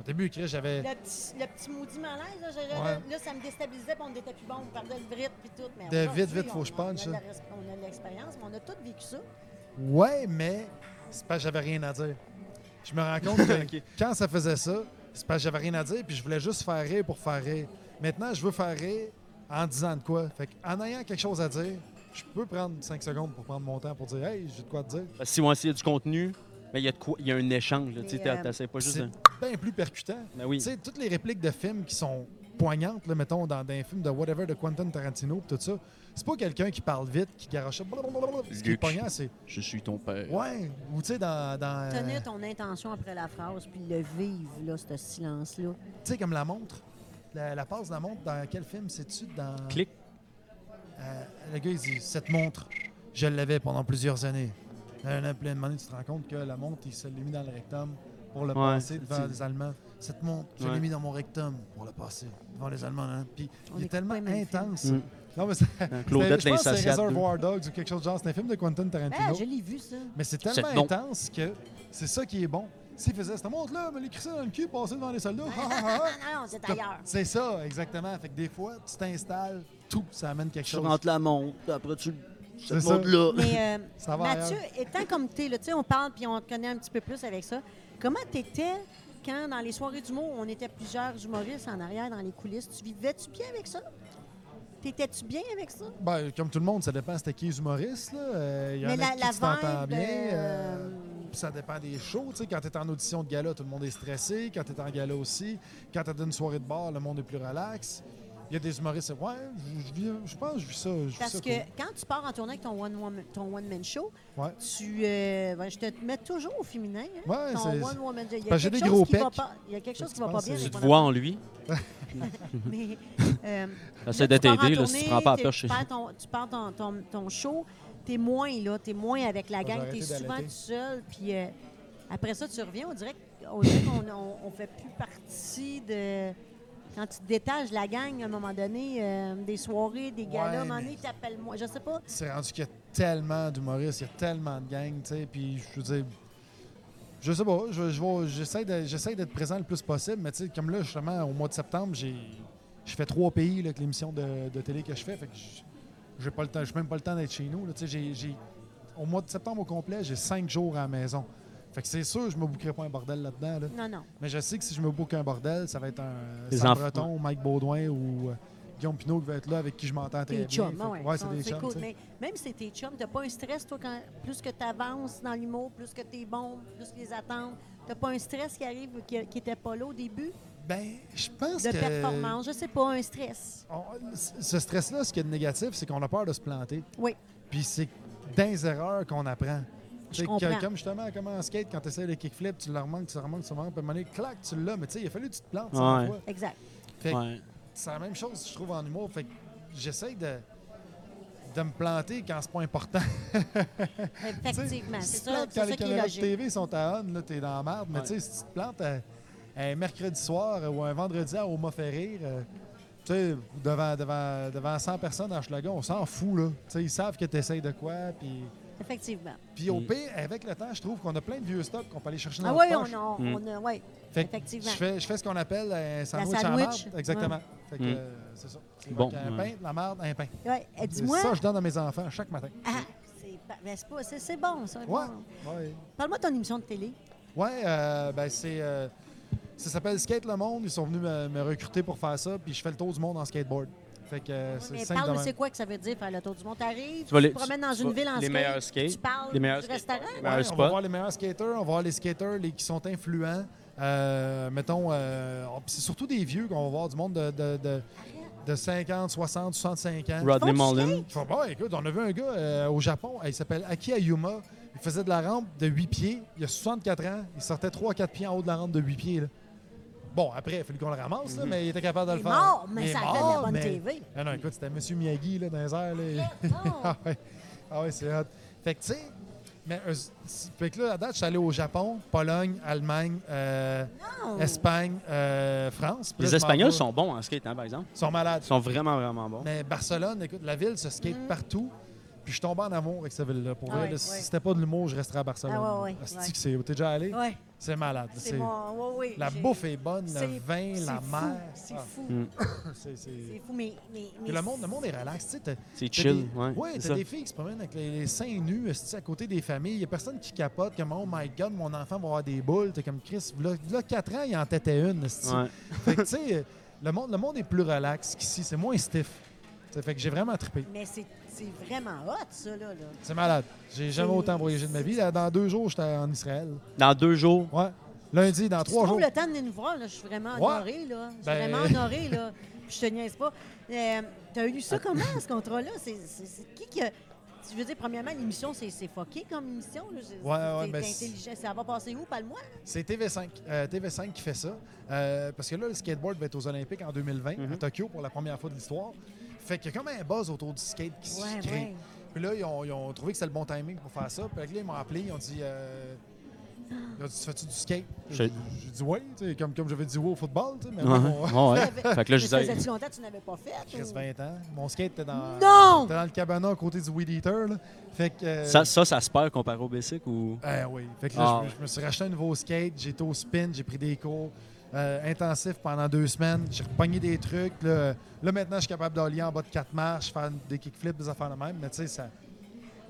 Au début, Chris, j'avais.
Le petit, le petit maudit malaise, là, j'avais-
Ouais.
là, ça me déstabilisait, puis on n'était plus bon, on perdait le rythme, puis tout. Mais
De
aujourd'hui,
vite, vite, faut
on-
que je hein. Euh. punch,
On a
là.
de la res- on a de l'expérience, mais on a tous vécu ça.
Ouais, mais c'est pas que j'avais rien à dire. Je me rends compte que
Ok.
quand ça faisait ça, c'est pas que j'avais rien à dire, puis je voulais juste faire rire pour faire rire. Maintenant, je veux faire rire en disant de quoi. Fait en ayant quelque chose à dire, je peux prendre 5 secondes pour prendre mon temps pour dire Hey, j'ai de quoi te dire.
Parce que Si on essaie du contenu, mais il y a de quoi, il y a un échange. là, Tu sais,
Mais,
t'as-
euh,
t'essaies pas juste.
C'est
un-
bien plus percutant.
Ben oui.
Tu sais, toutes les répliques de films qui sont poignantes, là, mettons, dans, dans un film de whatever de Quentin Tarantino, pis tout ça, c'est pas quelqu'un qui parle vite, qui garoche. blablabla. Ce qui est
Luc.
poignant, c'est
Je suis ton père.
Ouais, ou tu sais, dans. dans euh,
Tenir ton intention après la phrase, puis le vivre, là, ce silence-là.
Tu sais, comme la montre. La, la passe de la montre, dans quel film c'est-tu dans.
Clic.
Euh, le gars, il dit Cette montre, je l'avais pendant plusieurs années. euh, plein de tu te rends compte que la montre, il se l'est mis dans le rectum pour le
Ouais,
passer devant
c'est-
les Allemands. Cette montre, je
Ouais.
l'ai mis dans mon rectum pour le passer devant les Allemands. hein. Puis
On
il est
écoute
tellement
pas les mêmes films.
intense.
Mm.
Non, mais ça-
Dans
c'était-
Claudette
je pense que c'est
l'insatiable.
Reservoir Dogs ou quelque chose de genre. C'est un film de Quentin Tarantino.
Ah, je l'ai vu, ça.
Mais c'est
C'est-
tellement
non.
intense que c'est ça qui est bon. S'il faisait cette montre-là, me l'écrissait dans le cul, passer devant les soldats, ha, ha, ha, ha.
non, non, c'est ailleurs.
C'est ça, exactement. Fait que des fois, tu t'installes, tout, ça amène quelque chose.
la montre, après tu.
C'est ça. montre-là.
Mais euh,
[LAUGHS] Ça va
Mathieu, étant comme t'es, là, tu sais, on parle puis on te connaît un petit peu plus avec ça. Comment t'étais quand, dans les soirées d'humour, on était plusieurs humoristes en arrière dans les coulisses? Tu vivais-tu bien avec ça? T'étais-tu bien avec ça?
Ben, comme tout le monde, ça dépend c'était qui les humoristes. Là. Euh, Il y en
Mais
a
la-
avec qui
la
tu t'entends
vibe,
bien.
euh,
puis ça dépend des shows. tu sais, Quand tu es en audition de gala, tout le monde est stressé. Quand tu es en gala aussi. Quand tu as une soirée de bar, le monde est plus relax. Il y a des humoristes, ouais, je- je vis- je pense que je vis ça. je vis
Parce
ça
que quand tu pars en tournée avec ton one-woman ton one show,
Ouais.
tu, euh, ben, je te mets toujours au féminin. hein,
Ouais,
ton
c'est-
one-woman show. Il y a
parce que j'ai
quelque
des gros
chose qui va
pecs.
pas- il y a quelque chose qui
Je
va pas
pense
bien
que
Tu
avec
te
mon
vois en lui.
affaire. Mais, euh,
Essaie
Là,
de
tu pars en
t'aider là, si tu
tournée,
prends pas à
t'es-
pêche.
Tu perds ton, tu perds ton, ton- ton show, t'es moins là, t'es moins avec la
Moi,
gang,
j'ai
t'es
arrêté
souvent
d'allaiter.
tout seul. Puis euh, après ça, tu reviens, on dirait que- on dirait qu'on on, on fait plus partie de. Quand tu te détaches de la gang, à un moment donné, euh, des soirées, des galas, à un
Ouais,
moment
mais-
donné, t'appelles moi. Je sais pas.
c'est rendu qu'il y a tellement d'humoristes, il y a tellement de gangs, tu sais, puis je veux dire, je sais pas, je, je vais- j'essaie de- j'essaie d'être présent le plus possible, mais tu sais, comme là, justement, au mois de septembre, j'ai je fais trois pays là, avec l'émission de, de télé que je fais, fait que j- j'ai pas le temps, j'ai même pas le temps d'être chez nous, là, tu sais, j'ai- j'ai- au mois de septembre au complet, j'ai cinq jours à la maison. Fait que c'est sûr, je me bouquerai pas un bordel là-dedans, là.
Non, non.
Mais je sais que si je me boucle un bordel, ça va être un
Des
Sam
enfants.
Breton, Mike Baudouin ou euh, Guillaume Pinot qui va être là avec qui je m'entends très
Tes
bien.
chums, ah
Fait que-
ouais.
ouais, c'est
on
des chums.
s'écoute,
tu sais.
mais même si t'es chum, t'as pas un stress, toi, quand plus que t'avances dans l'humour, plus que t'es bon, plus que les attentes, t'as pas un stress qui arrive, qui, qui était pas là au début?
Ben, je pense
de
que
performance, je sais pas, un stress.
on- ce stress-là, ce qui est de négatif, c'est qu'on a peur de se planter.
Oui.
Puis c'est dans les erreurs qu'on apprend.
Je
Tu sais, que-
comprends.
comme justement, comme en skate, quand tu essaies le kickflip, tu le remanques, tu le remanques, tu le remanques, puis à un moment donné, clac, tu l'as. Mais tu sais, il a fallu que tu te plantes 100
Ouais.
fois.
Exact.
Fait que
Ouais.
c'est la même chose, je trouve, en humour. Fait que j'essaie de, de me planter quand c'est pas important. [LAUGHS]
Effectivement,
Tu
Ah,
sais,
c'est
si tu te
ça,
plantes
c'est ça
quand les
qui est
caméras de
logique.
TV sont à on, là, t'es dans la merde. Mais
Ouais.
tu sais, si tu te plantes euh, un mercredi soir euh, ou un vendredi à Oma Ferrir, euh, tu sais, devant, devant, devant 100 personnes à Schlagon, on s'en fout, là. Tu sais, ils savent que t'essayes de quoi, puis...
Effectivement.
Puis au
Mm.
pire, avec le temps, je trouve qu'on a plein de vieux stocks qu'on peut aller chercher dans
Ah
notre
oui,
poche.
on a, on,
Mm.
a, ouais,
Fait que
effectivement.
Je fais, je fais ce qu'on appelle un sandwich, à la
sandwich.
marde. Exactement. Fait que,
Mm.
euh, c'est ça. C'est
Bon,
donc un
ouais.
pain, de la marde, un pain.
Ouais, eh,
C'est
Dis-moi,
ça, je donne à mes enfants chaque matin.
ah, c'est pas- ben, c'est pas- c'est- c'est bon, ça. c'est
Ouais.
bon.
Ouais.
Parle-moi de ton émission de télé.
Ouais, euh, ben c'est. euh, ça s'appelle Skate le Monde. Ils sont venus me, me recruter pour faire ça. Puis je fais le tour du monde en skateboard. Fait que euh, c'est
Mais
simple de
parle-nous,
même.
c'est quoi que ça veut dire faire le tour du monde? T'arrives, tu,
vas les-
te promènes dans
tu
une
vas-
ville en
les
skate,
meilleurs skates,
tu parles
les meilleurs
du
skateurs.
restaurant?
Les
Ouais,
meilleurs
on va
spots.
voir les meilleurs skaters, on va voir les skaters les, qui sont influents. Euh, mettons, euh, oh, puis c'est surtout des vieux qu'on va voir du monde de, de, de, de 50, 60, 65 ans.
Rodney
Ils font du
Mullen.
Ils font, Bon, écoute, on a vu un gars euh, au Japon, euh, il s'appelle Aki Ayuma. Il faisait de la rampe de 8 pieds. Il a 64 ans. Il sortait 3-4 pieds en haut de la rampe de 8 pieds. là. Bon, après, il a fallu qu'on le ramasse, là, mais il était capable de
Mhm. Il
le
est
faire.
mort, mais
Il est
ça fait de la
mort,
bonne
mais-
TV.
Ah non, écoute, c'était M. Miyagi là, dans les airs. Là. [LAUGHS]
Non.
ah, ouais. Ah ouais, c'est hot. Fait que, tu sais, mais eux- c'est- fait que là, à date, je suis allé au Japon, Pologne, Allemagne, euh,
Non.
Espagne, euh, France. Puis
Les
là, je m'en
Espagnols
vais-
sont bons en skate, hein, par exemple.
sont malades.
Ils sont vraiment, vraiment bons.
Mais Barcelone, écoute, la ville se skate partout. Puis je suis tombé en amour avec cette ville-là. Pour
Ah
vrai,
Mm. ouais,
là, si
ouais.
c'était pas de l'humour, je resterais à Barcelone.
Ah ouais, ouais,
Asti
ouais.
que c'est. T'es déjà allé?
Ouais,
C'est malade.
c'est
C'est-
mon. Ouais, ouais,
La
j'ai-
bouffe est bonne,
c'est-
le vin,
c'est
la
fou,
mer.
C'est
Ah,
fou.
Mm.
c'est- c'est-
C'est fou, mais. mais, mais
Puis le monde, le monde est relax. tu sais, t'as-
C'est
T'as
chill.
des-
Ouais,
ouais,
c'est
t'as
ça.
des filles qui se promènent avec les, les seins nus esti, à côté des familles. Il n'y a personne qui capote comme Oh my god, mon enfant va avoir des boules. T'es comme Chris, là, 4 ans, il en tétait une. esti.
Ouais.
Fait que, tu sais, le monde, le monde est plus relax qu'ici. C'est moins stiff. Ça fait que j'ai vraiment trippé.
Mais c'est c'est vraiment hot, ça, là. là.
C'est malade. J'ai jamais
C'est-
autant voyagé de ma vie. Là, dans deux jours, j'étais en Israël.
Dans deux jours,
Ouais. Lundi, dans
Ah, Tu
trois jours.
trouves le temps de venir nous voir, là, je suis vraiment
Ouais.
honorée, là. Je suis
Ben-
vraiment honorée,
[LAUGHS]
là. Puis Je te niaise pas. Euh, T'as eu
Ah.
ça comment, ce contrat-là? C'est c'est- c'est qui qui a... Je veux dire, premièrement, l'émission, c'est c'est fucké comme émission. Là. C'est-
Ouais, ouais,
c'est
ben,
intelligent. Ça va passer où? Pas le moi?
C'est TV5. euh, TV5 qui fait ça. Euh, parce que là, le skateboard va être aux Olympiques en
Mhm.
2020 à Tokyo pour la première fois de l'histoire. Fait qu'il y a comme un buzz autour du skate qui se
Ouais,
crée.
ouais.
Puis Puis là, ils ont, ils ont trouvé que c'était le bon timing pour faire ça. Puis là, ils m'ont appelé, ils ont dit, euh, ils ont dit, fais-tu du skate?
Je-
J'ai j'ai dit oui, tu sais, comme, comme j'avais dit oui au football, tu sais, mais
Ouais,
moi, mon- [LAUGHS]
ouais. Fait que là, je
Ça
disais,
faisait-tu longtemps que tu n'avais pas fait?
Chris, ben,
ou-
20 ans. Mon skate était dans,
Non!
était dans le cabanon à côté du Weed Eater. là. Fait que. euh,
ça, ça, ça se perd comparé au Basic ou.
euh, oui. Fait que là,
Ah.
je, me- je me suis racheté un nouveau skate, j'ai été au spin, j'ai pris des cours euh, intensifs pendant deux semaines, j'ai repogné des trucs. Là, Là, maintenant, je suis capable d'aller en bas de quatre marches, faire des kickflips, des affaires de même, mais tu sais, ça.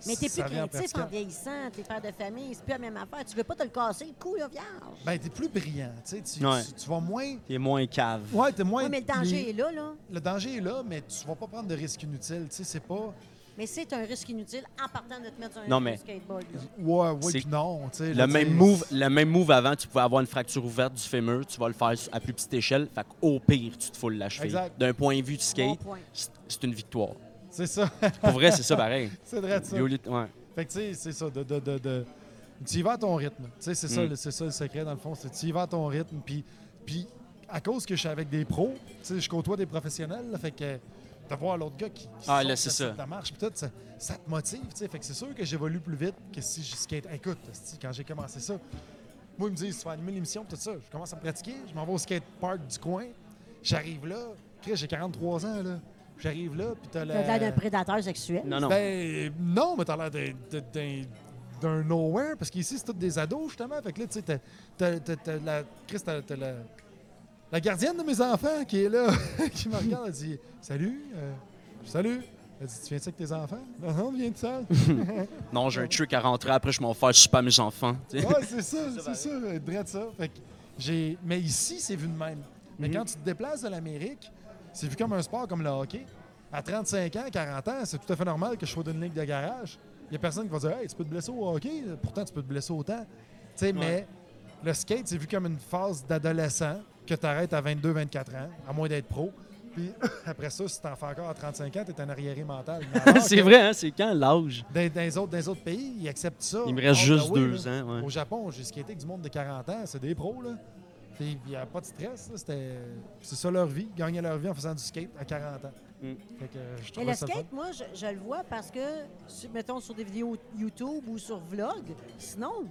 Mais t'es plus
ça vient en
créatif en
pratiquant.
vieillissant, t'es père de famille, c'est plus la même affaire. Tu veux pas te le casser le cou, là, vierge.
Ben, t'es plus brillant, tu sais, tu,
Ouais.
tu- tu vas moins.
Il est moins cave.
Ouais, t'es moins.
Oui, mais le danger est là, là.
Le danger est là, mais tu vas pas prendre de risques inutiles, tu sais, c'est pas.
Mais c'est un risque inutile en partant de te mettre sur un
Non, mais-
skateboard. là.
Ouais, ouais,
C'est
puis non, tu sais.
Le
là,
même,
tu sais,
move, le même move avant, tu pouvais avoir une fracture ouverte du fémur, tu vas le faire à plus petite échelle. Fait qu'au pire, tu te foules la cheville.
Exact.
D'un point de vue du
Bon
skate,
point.
c'est- c'est une victoire.
C'est ça,
Pour
[LAUGHS]
vrai, c'est ça pareil.
c'est vrai, ça.
Puis au lieu de- ouais.
Fait que, tu sais, c'est ça, de... de, de, de- tu y vas à ton rythme. Tu sais, c'est ça,
Mm.
le- c'est ça le secret, dans le fond. C'est tu y vas à ton rythme, puis... Puis, à cause que je suis avec des pros, tu sais, je côtoie des professionnels, là, fait que de voir l'autre gars qui, qui
Ah,
saute
là, c'est
la-
ça.
la marche, puis tout, ça, ça te motive, tu sais. Fait que c'est sûr que j'évolue plus vite que si je skate. Écoute, esti, quand j'ai commencé ça, moi, ils me disent, tu vas animer l'émission, puis tout ça. Je commence à me pratiquer, je m'en vais au skatepark du coin, j'arrive là, Chris, j'ai 43 ans, là. J'arrive là, puis t'as
T'as
la...
l'air d'un prédateur sexuel.
Non, non.
Ben, non, mais t'as l'air d'un- d'un- d'un- d'un nowhere, parce qu'ici, c'est tous des ados, justement. Fait que là, tu sais, t'as- t'as- t'as t'as la... Chris, t'as t'as la... La gardienne de mes enfants qui est là, [LAUGHS] qui me regarde, elle dit « Salut, euh, salut ». Elle dit « Tu viens-tu avec tes enfants? »« Non, non, viens tout seul.
Non, j'ai un truc à rentrer après, je m'en vais faire super mes enfants. tu » sais.
Ouais, c'est ça, c'est ça, euh, drette ça. Fait que j'ai... Mais ici, c'est vu de même. Mais
Mhm.
quand tu te déplaces de l'Amérique, c'est vu comme un sport, comme le hockey. À 35 ans, 40 ans, c'est tout à fait normal que je sois d'une ligue de garage. Il n'y a personne qui va dire Hey, tu peux te blesser au hockey, pourtant tu peux te blesser autant. Tu sais, mais le skate, c'est vu comme une phase d'adolescent que tu arrêtes à 22-24 ans, à moins d'être pro. Puis [LAUGHS] après ça, si tu en fais encore à 35 ans, tu es un arriéré mental.
[LAUGHS]
Mais alors
c'est
que
vrai, hein, c'est quand l'âge?
Dans, dans les autres, dans les autres pays, ils acceptent ça.
Il me reste
Ah,
juste
ben oui,
deux
là.
ans. ouais.
Au Japon, j'ai skaté avec du monde de 40 ans, c'est des pros, là. Puis il n'y a pas de stress, là, c'était... C'est ça leur vie, gagner leur vie en faisant du skate à 40 ans.
Mm.
Fait que, euh, je
Mais
trouvais
le
ça le fun.
skate, moi, je, je le vois parce que, sur- mettons, sur des vidéos YouTube ou sur vlog, sinon,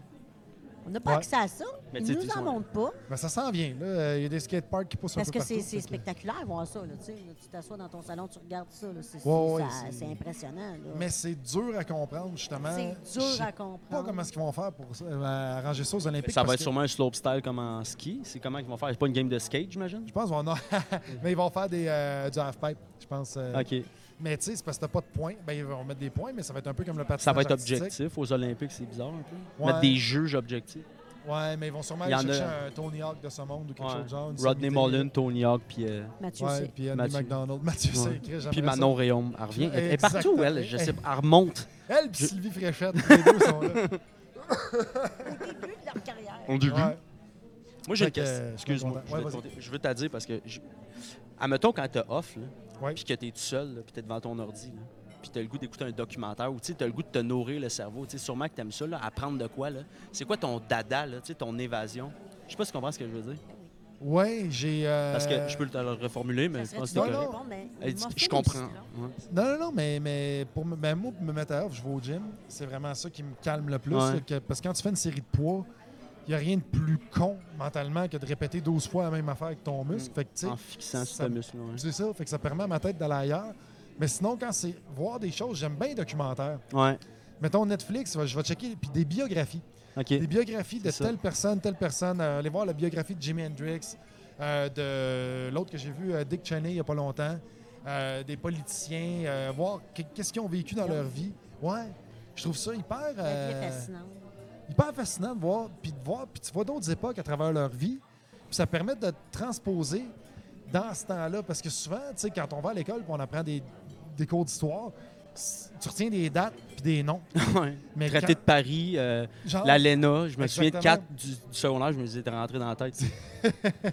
on n'a pas
Ouais.
accès à ça.
Mais tu
Ils
sais,
nous
t'es-
en
ouais.
montrent pas
Ben, ça s'en vient, là. Euh, Il y a des skateparks qui poussent
parce
un peu
que c'est
partout,
c'est
fait que-
spectaculaire voir ça. Là, tu sais, là, tu t'assois dans ton salon, tu regardes ça. là, c'est-
Ouais, ouais,
c'est- ça-
c'est-
c'est impressionnant. là.
Mais c'est dur à comprendre, justement.
C'est
Je
dur
sais
à
pas
comprendre.
comment est-ce qu'ils vont faire pour ça, euh, arranger ça aux Olympiques.
Ça va
parce
être
que
sûrement un slopestyle comme en ski. C'est comment ils vont faire? C'est pas une game de skate, j'imagine?
Je pense qu'ils vont en- [LAUGHS] Mais ils vont faire des, euh, du half-pipe, je pense. euh,
OK.
Mais tu sais, c'est parce que t'as pas de points. Ben, ils vont mettre des points, mais ça va être un peu comme le patinage
Ça va être
artistique.
objectif. Aux Olympiques, c'est bizarre un peu.
Ouais.
Mettre des juges objectifs.
Ouais, mais ils vont sûrement
Il y
aller
en a-
chercher un Tony Hawk de ce monde ou quelque
Ouais.
chose de genre. une
Rodney
sommité.
Mullen, Tony Hawk, puis, euh,
Mathieu,
Ouais,
c'est-
puis Andy
Mathieu.
McDonald. [LAUGHS] Mathieu
Ouais.
Saint-Cré, j'aimerais
puis
ça.
Manon Réaume. Elle revient. Elle, elle est
Exactement.
partout, elle. Je sais pas. Elle remonte.
Elle puis
Je-
Sylvie Fréchette, les deux
[LAUGHS]
sont là.
au début de leur carrière.
Au début,
Ouais.
Moi, j'ai
Fait
une
que,
question.
euh,
Excuse-moi.
je
Je,
suis
veux
content.
te
Ouais,
compter- je veux te dire parce que. je- Admettons, quand t'as off, là,
Ouais.
puis que t'es tout seul, là, puis t'es devant ton ordi, là, puis t'as le goût d'écouter un documentaire ou tu sais, t'as le goût de te nourrir le cerveau. Tu sais, sûrement que t'aimes ça, là, apprendre de quoi. là. C'est quoi ton dada, là, tu sais, ton évasion? Je sais pas si tu comprends ce que je veux dire.
Ouais, j'ai. euh,
Parce que je peux te le reformuler, mais
Ça
je pense
serait
que c'est
trop
Non,
correct.
non.
bon, mais
Elle dit-
morphine
Je
ou
comprends.
citron?
Ouais.
Non, non, non, mais, mais pour me, ben, moi, pour me mettre à off, je vais au gym. C'est vraiment ça qui me calme le plus.
Ouais.
là, que- parce que quand tu fais une série de poids, il n'y a rien de plus con mentalement que de répéter 12 fois la même affaire avec ton muscle.
Mm.
Fait que, tu sais,
En fixant ce
ça-
muscle-là. ouais.
c'est ça. Fait que ça permet à ma tête d'aller ailleurs. Mais sinon, quand c'est voir des choses, j'aime bien les documentaires.
Ouais,
Mettons Netflix, je vais- je vais checker puis des biographies.
OK.
Des biographies de
C'est ça.
telle personne, telle personne. Euh, allez voir la biographie de Jimi Hendrix, euh, de l'autre que j'ai vu, euh, Dick Cheney, il n'y a pas longtemps. Euh, des politiciens, euh, voir qu- qu'est-ce qu'ils ont vécu dans leur vie. Ouais, je trouve ça hyper,
La vie
euh,
est fascinante.
hyper fascinant de voir, puis de voir, puis tu vois d'autres époques à travers leur vie. Puis ça permet de transposer dans ce temps-là, parce que souvent, tu sais, quand on va à l'école, puis on apprend des, des cours d'histoire, c- tu retiens des dates puis des noms.
[LAUGHS] Ouais.
Mais
Traité de Paris, euh,
quand- genre-
l'ALENA. Je me souviens de
Exactement.
4 du, du secondaire, je me disais de rentrer dans la
[LAUGHS]
tête.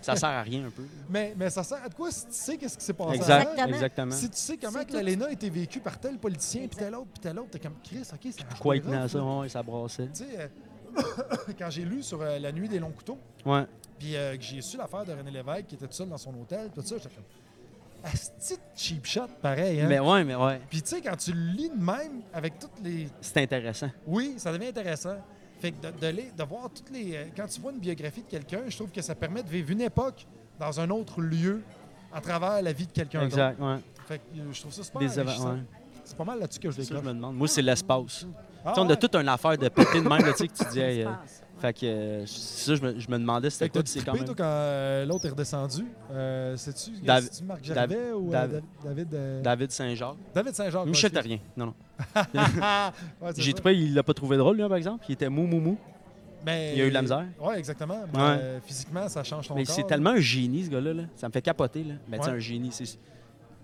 ça sert à rien un peu.
mais, mais ça sert à de quoi si tu sais qu'est-ce qui s'est passé
Exact,
avant?
Exactement.
exactement.
Si tu sais comment
C'est
que
tout.
l'ALENA a été vécue par tel politicien, puis
Exact.
tel autre, puis tel autre, t'es comme Chris, ok, c'est
Quoi, il tenait à ça, ouais, ça brassait.
Tu sais, euh, quand j'ai lu sur euh, [COUGHS] La nuit des longs couteaux,
Ouais.
puis euh, que j'ai su l'affaire de René Lévesque qui était tout seul dans son hôtel, tout ça, j'étais comme Asti de cheap shot, pareil. Hein?
Mais ouais, mais ouais.
Puis tu sais, quand tu le lis de même, avec toutes les...
C'est intéressant.
Oui, ça devient intéressant. Fait que de, de les- de voir toutes les... euh, Quand tu vois une biographie de quelqu'un, je trouve que ça permet de vivre une époque dans un autre lieu à travers la vie de quelqu'un d'autre.
Exact, ouais.
Fait que euh, je trouve ça super
Des
enrichissant.
événements. ouais.
C'est pas mal là-dessus que je
C'est ça que je
décroche.
me demande. Moi, c'est l'espace.
Ah,
Tu sais, on
ouais.
a toute une affaire de péter de même, là, tu sais, que tu dis.
Ça se
hey, euh,
passe, ouais.
fait que euh, ça, je me, je me demandais
Fait
c'était
que t'as
quoi, puis c'est quand
trippé, toi,
même.
quand euh, l'autre est redescendu. Euh, C'est-tu
Dav-
c'est-tu Marc
Dav-
Gervais ou euh,
Dav-
Dav- David... euh,
David Saint-Jacques.
David Saint-Jean.
Michel Terrien. Non, non.
Ah,
J'ai
trouvé.
trouvé, il l'a pas trouvé drôle, lui, hein, par exemple. Il était mou, mou, mou.
Mais-
Il a eu de la misère.
Oui, exactement. Mais,
Ouais.
euh, physiquement, ça change ton
Mais
corps.
c'est tellement un génie, ce gars-là. là. Ça me fait capoter. Là. Mais tu sais,
Ouais.
un génie, c'est.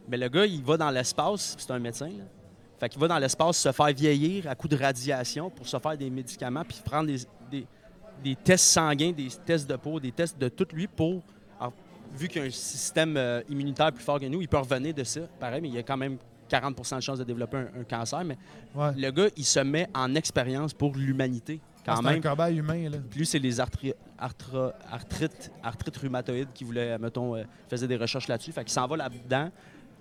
Mais le gars, il va dans l'espace, puis c'est un médecin. Là. Fait qu'il va dans l'espace se faire vieillir à coup de radiation pour se faire des médicaments, puis prendre des, des- des tests sanguins, des tests de peau, des tests de tout lui pour. alors, vu qu'il y a un système euh, immunitaire plus fort que nous, il peut revenir de ça. Pareil, mais il y a quand même 40 de chances de développer un, un cancer. Mais
Ouais.
le gars, il se met en expérience pour l'humanité,
Ah,
quand
c'est
même.
un cobaye humain. Là.
Puis lui, c'est les arthri- arthro- arthrites, arthrites rhumatoïdes qui voulaient, mettons, euh, faisait des recherches là-dessus. Fait qu'il s'en va là-dedans,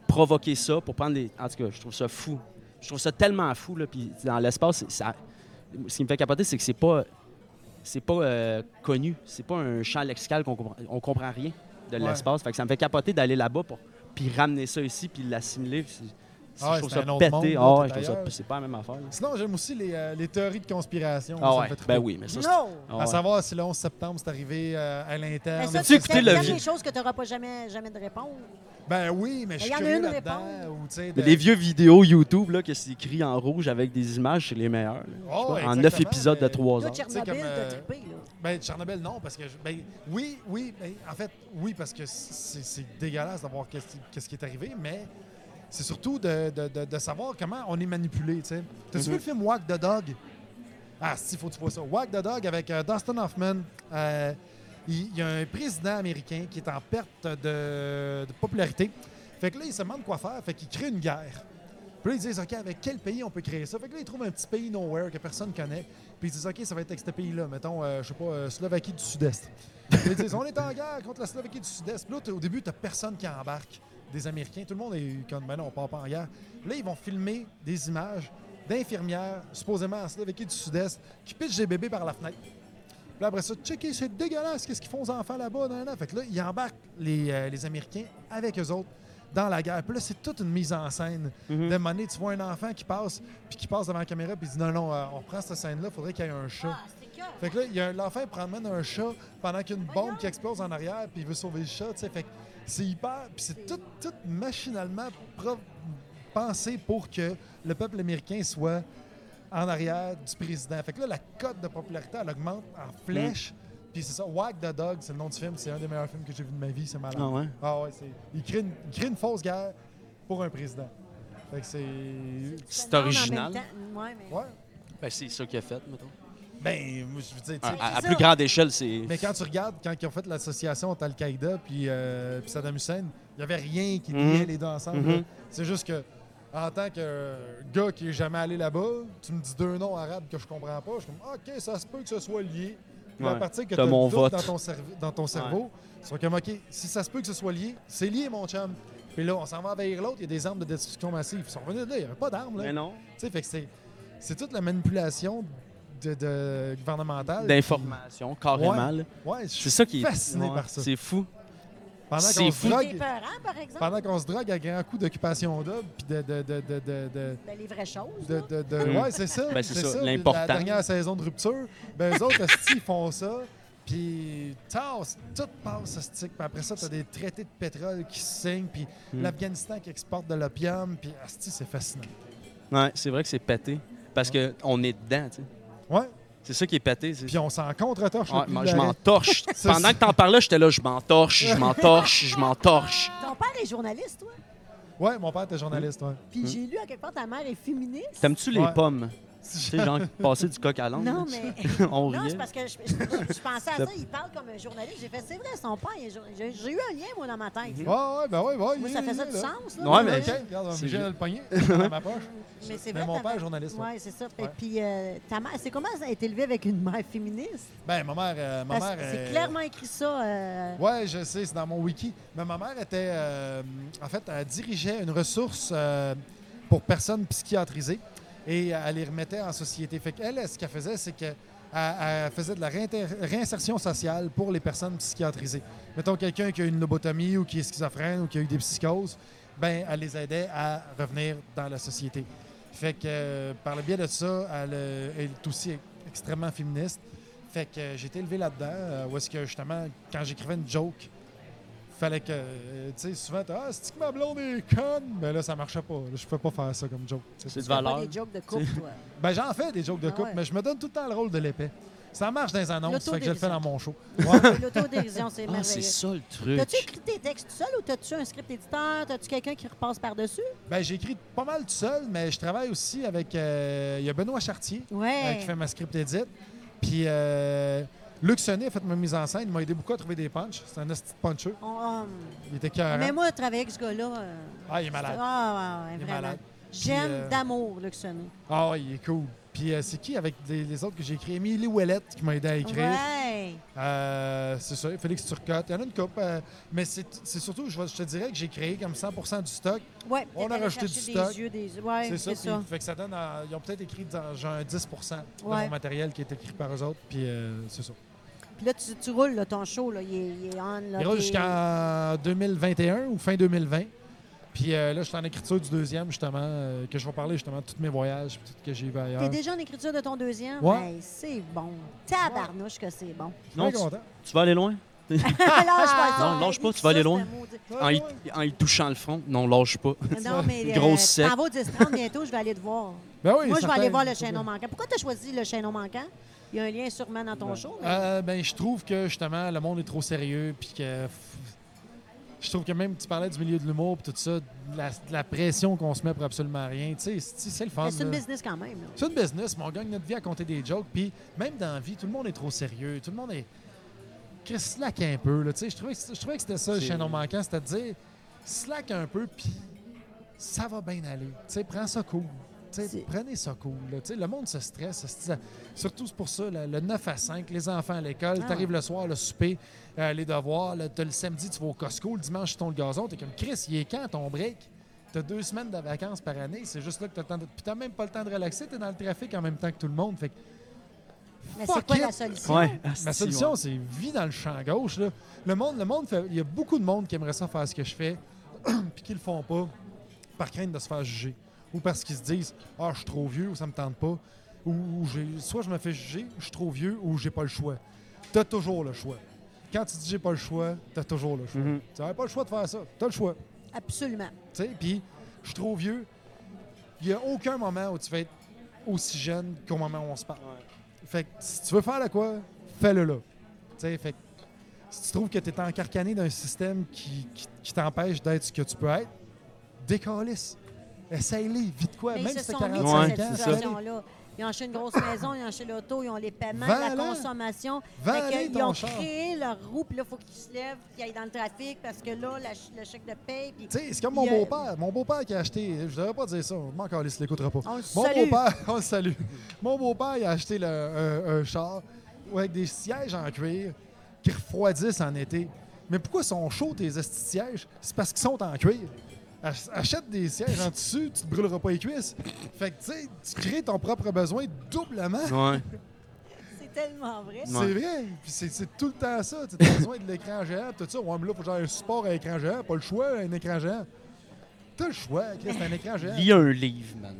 provoquer ça pour prendre des. En tout cas, je trouve ça fou. Je trouve ça tellement fou, là. Puis dans l'espace, c'est- ça... ce qui me fait capoter, c'est que c'est pas. C'est pas euh, connu. C'est pas un champ lexical qu'on comprend. On comprend rien de
Ouais.
l'espace. Fait que ça me fait capoter d'aller là-bas pour. Puis ramener ça ici, puis l'assimiler. C'est- c'est-
Ah ouais,
je trouve
c'est
ça
un autre
pété.
monde, là,
Ah ouais,
t'es
je trouve ça-
ailleurs.
C'est pas la même affaire. là.
Sinon, j'aime aussi les, euh, les théories de conspiration.
Ah
ça me
ouais,
fait triper.
ben oui, mais ça, c'est-
Non!
Ah
À
ouais.
savoir si le 11 septembre, c'est arrivé euh, à l'interne.
Mais Ben ça,
tu
c'est
écouté le
la
vieux-
dernière chose que tu n'auras pas jamais, jamais de réponse.
Ben oui, mais je suis
Mais il y en a
curieux
une
là-dedans. ou, tu sais, de-
Mais les vieux vidéos YouTube là, que c'est écrit en rouge avec des images, c'est les meilleurs. là. Je
Oh,
sais pas, en
exactement,
9 épisodes de
mais-
3
Là,
heures.
Tchernobyl,
comme, euh,
t'as trippé, là.
Ben, Tchernobyl, non, parce que. je- ben, oui, oui. ben, en fait, oui, parce que c'est c'est dégueulasse d'avoir qu'est-ce qu'est-ce qui est arrivé, mais c'est surtout de, de- de- de savoir comment on est manipulé, tu sais. T'as-tu vu le film Wack the Dog? Ah, si, faut que tu vois ça. Wack the Dog avec euh, Dustin Hoffman. Euh, Il il y a un président américain qui est en perte de, de popularité. Fait que là, il se demande quoi faire. Fait qu'il crée une guerre. Puis là, ils disent, OK, avec quel pays on peut créer ça? Fait que là, ils trouvent un petit pays nowhere que personne connaît. Puis ils disent, OK, ça va être avec ce pays-là. Mettons, euh, je sais pas, euh, Slovaquie du Sud-Est. Puis ils disent, on est en guerre contre la Slovaquie du Sud-Est. Puis là, t'as- au début, t'as personne qui embarque. Des Américains, tout le monde est comme, ben non, on part pas en guerre. Là, ils vont filmer des images d'infirmières, supposément en Slovaquie du Sud-Est, qui pitchent des bébés par la fenêtre. Puis après ça, checker, c'est dégueulasse, qu'est-ce qu'ils font aux enfants là-bas? nan, nan. Fait que là, ils embarquent les, euh, les Américains avec eux autres dans la guerre. Puis là, c'est toute une mise en scène. De manier, tu vois un enfant qui passe, puis qui passe devant la caméra, puis il dit non, non, euh, on reprend cette scène-là, faudrait qu'il y ait un chat.
Ah, c'est cœur.
Fait que là, il y a un- l'enfant il prend en main un chat pendant qu'il y a une bombe qui explose en arrière, puis il veut sauver le chat, tu sais. Fait que c'est hyper. Puis c'est tout, tout machinalement pro- pensé pour que le peuple américain soit en arrière du président. Fait que là, la cote de popularité, elle augmente en flèche. Puis c'est ça, Wag the Dog, c'est le nom du film, c'est un des meilleurs films que j'ai vu de ma vie, c'est malade.
Ah ouais?
Ah ouais, c'est. Il crée, une, il crée une fausse guerre pour un président. Fait que c'est.
Tu te
C'est
demandes en
original.
même temps- ouais, mais-
Ouais.
Ben, c'est ça qu'il a fait, mettons.
Ben, moi, je veux dire, tu sais,
Ah, À,
c'est
à
ça.
plus grande échelle, c'est.
Mais quand tu regardes, quand ils ont fait l'association entre Al-Qaïda puis, euh, puis Saddam Hussein, il n'y avait rien qui liait
Mhm.
les deux ensemble.
Mhm.
là. C'est juste que, en tant que euh, gars qui est jamais allé là-bas, tu me dis deux noms arabes que je comprends pas. Je suis comme, OK, ça se peut que ce soit lié. Puis à
Ouais.
partir que tu
T'as mon vote.
dans ton, cerve- dans ton cerveau, tu seras comme, OK, si ça se peut que ce soit lié, c'est lié, mon chum. Puis là, on s'en va envahir l'autre, il y a des armes de destruction massive. Ils sont revenus de là, il n'y avait pas d'armes. là.
Mais non.
Tu sais, fait que c'est, c'est toute la manipulation de, de- gouvernementale.
D'information, carrément. là.
Ouais, je suis
C'est ça qui est.
fasciné
ouais,
par ça.
C'est fou.
Pendant
c'est
qu'on
fou.
se
T'es
drogue,
peurant, par exemple?
pendant qu'on se drogue à grands coups d'occupation double, puis de, de, de, de, de, de
Ben, les vraies choses.
de,
là.
de- de-
Mm.
Ouais, c'est ça.
Ben, c'est ça,
puis
l'important.
La dernière saison de rupture, ben, eux autres, [LAUGHS] hostie, ils font ça. Puis, tasse, tout passe, hostie. Puis après ça, t'as des traités de pétrole qui se signent. Puis
Mm.
l'Afghanistan qui exporte de l'opium. Puis, hostie, c'est fascinant.
Ouais, c'est vrai que c'est pété. Parce que qu'on est dedans, tu sais.
Ouais.
C'est ça qui est pété. c'est-
Puis on s'en contre-torche.
Ouais,
au plus
moi,
de
je
l'arrêt.
m'en torche.
C'est
Pendant
[LAUGHS] ça.
que t'en parlais, j'étais là, je m'en torche, je m'en torche, je m'en torche.
Ton père est journaliste, toi.
Ouais, mon père était journaliste, ouais.
Puis j'ai lu à quelque part ta mère est féministe.
T'aimes-tu les
Ouais. [LAUGHS]
pommes? Tu sais, genre, passer du coq à l'âne.
Non,
là.
mais.
[LAUGHS] On
Non,
riait.
c'est parce que je, je- je pensais à ça. Il parle comme un journaliste. J'ai fait, c'est vrai, son père. il est jour- J'ai j'ai eu un lien, moi, dans ma tête.
Mhm.
Ouais, ouais, ben ouais, ouais.
Moi,
il
ça
est-
faisait
il
du
est là.
sens. Là,
Ouais, mais-
mais,
Ok, regarde, on
C'est
vient
ju-
de
[LAUGHS]
le pogner dans ma poche.
mais c'est vrai.
Mais mon
ta-
père est journaliste. ouais.
Ouais, c'est ça. Et
Ouais.
puis, euh, ta mère, c'est comment ça a été élevé avec une mère féministe?
Ben, ma mère. euh, ma
Parce
mère
que c'est
euh,
clairement écrit ça. euh,
Ouais, je sais, c'est dans mon wiki. Mais ma mère était. euh, en fait, elle dirigeait une ressource euh, pour personnes psychiatrisées et elle les remettait en société. Fait qu'elle, elle, ce qu'elle faisait, c'est qu'elle elle faisait de la réinter- réinsertion sociale pour les personnes psychiatrisées. Mettons quelqu'un qui a une lobotomie ou qui est schizophrène ou qui a eu des psychoses, ben elle les aidait à revenir dans la société. Fait que euh, par le biais de ça, elle, euh, elle est aussi extrêmement féministe. Fait que euh, j'ai été élevé là-dedans, euh, où est-ce que justement, quand j'écrivais une joke, fallait que, euh, tu sais, souvent, t'as, ah, c'est que ma blonde est conne, mais là, ça marchait pas. Là, je pouvais pas faire ça comme joke.
C'est de
tu fais
valeur.
pas des jokes de couple, toi.
Ben, j'en fais des jokes de
Ah
couple,
ouais.
mais je me donne tout le temps le rôle de l'épée. Ça marche dans les annonces, fait que je le fais dans mon show.
L'autodérision,
[LAUGHS]
c'est
Ah, c'est
merveilleux.
ça le
T'as-tu
truc.
écrit tes textes tout seul ou t'as-tu un script éditeur? T'as-tu quelqu'un qui repasse par-dessus?
Ben, j'écris pas mal tout seul, mais je travaille aussi avec, euh, il y a Benoît Chartier, euh,
Ouais.
qui fait ma script edit. Puis, euh, Luc Sonnet a fait ma mise en scène, il m'a aidé beaucoup à trouver des punchs. C'est un hostie de puncher.
On-
Il était
on-
cœur.
Mais moi, oh. travailler avec ce gars-là. euh,
Ah, il est malade.
Ah, ouais, ouais,
Il est
vraiment.
malade.
J'aime
Puis, euh,
d'amour Luc Sonnet.
Ah oui, il est cool. Puis euh, c'est qui avec les, les autres que j'ai écrit? Émilie Ouellette qui m'a aidé à écrire.
Ouais.
Euh, c'est ça, Félix Turcotte. Il y en a une coupe. mais c'est c'est surtout, je, vais- je te dirais que j'ai créé comme 100 du stock.
ouais
On a
peut-être aller
rajouté
chercher
du
des
stock.
Yeux, des... Ouais,
c'est ça.
c'est ça.
puis- Fait que ça donne, à- ils ont peut-être écrit dans- genre un 10 de
Ouais.
mon matériel qui est écrit par eux autres. Puis euh, c'est ça.
Puis là, tu, tu roules là, ton show, là, il, est, il est on. Là,
Il roule
t'es-
jusqu'en 2021 ou fin 2020. Puis euh, là, je suis en écriture du deuxième, justement, euh, que je vais parler justement de tous mes voyages, puis tout ce que j'ai vu ailleurs.
T'es déjà en écriture de ton deuxième?
Ouais.
Hey, c'est bon. Tabarnouche que c'est
[LAUGHS]
bon.
Je suis
Non,
bien
tu-
content.
Tu vas aller loin?
lâche pas ça.
Non, lâche pas,
Hey,
tu vas aller
ça,
loin.
ce maudit-
En y, en y touchant le front? Non, lâche pas.
Non, mais.
Une grosse
euh,
sec.
T'en vas au 10-30 bientôt, je vais aller te voir.
Ben oui,
Moi, je vais
certain.
aller voir le chaînon manquant. Pourquoi t'as choisi le chaînon manquant? Il y a un lien sûrement dans ton show. mais-
Euh, ben, je trouve que justement, le monde est trop sérieux. Puis que. pff, Je trouve que même tu parlais du milieu de l'humour puis tout ça, de la, de la pression qu'on se met pour absolument rien. Tu sais, c'est c'est le fun.
Mais c'est une
là.
business quand même. là.
C'est une business, mais on gagne notre vie à compter des jokes. Puis même dans la vie, tout le monde est trop sérieux. Tout le monde est. Chris, slack un peu. Là. Tu sais, Je, trouvais que, je trouvais que c'était ça, le
C'est-
chaînon manquant. C'est-à-dire, slack un peu, puis ça va bien aller. Tu sais, prends ça cool. Tu sais,
C'est-
Prenez ça cool. là. Tu sais, Le monde se stresse. se stresse. Surtout c'est pour ça, le, le 9 à 5, les enfants à l'école,
Ah
t'arrives
ouais.
le soir, le souper, euh, les devoirs, le, t'as le samedi, tu vas au Costco, le dimanche, tu tournes le gazon, t'es comme Chris, il est quand ton break? T'as deux semaines de vacances par année, c'est juste là que t'as le temps de. Puis t'as même pas le temps de relaxer, t'es dans le trafic en même temps que tout le monde. Fait que
Mais
Fuck
c'est quoi
it.
la solution?
Ouais.
ma
asti, Ah, ouais.
solution, c'est vie dans le champ gauche. là. Le monde, le monde fait- Il y a beaucoup de monde qui aimerait ça faire ce que je fais, [CLEARS THROAT] puis qui le font pas par crainte de se faire juger. Ou parce qu'ils se disent Ah, je suis trop vieux, ou ça me tente pas. Ou, ou j'ai- soit je me fais juger, je suis trop vieux, ou j'ai pas le choix. T'as toujours le choix. Quand tu dis j'ai pas le choix, t'as toujours le choix.
Mhm.
Tu n'as pas le choix de faire ça. T'as le choix.
Absolument.
Tu sais, puis je suis trop vieux. Il n'y a aucun moment où tu vas être aussi jeune qu'au moment où on se parle. Fait que si tu veux faire de quoi, fais-le là. Tu sais, fait que si tu trouves que tu es encarcané d'un système qui, qui- qui t'empêche d'être ce que tu peux être, décalisse. Essaye-les, vite quoi.
Mais
même
ils
si
se
t'as
sont mis
45
dans
Ouais,
cette
ans,
c'est ça.
situation-là. Ils ont acheté une grosse maison, ils ont acheté l'auto, ils ont les paiements, la
Voilà.
consommation.
va
Fait que
aller
ils ont
ton char. Tu
créé leur roue, puis là, il faut qu'ils se lèvent, qu'ils aillent dans le trafic, parce que là, la ch- le chèque de paye, puis
sais, c'est comme mon
Il y a-
beau-père. Mon beau-père qui a acheté, je devrais pas dire ça, on manque ne l'écoutera pas.
on le
Mon
salue.
beau-père, [LAUGHS] on le salue. Mon beau-père, il a acheté le- un, un char avec des sièges en cuir qui refroidissent en été. Mais pourquoi sont chauds tes esti de sièges? C'est parce qu'ils sont en cuir. Ach- Achète des sièges en tissu, tu te brûleras pas les cuisses. Fait que, tu sais, tu crées ton propre besoin doublement.
Ouais.
C'est tellement vrai.
Ouais.
C'est vrai. Puis c'est, c'est tout le temps ça. Tu as besoin de l'écran géant, tout ça. Ouais, mais là, faut que j'aille un support à écran géant. Pas le choix, un écran géant. T'as le choix, Chris, t'as un écran géant.
Lis un livre, man.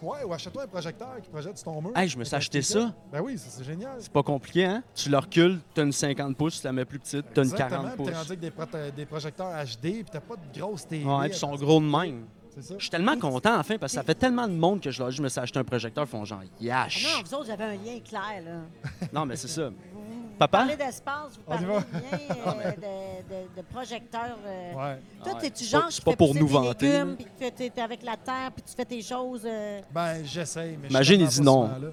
Ouais, ou achète-toi un projecteur qui projette sur ton mur.
Hey, je me suis acheté ça.
Ben oui, ça, c'est génial.
C'est pas compliqué, hein? Tu le recules, t'as une 50 pouces, tu la mets plus petite, t'as une
Exactement,
40
puis
pouces.
T'es rendu avec des, prote- des projecteurs HD, puis t'as pas de grosse télé.
Ouais, puis ils sont gros de même.
C'est ça.
Je suis tellement content, enfin, parce que ça fait tellement de monde que je leur dis, je me suis acheté un projecteur, ils font genre,
Ah Non,
yash.
vous autres, vous avez un lien clair, là.
Non, mais c'est ça.
Vous,
Papa?
parlez d'espace, vous
[LAUGHS] On y
parlez bien euh, de, de- de projecteurs. euh,
Ouais.
Toi,
Ouais.
t'es-tu
C'est
genre,
pas-
je
c'est pas
fais
pour
pousser
nous
des
vanter,
légumes,
là.
puis que t'es t'es avec la terre, puis tu fais tes choses. euh,
Ben, j'essaye, mais je suis
Imagine, il
vraiment
dit
pas
non.
souvent là.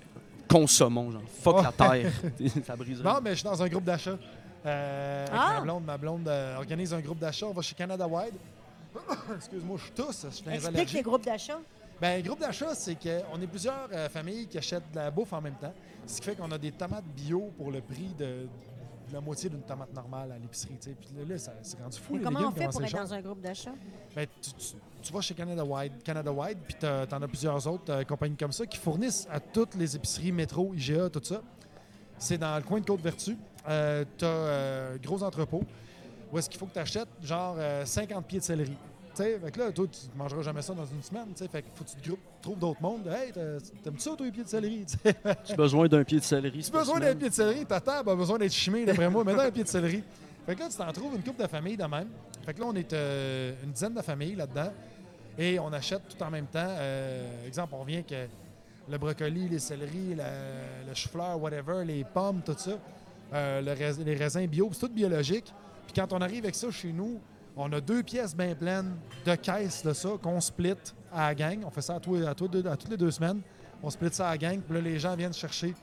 Consommons, genre. Fuck la terre. ça briserait.
Non, mais je suis dans un groupe d'achat. Euh, avec
Ah!
ma blonde, ma blonde euh, organise un groupe d'achat. On va chez Canada Wide. [COUGHS] Excuse-moi, je tousse. Je suis dans Ben, les
Explique
allergies.
les groupes d'achat.
Ben, groupe d'achat, c'est qu'on est plusieurs euh, familles qui achètent de la bouffe en même temps. Ce qui fait qu'on a des tomates bio pour le prix de, de la moitié d'une tomate normale à l'épicerie. tu sais. Puis là, là, ça c'est rendu fou.
Mais
les
comment on
légumes,
fait pour
c'est
être
cher.
dans un groupe d'achat?
Ben, tu, tu- tu vas chez Canada Wide, Canada Wide, puis t'as- t'en as plusieurs autres euh, compagnies comme ça qui fournissent à toutes les épiceries, métro, IGA, tout ça. C'est dans le coin de Côte-Vertu. Euh, t'as euh, gros entrepôt où est-ce qu'il faut que tu achètes genre euh, 50 pieds de céleri. Tu sais, fait que là, toi, tu ne mangeras jamais ça dans une semaine. tu sais, Fait que faut que tu te groupes, trouves d'autres mondes. Hey, t'as- t'aimes-tu ça, toi, les pieds de céleri? Tu sais,
Tu as besoin d'un pied de céleri.
tu as besoin d'un pied de céleri, ta table a besoin d'être chimée, d'après moi. Maintenant, un pied de céleri. [LAUGHS] Fait que là, tu t'en trouves une couple de familles de même. Fait que là, on est euh, une dizaine de familles là-dedans et on achète tout en même temps. Euh, exemple, on vient que le brocoli, les céleris, la- le chou-fleur, whatever, les pommes, tout ça, euh, le rais- les raisins bio, c'est tout biologique. Puis quand on arrive avec ça chez nous, on a deux pièces bien pleines de caisses de ça qu'on split à la gang. On fait ça à, tous- à tous deux- à toutes les deux semaines. On split ça à la gang. Puis là, les gens viennent chercher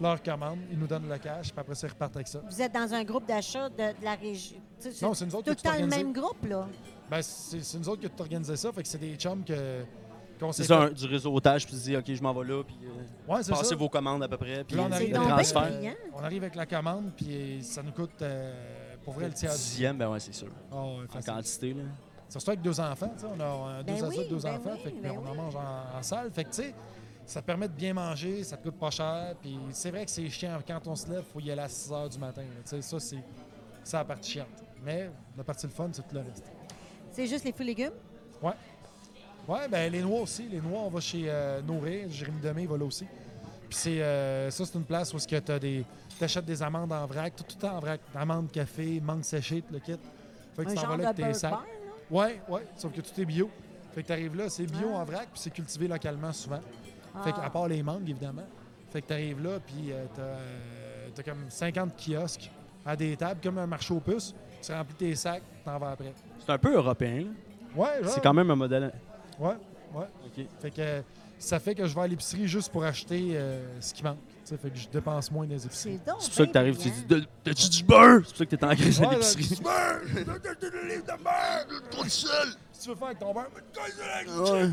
leur commande. Ils nous donnent le cash. Puis après ça, ils repartent avec ça.
Vous êtes dans un groupe d'achat de, de la région. Tu sais, c'est
Non, c'est nous
tout
autres
le
qui
temps le
organisons.
même groupe, là.
Ben, c'est c'est nous autres qui t'organisons ça. Fait que c'est des chums que- qu'on s'est
C'est ça,
fait-
un- du réseautage, puis tu dis, OK, je m'en vais là, puis euh,
Ouais, c'est
passez
ça.
vos commandes à peu près, puis
Puis là, on
C'est
arrive,
le
donc bien
avec,
transfert.
payé. brillant.
on arrive avec la commande, puis ça nous coûte euh, pour vrai le tiers.
Dixième, ben ouais, c'est sûr.
Oh,
En quantité, là.
Surtout avec deux enfants, tu sais, on a euh, deux
Ben
adultes,
oui,
deux
ben
enfants,
oui,
fait que,
ben
on en
oui.
mange en, en salle. Fait que, tu sais, ça te permet de bien manger, ça te coûte pas cher, puis c'est vrai que c'est chiant. Quand on se lève, il faut y aller à 6 h du matin. là, tu sais, ça, c'est ça la partie chiante. Mais la partie le fun, c'est tout le reste.
C'est juste les fruits et légumes.
Ouais, ben les noix aussi. Les noix, on va chez euh, Nourrir. Jérémy Demé, il va là aussi. Puis c'est, euh, ça, c'est une place où tu des, achètes des amandes en vrac, tout, tout le temps en vrac. Amandes, café, mangue séchée, tout le kit. Fait que
un
tu t'en vas
genre de
là avec
burger,
tes sacs.
là.
Ouais, ouais, sauf que tout est bio. Fait que t'arrives là, c'est bio
Ah.
en vrac, puis c'est cultivé localement souvent. Fait que,
Ah.
à part les mangues, évidemment. Fait que t'arrives là, puis euh, t'as, euh, t'as comme 50 kiosques à des tables, comme un marché aux puces. Tu remplis tes sacs, t'en vas après.
C'est un peu européen, là.
Ouais, genre.
C'est quand même un modèle.
Oh,
Ouais, ouais.
OK.
Fait que euh, ça fait que je vais à l'épicerie juste pour acheter euh, ce qui manque. Tu sais, fait que je dépense moins dans les épiceries.
C'est donc
C'est pour ça que
bien
t'arrives, tu
brillant.
dis, De- t'as-tu du beurre? C'est pour ça que t'es en crise à
Ouais, là,
l'épicerie.
tu Si tu veux faire avec ton beurre,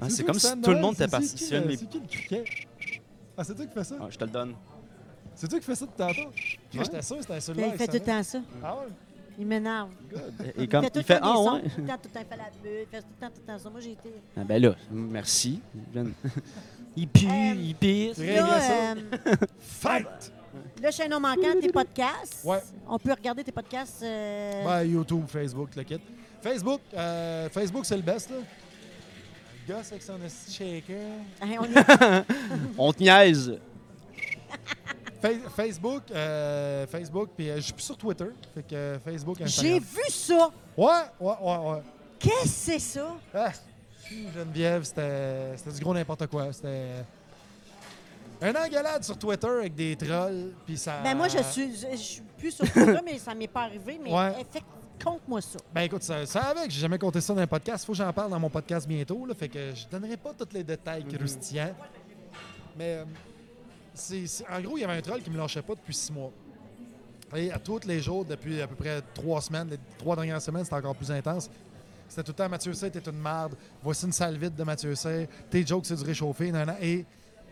Ah,
qui
c'est comme
le
si
Saint
tout le
Noël?
monde était
C'est- c'est
parti.
qui
C'est un de
le-
mes-
C'est qui le criquet? Ah, c'est toi qui fais ça?
Ah, je te le donne.
C'est toi qui fais ça de tantôt? Je J'étais sûr, c'était un
Là,
cellulaire.
Ben, il fait tout
ça,
le
non?
temps ça.
Ah ouais?
Il m'énerve.
Et comme,
tout
il
le
fait,
temps
ah
des
ouais?
sons, Tout le temps, tout le temps, il fait la bulle. Il fait tout le temps, tout le temps ça. Moi, j'ai été...
Ah, ben là, merci.
[LAUGHS]
Il pue,
Euh,
il pisse.
Régler
Là,
ça.
euh,
Fight!
le chaînon manquant, tes podcasts.
Ouais.
On peut regarder tes podcasts. euh,
Ben, YouTube, Facebook, le kit. Facebook, euh, Facebook, c'est le best, là. Le Gosse avec son esti shaker.
hein, on est-
[LAUGHS]
On te niaise.
Fa- Facebook, euh, Facebook, puis euh, je suis plus sur Twitter. Fait que euh, Facebook, Instagram.
J'ai vu ça.
Ouais, ouais, ouais, ouais.
Qu'est-ce que c'est ça?
Ah, Geneviève, c'était c'était du gros n'importe quoi. C'était un engueulade sur Twitter avec des trolls, puis ça.
Ben moi, je suis, je, je suis plus sur Twitter, mais ça m'est pas arrivé. Mais
Euh. Ouais.
effectivement, compte-moi ça.
Ben écoute, ça, ça avec, j'ai jamais compté ça dans un podcast. Faut que j'en parle dans mon podcast bientôt, là, fait que je donnerai pas tous les détails croustillants. Mais euh, c'est- c'est- en gros, il y avait un troll qui me lâchait pas depuis six mois. Et à tous les jours, depuis à peu près trois semaines, les trois dernières semaines, c'était encore plus intense. C'était tout le temps Mathieu C, t'es une merde. Voici une salle vide de Mathieu C. Tes jokes, c'est du réchauffé. nan, nan. Et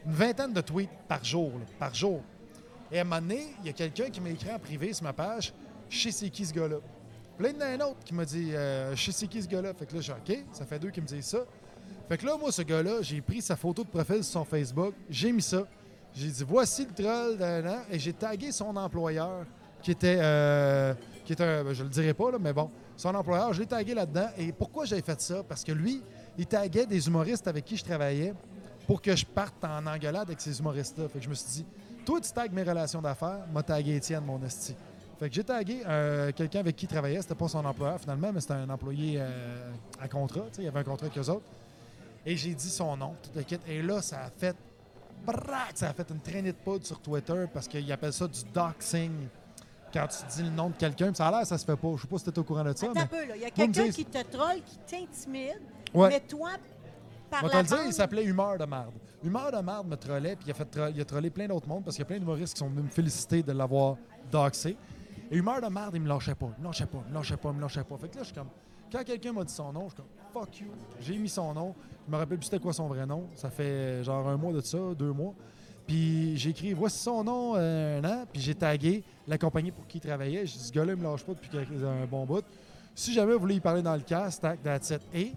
une vingtaine de tweets par jour. là, par jour. Et à un moment donné, il y a quelqu'un qui m'a écrit en privé sur ma page Je sais c'est qui ce gars-là. Puis là, il y en a un autre qui m'a dit euh, Je sais c'est qui ce gars-là. Fait que là, j'ai OK, ça fait deux qui me disent ça. Fait que là, moi, ce gars-là, j'ai pris sa photo de profil sur son Facebook, j'ai mis ça. J'ai dit Voici le troll d'un an. Et j'ai tagué son employeur qui était. euh, qui était un- je le dirai pas, là, mais bon, son employeur, je l'ai tagué là-dedans. Et pourquoi j'avais fait ça? Parce que lui, il taguait des humoristes avec qui je travaillais pour que je parte en engueulade avec ces humoristes-là. Fait que je me suis dit, toi, tu tagues mes relations d'affaires, m'a tagué Étienne, mon esti. Fait que j'ai tagué euh, quelqu'un avec qui il travaillait, c'était pas son employeur finalement, mais c'était un employé euh, à contrat, tu sais, il y avait un contrat avec eux autres. Et j'ai dit son nom, tout le kit. Et là, ça a fait. brac, ça a fait une traînée de poudre sur Twitter parce qu'ils appellent ça du doxing. Quand tu dis le nom de quelqu'un, puis ça a l'air, ça se fait pas. Je sais pas si t'es au courant de ça.
Attends
mais-
un peu, là. Il y a
Vous me
quelqu'un
dites-
qui te troll, qui t'intimide,
Ouais.
mais toi, par
On va te
la
le dire,
bande-
il s'appelait Humeur de marde. Humeur de marde me trollait, puis il a, fait tro- il a trollé plein d'autres mondes parce qu'il y a plein d'humoristes qui sont venus me féliciter de l'avoir doxé. Et Humeur de marde, il me lâchait pas, il me lâchait pas, il me lâchait pas, il me lâchait pas. Fait que là, je suis comme, quand quelqu'un m'a dit son nom, je suis comme, fuck you. J'ai mis son nom, je me rappelle plus c'était quoi son vrai nom. Ça fait euh, genre un mois de ça, deux mois. Puis j'ai écrit, voici son nom, euh, un an, puis j'ai tagué la compagnie pour qui il travaillait. J'ai dit, ce gars-là, il me lâche pas depuis qu'il a un bon bout. Si jamais vous voulez y parler dans le cast, tac, that's it. Et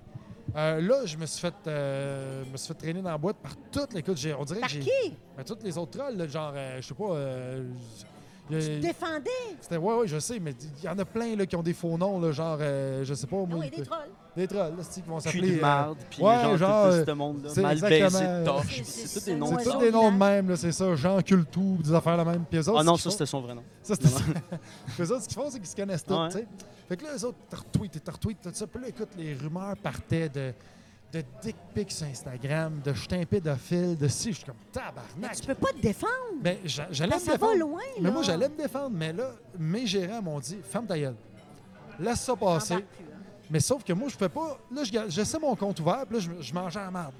euh, là, je me suis fait, euh, me suis fait traîner dans la boîte par toutes les écoute, j'ai- On dirait
Par
que j'ai.
qui?
Ben, toutes les autres trolls, là, genre, euh, je sais pas. euh, j-
Tu te
y a-
défendais?
c'était, ouais, ouais, je sais, mais il y en a plein là, qui ont des faux noms, là, genre, euh, je sais pas.
Ah
moi,
oui, des trolls.
des trolls, là, c'est-tu qui vont
Cul
s'appeler.
de
euh,
marde, puis
ouais,
genre,
genre,
tout
euh,
ce monde-là,
c'est
mal
exactement- euh,
baissé, torche,
C'est-
c'est
c'est
tous des
ça.
noms.
c'est
Ouais,
tous
ça. hein.
des noms de même, là, c'est ça. Jean Cultou, des affaires la même. Puis eux autres,
Ah non, ça,
ce qu'ils font-
c'était son vrai nom.
ça, c'était ça. [LAUGHS] Puis eux autres, ce qu'ils font, c'est qu'ils se connaissent tous,
Ouais.
tu sais. Fait que là, eux autres, t'as retweeté, t'as retweeté, tout ça. Puis là, écoute, les rumeurs partaient de, de dick pics sur Instagram, de je suis un pédophile, de si, je suis comme
Mais
tabarnak.
tu peux pas te défendre.
Mais j'a- j'allais
Ben,
me
ça va
défendre.
loin,
Mais
là.
moi, j'allais me défendre. Mais là, mes gérants m'ont dit, ferme ta gueule. Laisse ça
Embarque
passer.
plus, hein.
Mais sauf que moi, je fais pas. Là, je, garde- je laissais mon compte ouvert, puis là, je, je mangeais la marde.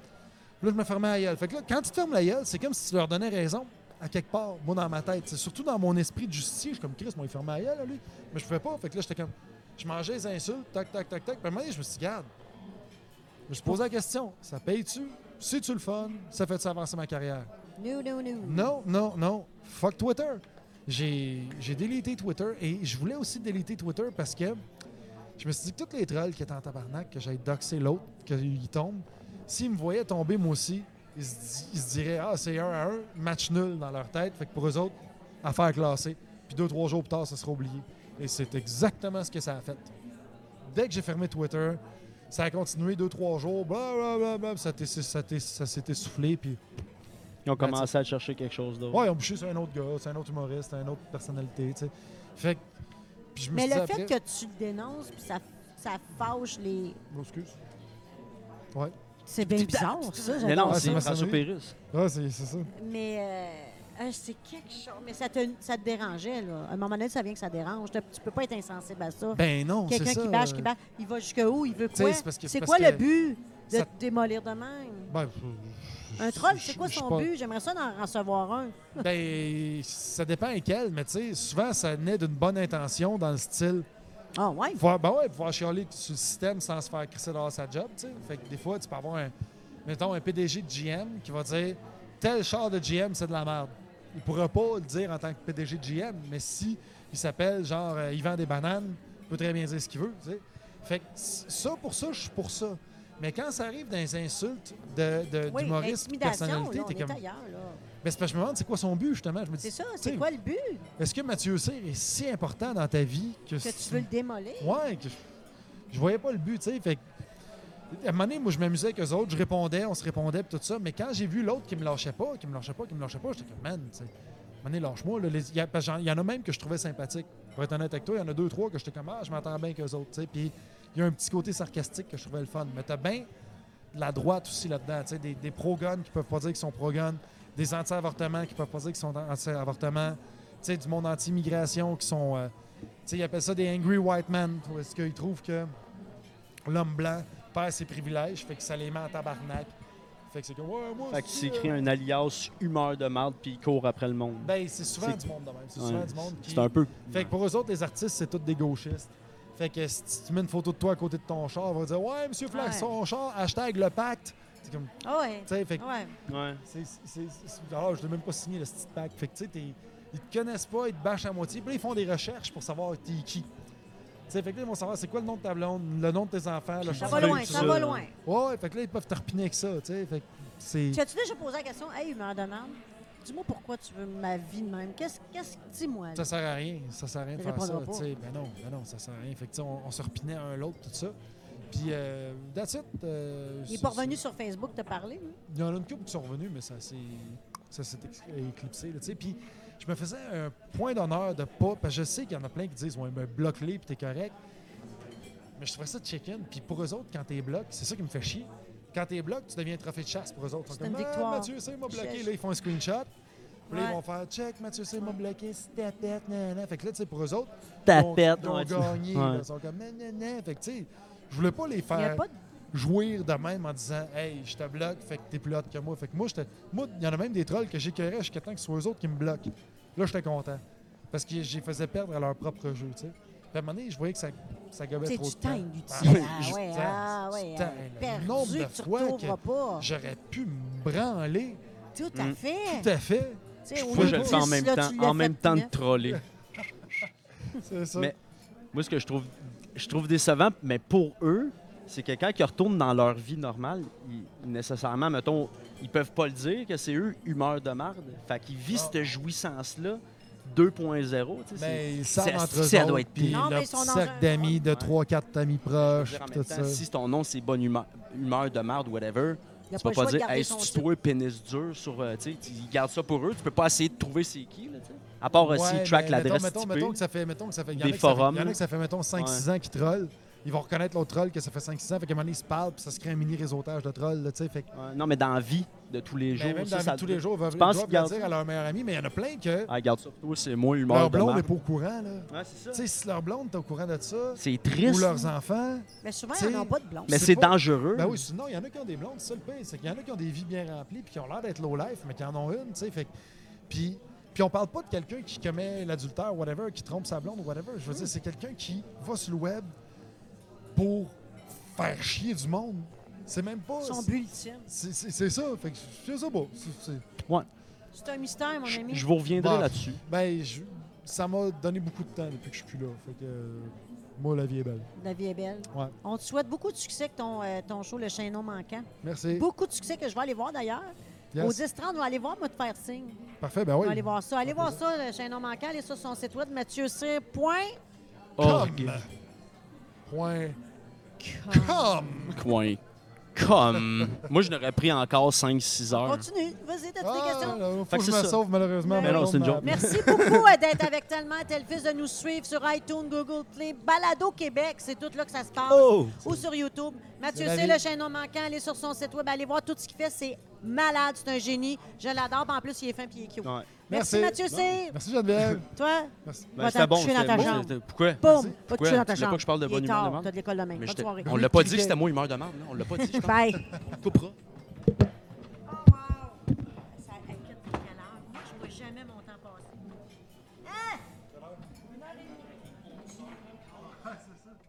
Puis là, je me fermais la gueule. Fait que là, quand tu fermes la gueule, c'est comme si tu leur donnais raison, à quelque part, moi, dans ma tête. C'est surtout dans mon esprit de justice. Je suis comme Chris, moi, il ferme la gueule, là, lui. Mais je pouvais pas. Fait que là, j'étais comme. Je mangeais les insultes, tac, tac, tac, tac. Puis à un moment donné, je me suis dit, garde. Je posais la question, ça paye-tu? C'est-tu le fun? Ça fait-tu avancer ma carrière?
No, no, no.
Non, non, non. Fuck Twitter. J'ai j'ai délité Twitter et je voulais aussi déliter Twitter parce que je me suis dit que tous les trolls qui étaient en tabarnak, que j'aille doxer l'autre, qu'il tombe, s'ils me voyaient tomber moi aussi, ils se, di- ils se diraient Ah, c'est un à un, match nul dans leur tête. Fait que pour eux autres, affaire classée. Puis deux, trois jours plus tard, ça sera oublié. Et c'est exactement ce que ça a fait. Dès que j'ai fermé Twitter, ça a continué deux, trois jours, blablabla, ça t'est- ça t'est- ça s'est essoufflé, puis
Ils ont commencé à chercher quelque chose d'autre.
Ouais, ils ont bouché sur un autre gars, c'est un autre humoriste, c'est une autre personnalité, tu sais. Fait que. Puis je me
Mais
suis
le
dit
fait
après-
que tu le dénonces, puis ça, ça fâche les...
Oh, excuse. Ouais.
C'est bien
[LAUGHS]
bizarre, ça.
Mais non,
Ouais, c'est
c'est François
maçonnerie.
Pérus.
Ouais, Ah, c'est c'est ça.
Mais euh, euh, c'est quelque chose. Mais ça te, ça te dérangeait, là. À un moment donné, ça vient que ça dérange. T'as- Tu peux pas être insensible à ça.
Ben non, c'est ça.
Quelqu'un qui bâche,
euh,
qui bâche, il va jusqu'où, il veut
sais,
quoi.
c'est parce que-
C'est
parce
quoi
que
le but de
ça-
te démolir de même?
Ben,
Un troll,
je-
c'est quoi
je- je
son
pas-
but? J'aimerais ça d'en recevoir un.
ben, ça dépend lesquels, mais tu sais, souvent, ça naît d'une bonne intention dans le style.
Ah, ouais.
Pouvoir, ben ouais, pouvoir chialer sur le système sans se faire crisser dehors sa job, tu sais. Fait que des fois, tu peux avoir un, mettons, un PDG de GM qui va dire tel char de GM, c'est de la merde. Il pourra pas le dire en tant que PDG de GM, mais si il s'appelle genre euh, il vend des bananes, il peut très bien dire ce qu'il veut, tu sais. Fait que c- ça, pour ça, je suis pour ça. Mais quand ça arrive dans les insultes de, de,
Oui,
d'humoristes, de
l'intimidation,
personnalités,
là, on
t'es
est
comme.
ailleurs, là.
Ben, c'est parce que je me demande, c'est quoi son but, justement? Je me dis,
C'est ça,
tu
c'est
sais,
quoi le but?
Est-ce que Mathieu Cyr est si important dans ta vie que,
Que tu veux le démolir?
Ouais, que je, je voyais pas le but, tu sais. Fait que- à un moment donné, moi, je m'amusais avec eux autres, je répondais, on se répondait, puis tout ça. Mais quand j'ai vu l'autre qui me lâchait pas, qui me lâchait pas, qui me lâchait pas, j'étais comme, man, tu sais, à un moment donné, lâche-moi. là. Les- Il y, a- parce que j'en- il y en a même que je trouvais sympathique. Pour être honnête avec toi, il y en a deux, trois que j'étais comme, ah, je m'entends bien qu'eux autres, tu sais. Puis il y a un petit côté sarcastique que je trouvais le fun. Mais t'as bien de la droite aussi là-dedans, tu sais, des, des pro-guns qui peuvent pas dire qu'ils sont pro-guns, des anti-avortements qui peuvent pas dire qu'ils sont anti-avortements, tu sais, du monde anti-immigration qui sont. euh, tu sais, ils appellent ça des angry white men. Parce qu'ils trouvent que l'homme blanc perd ses privilèges, fait que ça les met en tabarnak. Fait que c'est que, ouais, moi,
Fait que
aussi,
c'est écrit
euh,
un alias humeur de marde, puis il court après le monde.
Ben, c'est souvent
C'est-
du monde de même. C'est
Ouais.
souvent du monde qui.
C'est un peu.
Fait que pour eux autres, les artistes, c'est tous des gauchistes. Fait que si tu mets une photo de toi à côté de ton char, on va dire, ouais, monsieur Flack,
Ouais.
son char, hashtag le pacte. C'est comme, tu
Ah, ouais.
sais, fait que
Ouais.
Ouais.
C'est, c'est- c'est- alors, je l'ai même pas signé, le petit pack. Fait que, tu sais, t'es- ils te connaissent pas, ils te bâchent à moitié. Puis là, ils font des recherches pour savoir t'es qui. Tu sais, fait que là, ils vont savoir c'est quoi le nom de ta blonde, le nom de tes enfants. le
Ça
Ça
genre
va
de-
loin, ça
ça,
va
là.
loin.
Ouais, ouais, fait que là, ils peuvent te repiner avec ça, tu sais. Fait que c'est...
Tu as-tu déjà posé la question, hey, humeur de merde, dis-moi pourquoi tu veux ma vie de même? Qu'est-ce qu'est-ce que dis-moi? là?
Ça sert à rien, ça sert à rien de
Ils
faire ça,
répondront pas.
tu sais. Ben non, ben non, ça sert à rien. Fait que, tu sais, on, on se repinait un l'autre, tout ça. Puis, euh, that's it. euh,
Il est
c'est-
pas revenu sur Facebook te parler. hein?
Il y en a une couple qui sont revenus, mais ça s'est ça s'est ex- éclipsé. là, tu sais. Puis je me faisais un point d'honneur de pas, parce que je sais qu'il y en a plein qui disent Ouais, ben, bloque-les, puis t'es correct. Mais je trouvais ça chicken. Puis pour eux autres, quand t'es bloqué, c'est ça qui me fait chier. Quand t'es bloqué, tu deviens un trophée de chasse pour eux autres. Ils sont
C'est une
comme, Ah,
victoire.
Mathieu, c'est moi bloqué.
Chèche.
Là, ils font un screenshot. Puis là,
Ouais.
ils vont faire check, Mathieu, c'est moi bloqué, c'était tête, nanana. Fait que là, tu sais, pour eux autres, ils ont,
Tapette.
ils ont
ouais, tu-
gagné.
Ouais.
là. Ils sont comme, nanana. Fait que tu sais, je voulais pas les
Il n'y a
faire
pas de
jouir de même en disant Hey, je te bloque, fait que t'es plus hot que moi. Fait que moi, j'étais- moi, il y en a même des trolls que j'écœurais jusqu'à temps que ce soit eux autres qui me bloquent. Là, j'étais content. Parce que j'y faisais perdre à leur propre jeu, tu sais. Puis à un moment donné, je voyais que ça, ça gobait
Tu sais,
trop
tu
de temps. [LAUGHS]
teignes du
Ah,
tigre.
je
Ah ouais,
teins,
ah
je
ouais.
teins.
ah,
Le nombre
Perdu,
de
que tu
fois que
retrouveras pas.
J'aurais pu me branler
Tout à
Mm.
fait.
tout à fait.
Tu sais, au
Moi,
lieu
je
de
le fais en
dix,
même
là,
temps,
tu l'as
en
fait
même temps de
neuf.
troller.
C'est ça.
Mais- Moi, ce que je trouve, je trouve décevant, mais pour eux, c'est que quand ils retournent dans leur vie normale, ils- nécessairement, mettons, ils peuvent pas le dire que c'est eux, humeur de marde. Fait qu'ils vivent
Ah.
cette jouissance-là 2.0. tu sais, c'est-
Mais ils savent
c'est-
entre eux
ça
autres,
doit être
puis
pire.
Non, mais
leur
ils sont
petit
dans un
cercle d'amis, de
Ouais.
3-4 amis proches,
Dire en
puis
même
tout
temps,
ça.
si ton nom c'est bonne humeur, humeur de merde, whatever,
Il a
tu peux
le
pas
choix de
dire
garder
Hey,
son
c'est
souffle.
toi pénis dur sur. euh, tu sais, tu- ils gardent ça pour eux, tu peux pas essayer de trouver c'est qui, là, tu sais. À part euh,
Ouais,
s'ils
mais
track
mettons-
l'adresse
Mettons,
typée.
mettons que ça fait, mettons que ça fait, il y en a
Des
que ça fait-
forums.
Il y en a que ça fait, mettons, 5-6 ans qu'ils trollent. Ils vont reconnaître l'autre troll que ça fait 5-6 ans. Fait qu'à un moment donné, ils se parlent, puis ça se crée un mini réseautage de trolls, là, tu sais. Fait que,
Ouais, non, mais dans la vie de tous les
mais
jours.
même
ça,
dans
ça
tous
doit-
les jours, ils doivent, ils
penses
doivent
qu'ils
le
gardent
dire
ça?
à leur meilleur ami, mais il y en a plein que
Ah, garde ça pour toi, c'est moi, humeur
leur
de
blonde
marde.
n'est pas au courant, là.
Ouais, c'est
Tu
ça.
sais, si leur blonde est au courant de ça,
C'est
ou
triste,
leurs enfants.
Mais souvent,
Tu
ils
sais,
n'en ont pas de blond.
mais
c'est
c'est
pas-
dangereux.
Ben oui, sinon, il y en a qui ont des blondes, c'est ça le pire. C'est qu'il y en a qui ont des vies bien remplies, puis qui ont l'air d'être low life, mais qui en ont une, tu sais. Fait que- Puis, puis on parle pas de quelqu'un qui commet l'adultère, whatever, qui trompe sa blonde, whatever. Je veux dire, c'est quelqu'un qui va sur le web pour faire chier du monde. C'est même pas.
Son
c'est-
but ultime.
C'est c'est- c'est ça. Fait que je sais pas. C'est- c'est-
C'est un mystère, mon
Je-
ami.
je vous reviendrai
Bah.
là-dessus.
Ben, je- ça m'a donné beaucoup de temps depuis que je suis plus là. Fait que. euh, moi, la vie est belle.
La vie est belle.
Ouais.
On te souhaite beaucoup de succès avec ton, euh, ton show Le Chaînon Manquant.
Merci.
Beaucoup de succès que je vais aller voir d'ailleurs.
Yes.
Au 10-30, on va aller voir, moi, te faire signe.
Parfait, ben
On va
oui.
aller voir ça. Allez voir ça, Le Chaînon Manquant. Allez sur son site web, mathieucir.com.
Oh,
Orgue,
Point. Comme!
coin.
[LAUGHS]
Comme. Moi, je n'aurais pris encore 5-6 heures.
Continue. Vas-y, t'as-tu des
Ah,
questions?
là, faut
Fait
que
que
je
c'est
me
ça.
sauve malheureusement.
Mais
non, c'est une joke.
Merci beaucoup euh, d'être avec tellement tel fils, de nous suivre sur iTunes, Google Play, Balado Québec, c'est tout là que ça se passe, ou sur YouTube. Mathieu
Oh! C'est la
c'est
vie.
le chaînon manquant, allez sur son site web, allez voir tout ce qu'il fait, c'est malade, c'est un génie, je l'adore, puis en plus il est fin puis il est cute.
Ouais.
Merci, Mathieu C.
Merci Geneviève.
Toi,
Merci.
Ben,
Va
c'était
t'en
bon.
coucher dans
c'était
ta
bon,
jambe.
c'était- Pourquoi?
boum, pas de
Pourquoi?
chou dans ta
Tu voulais
chambre.
pas que je parle de
Il
bonne
est
humeur
tard,
de marde?
T'as de l'école demain.
Mais
Bonne
j'étais-
soirée. Ben,
on l'a pas dit que c'était moi, humeur de marde. non? On l'a pas dit. je
[LAUGHS]
pense.
Bye.
On le coupera.
Oh, wow! Ça inquiète quelle heure? Moi, je vois jamais mon temps passer. Hein? Une heure et demie.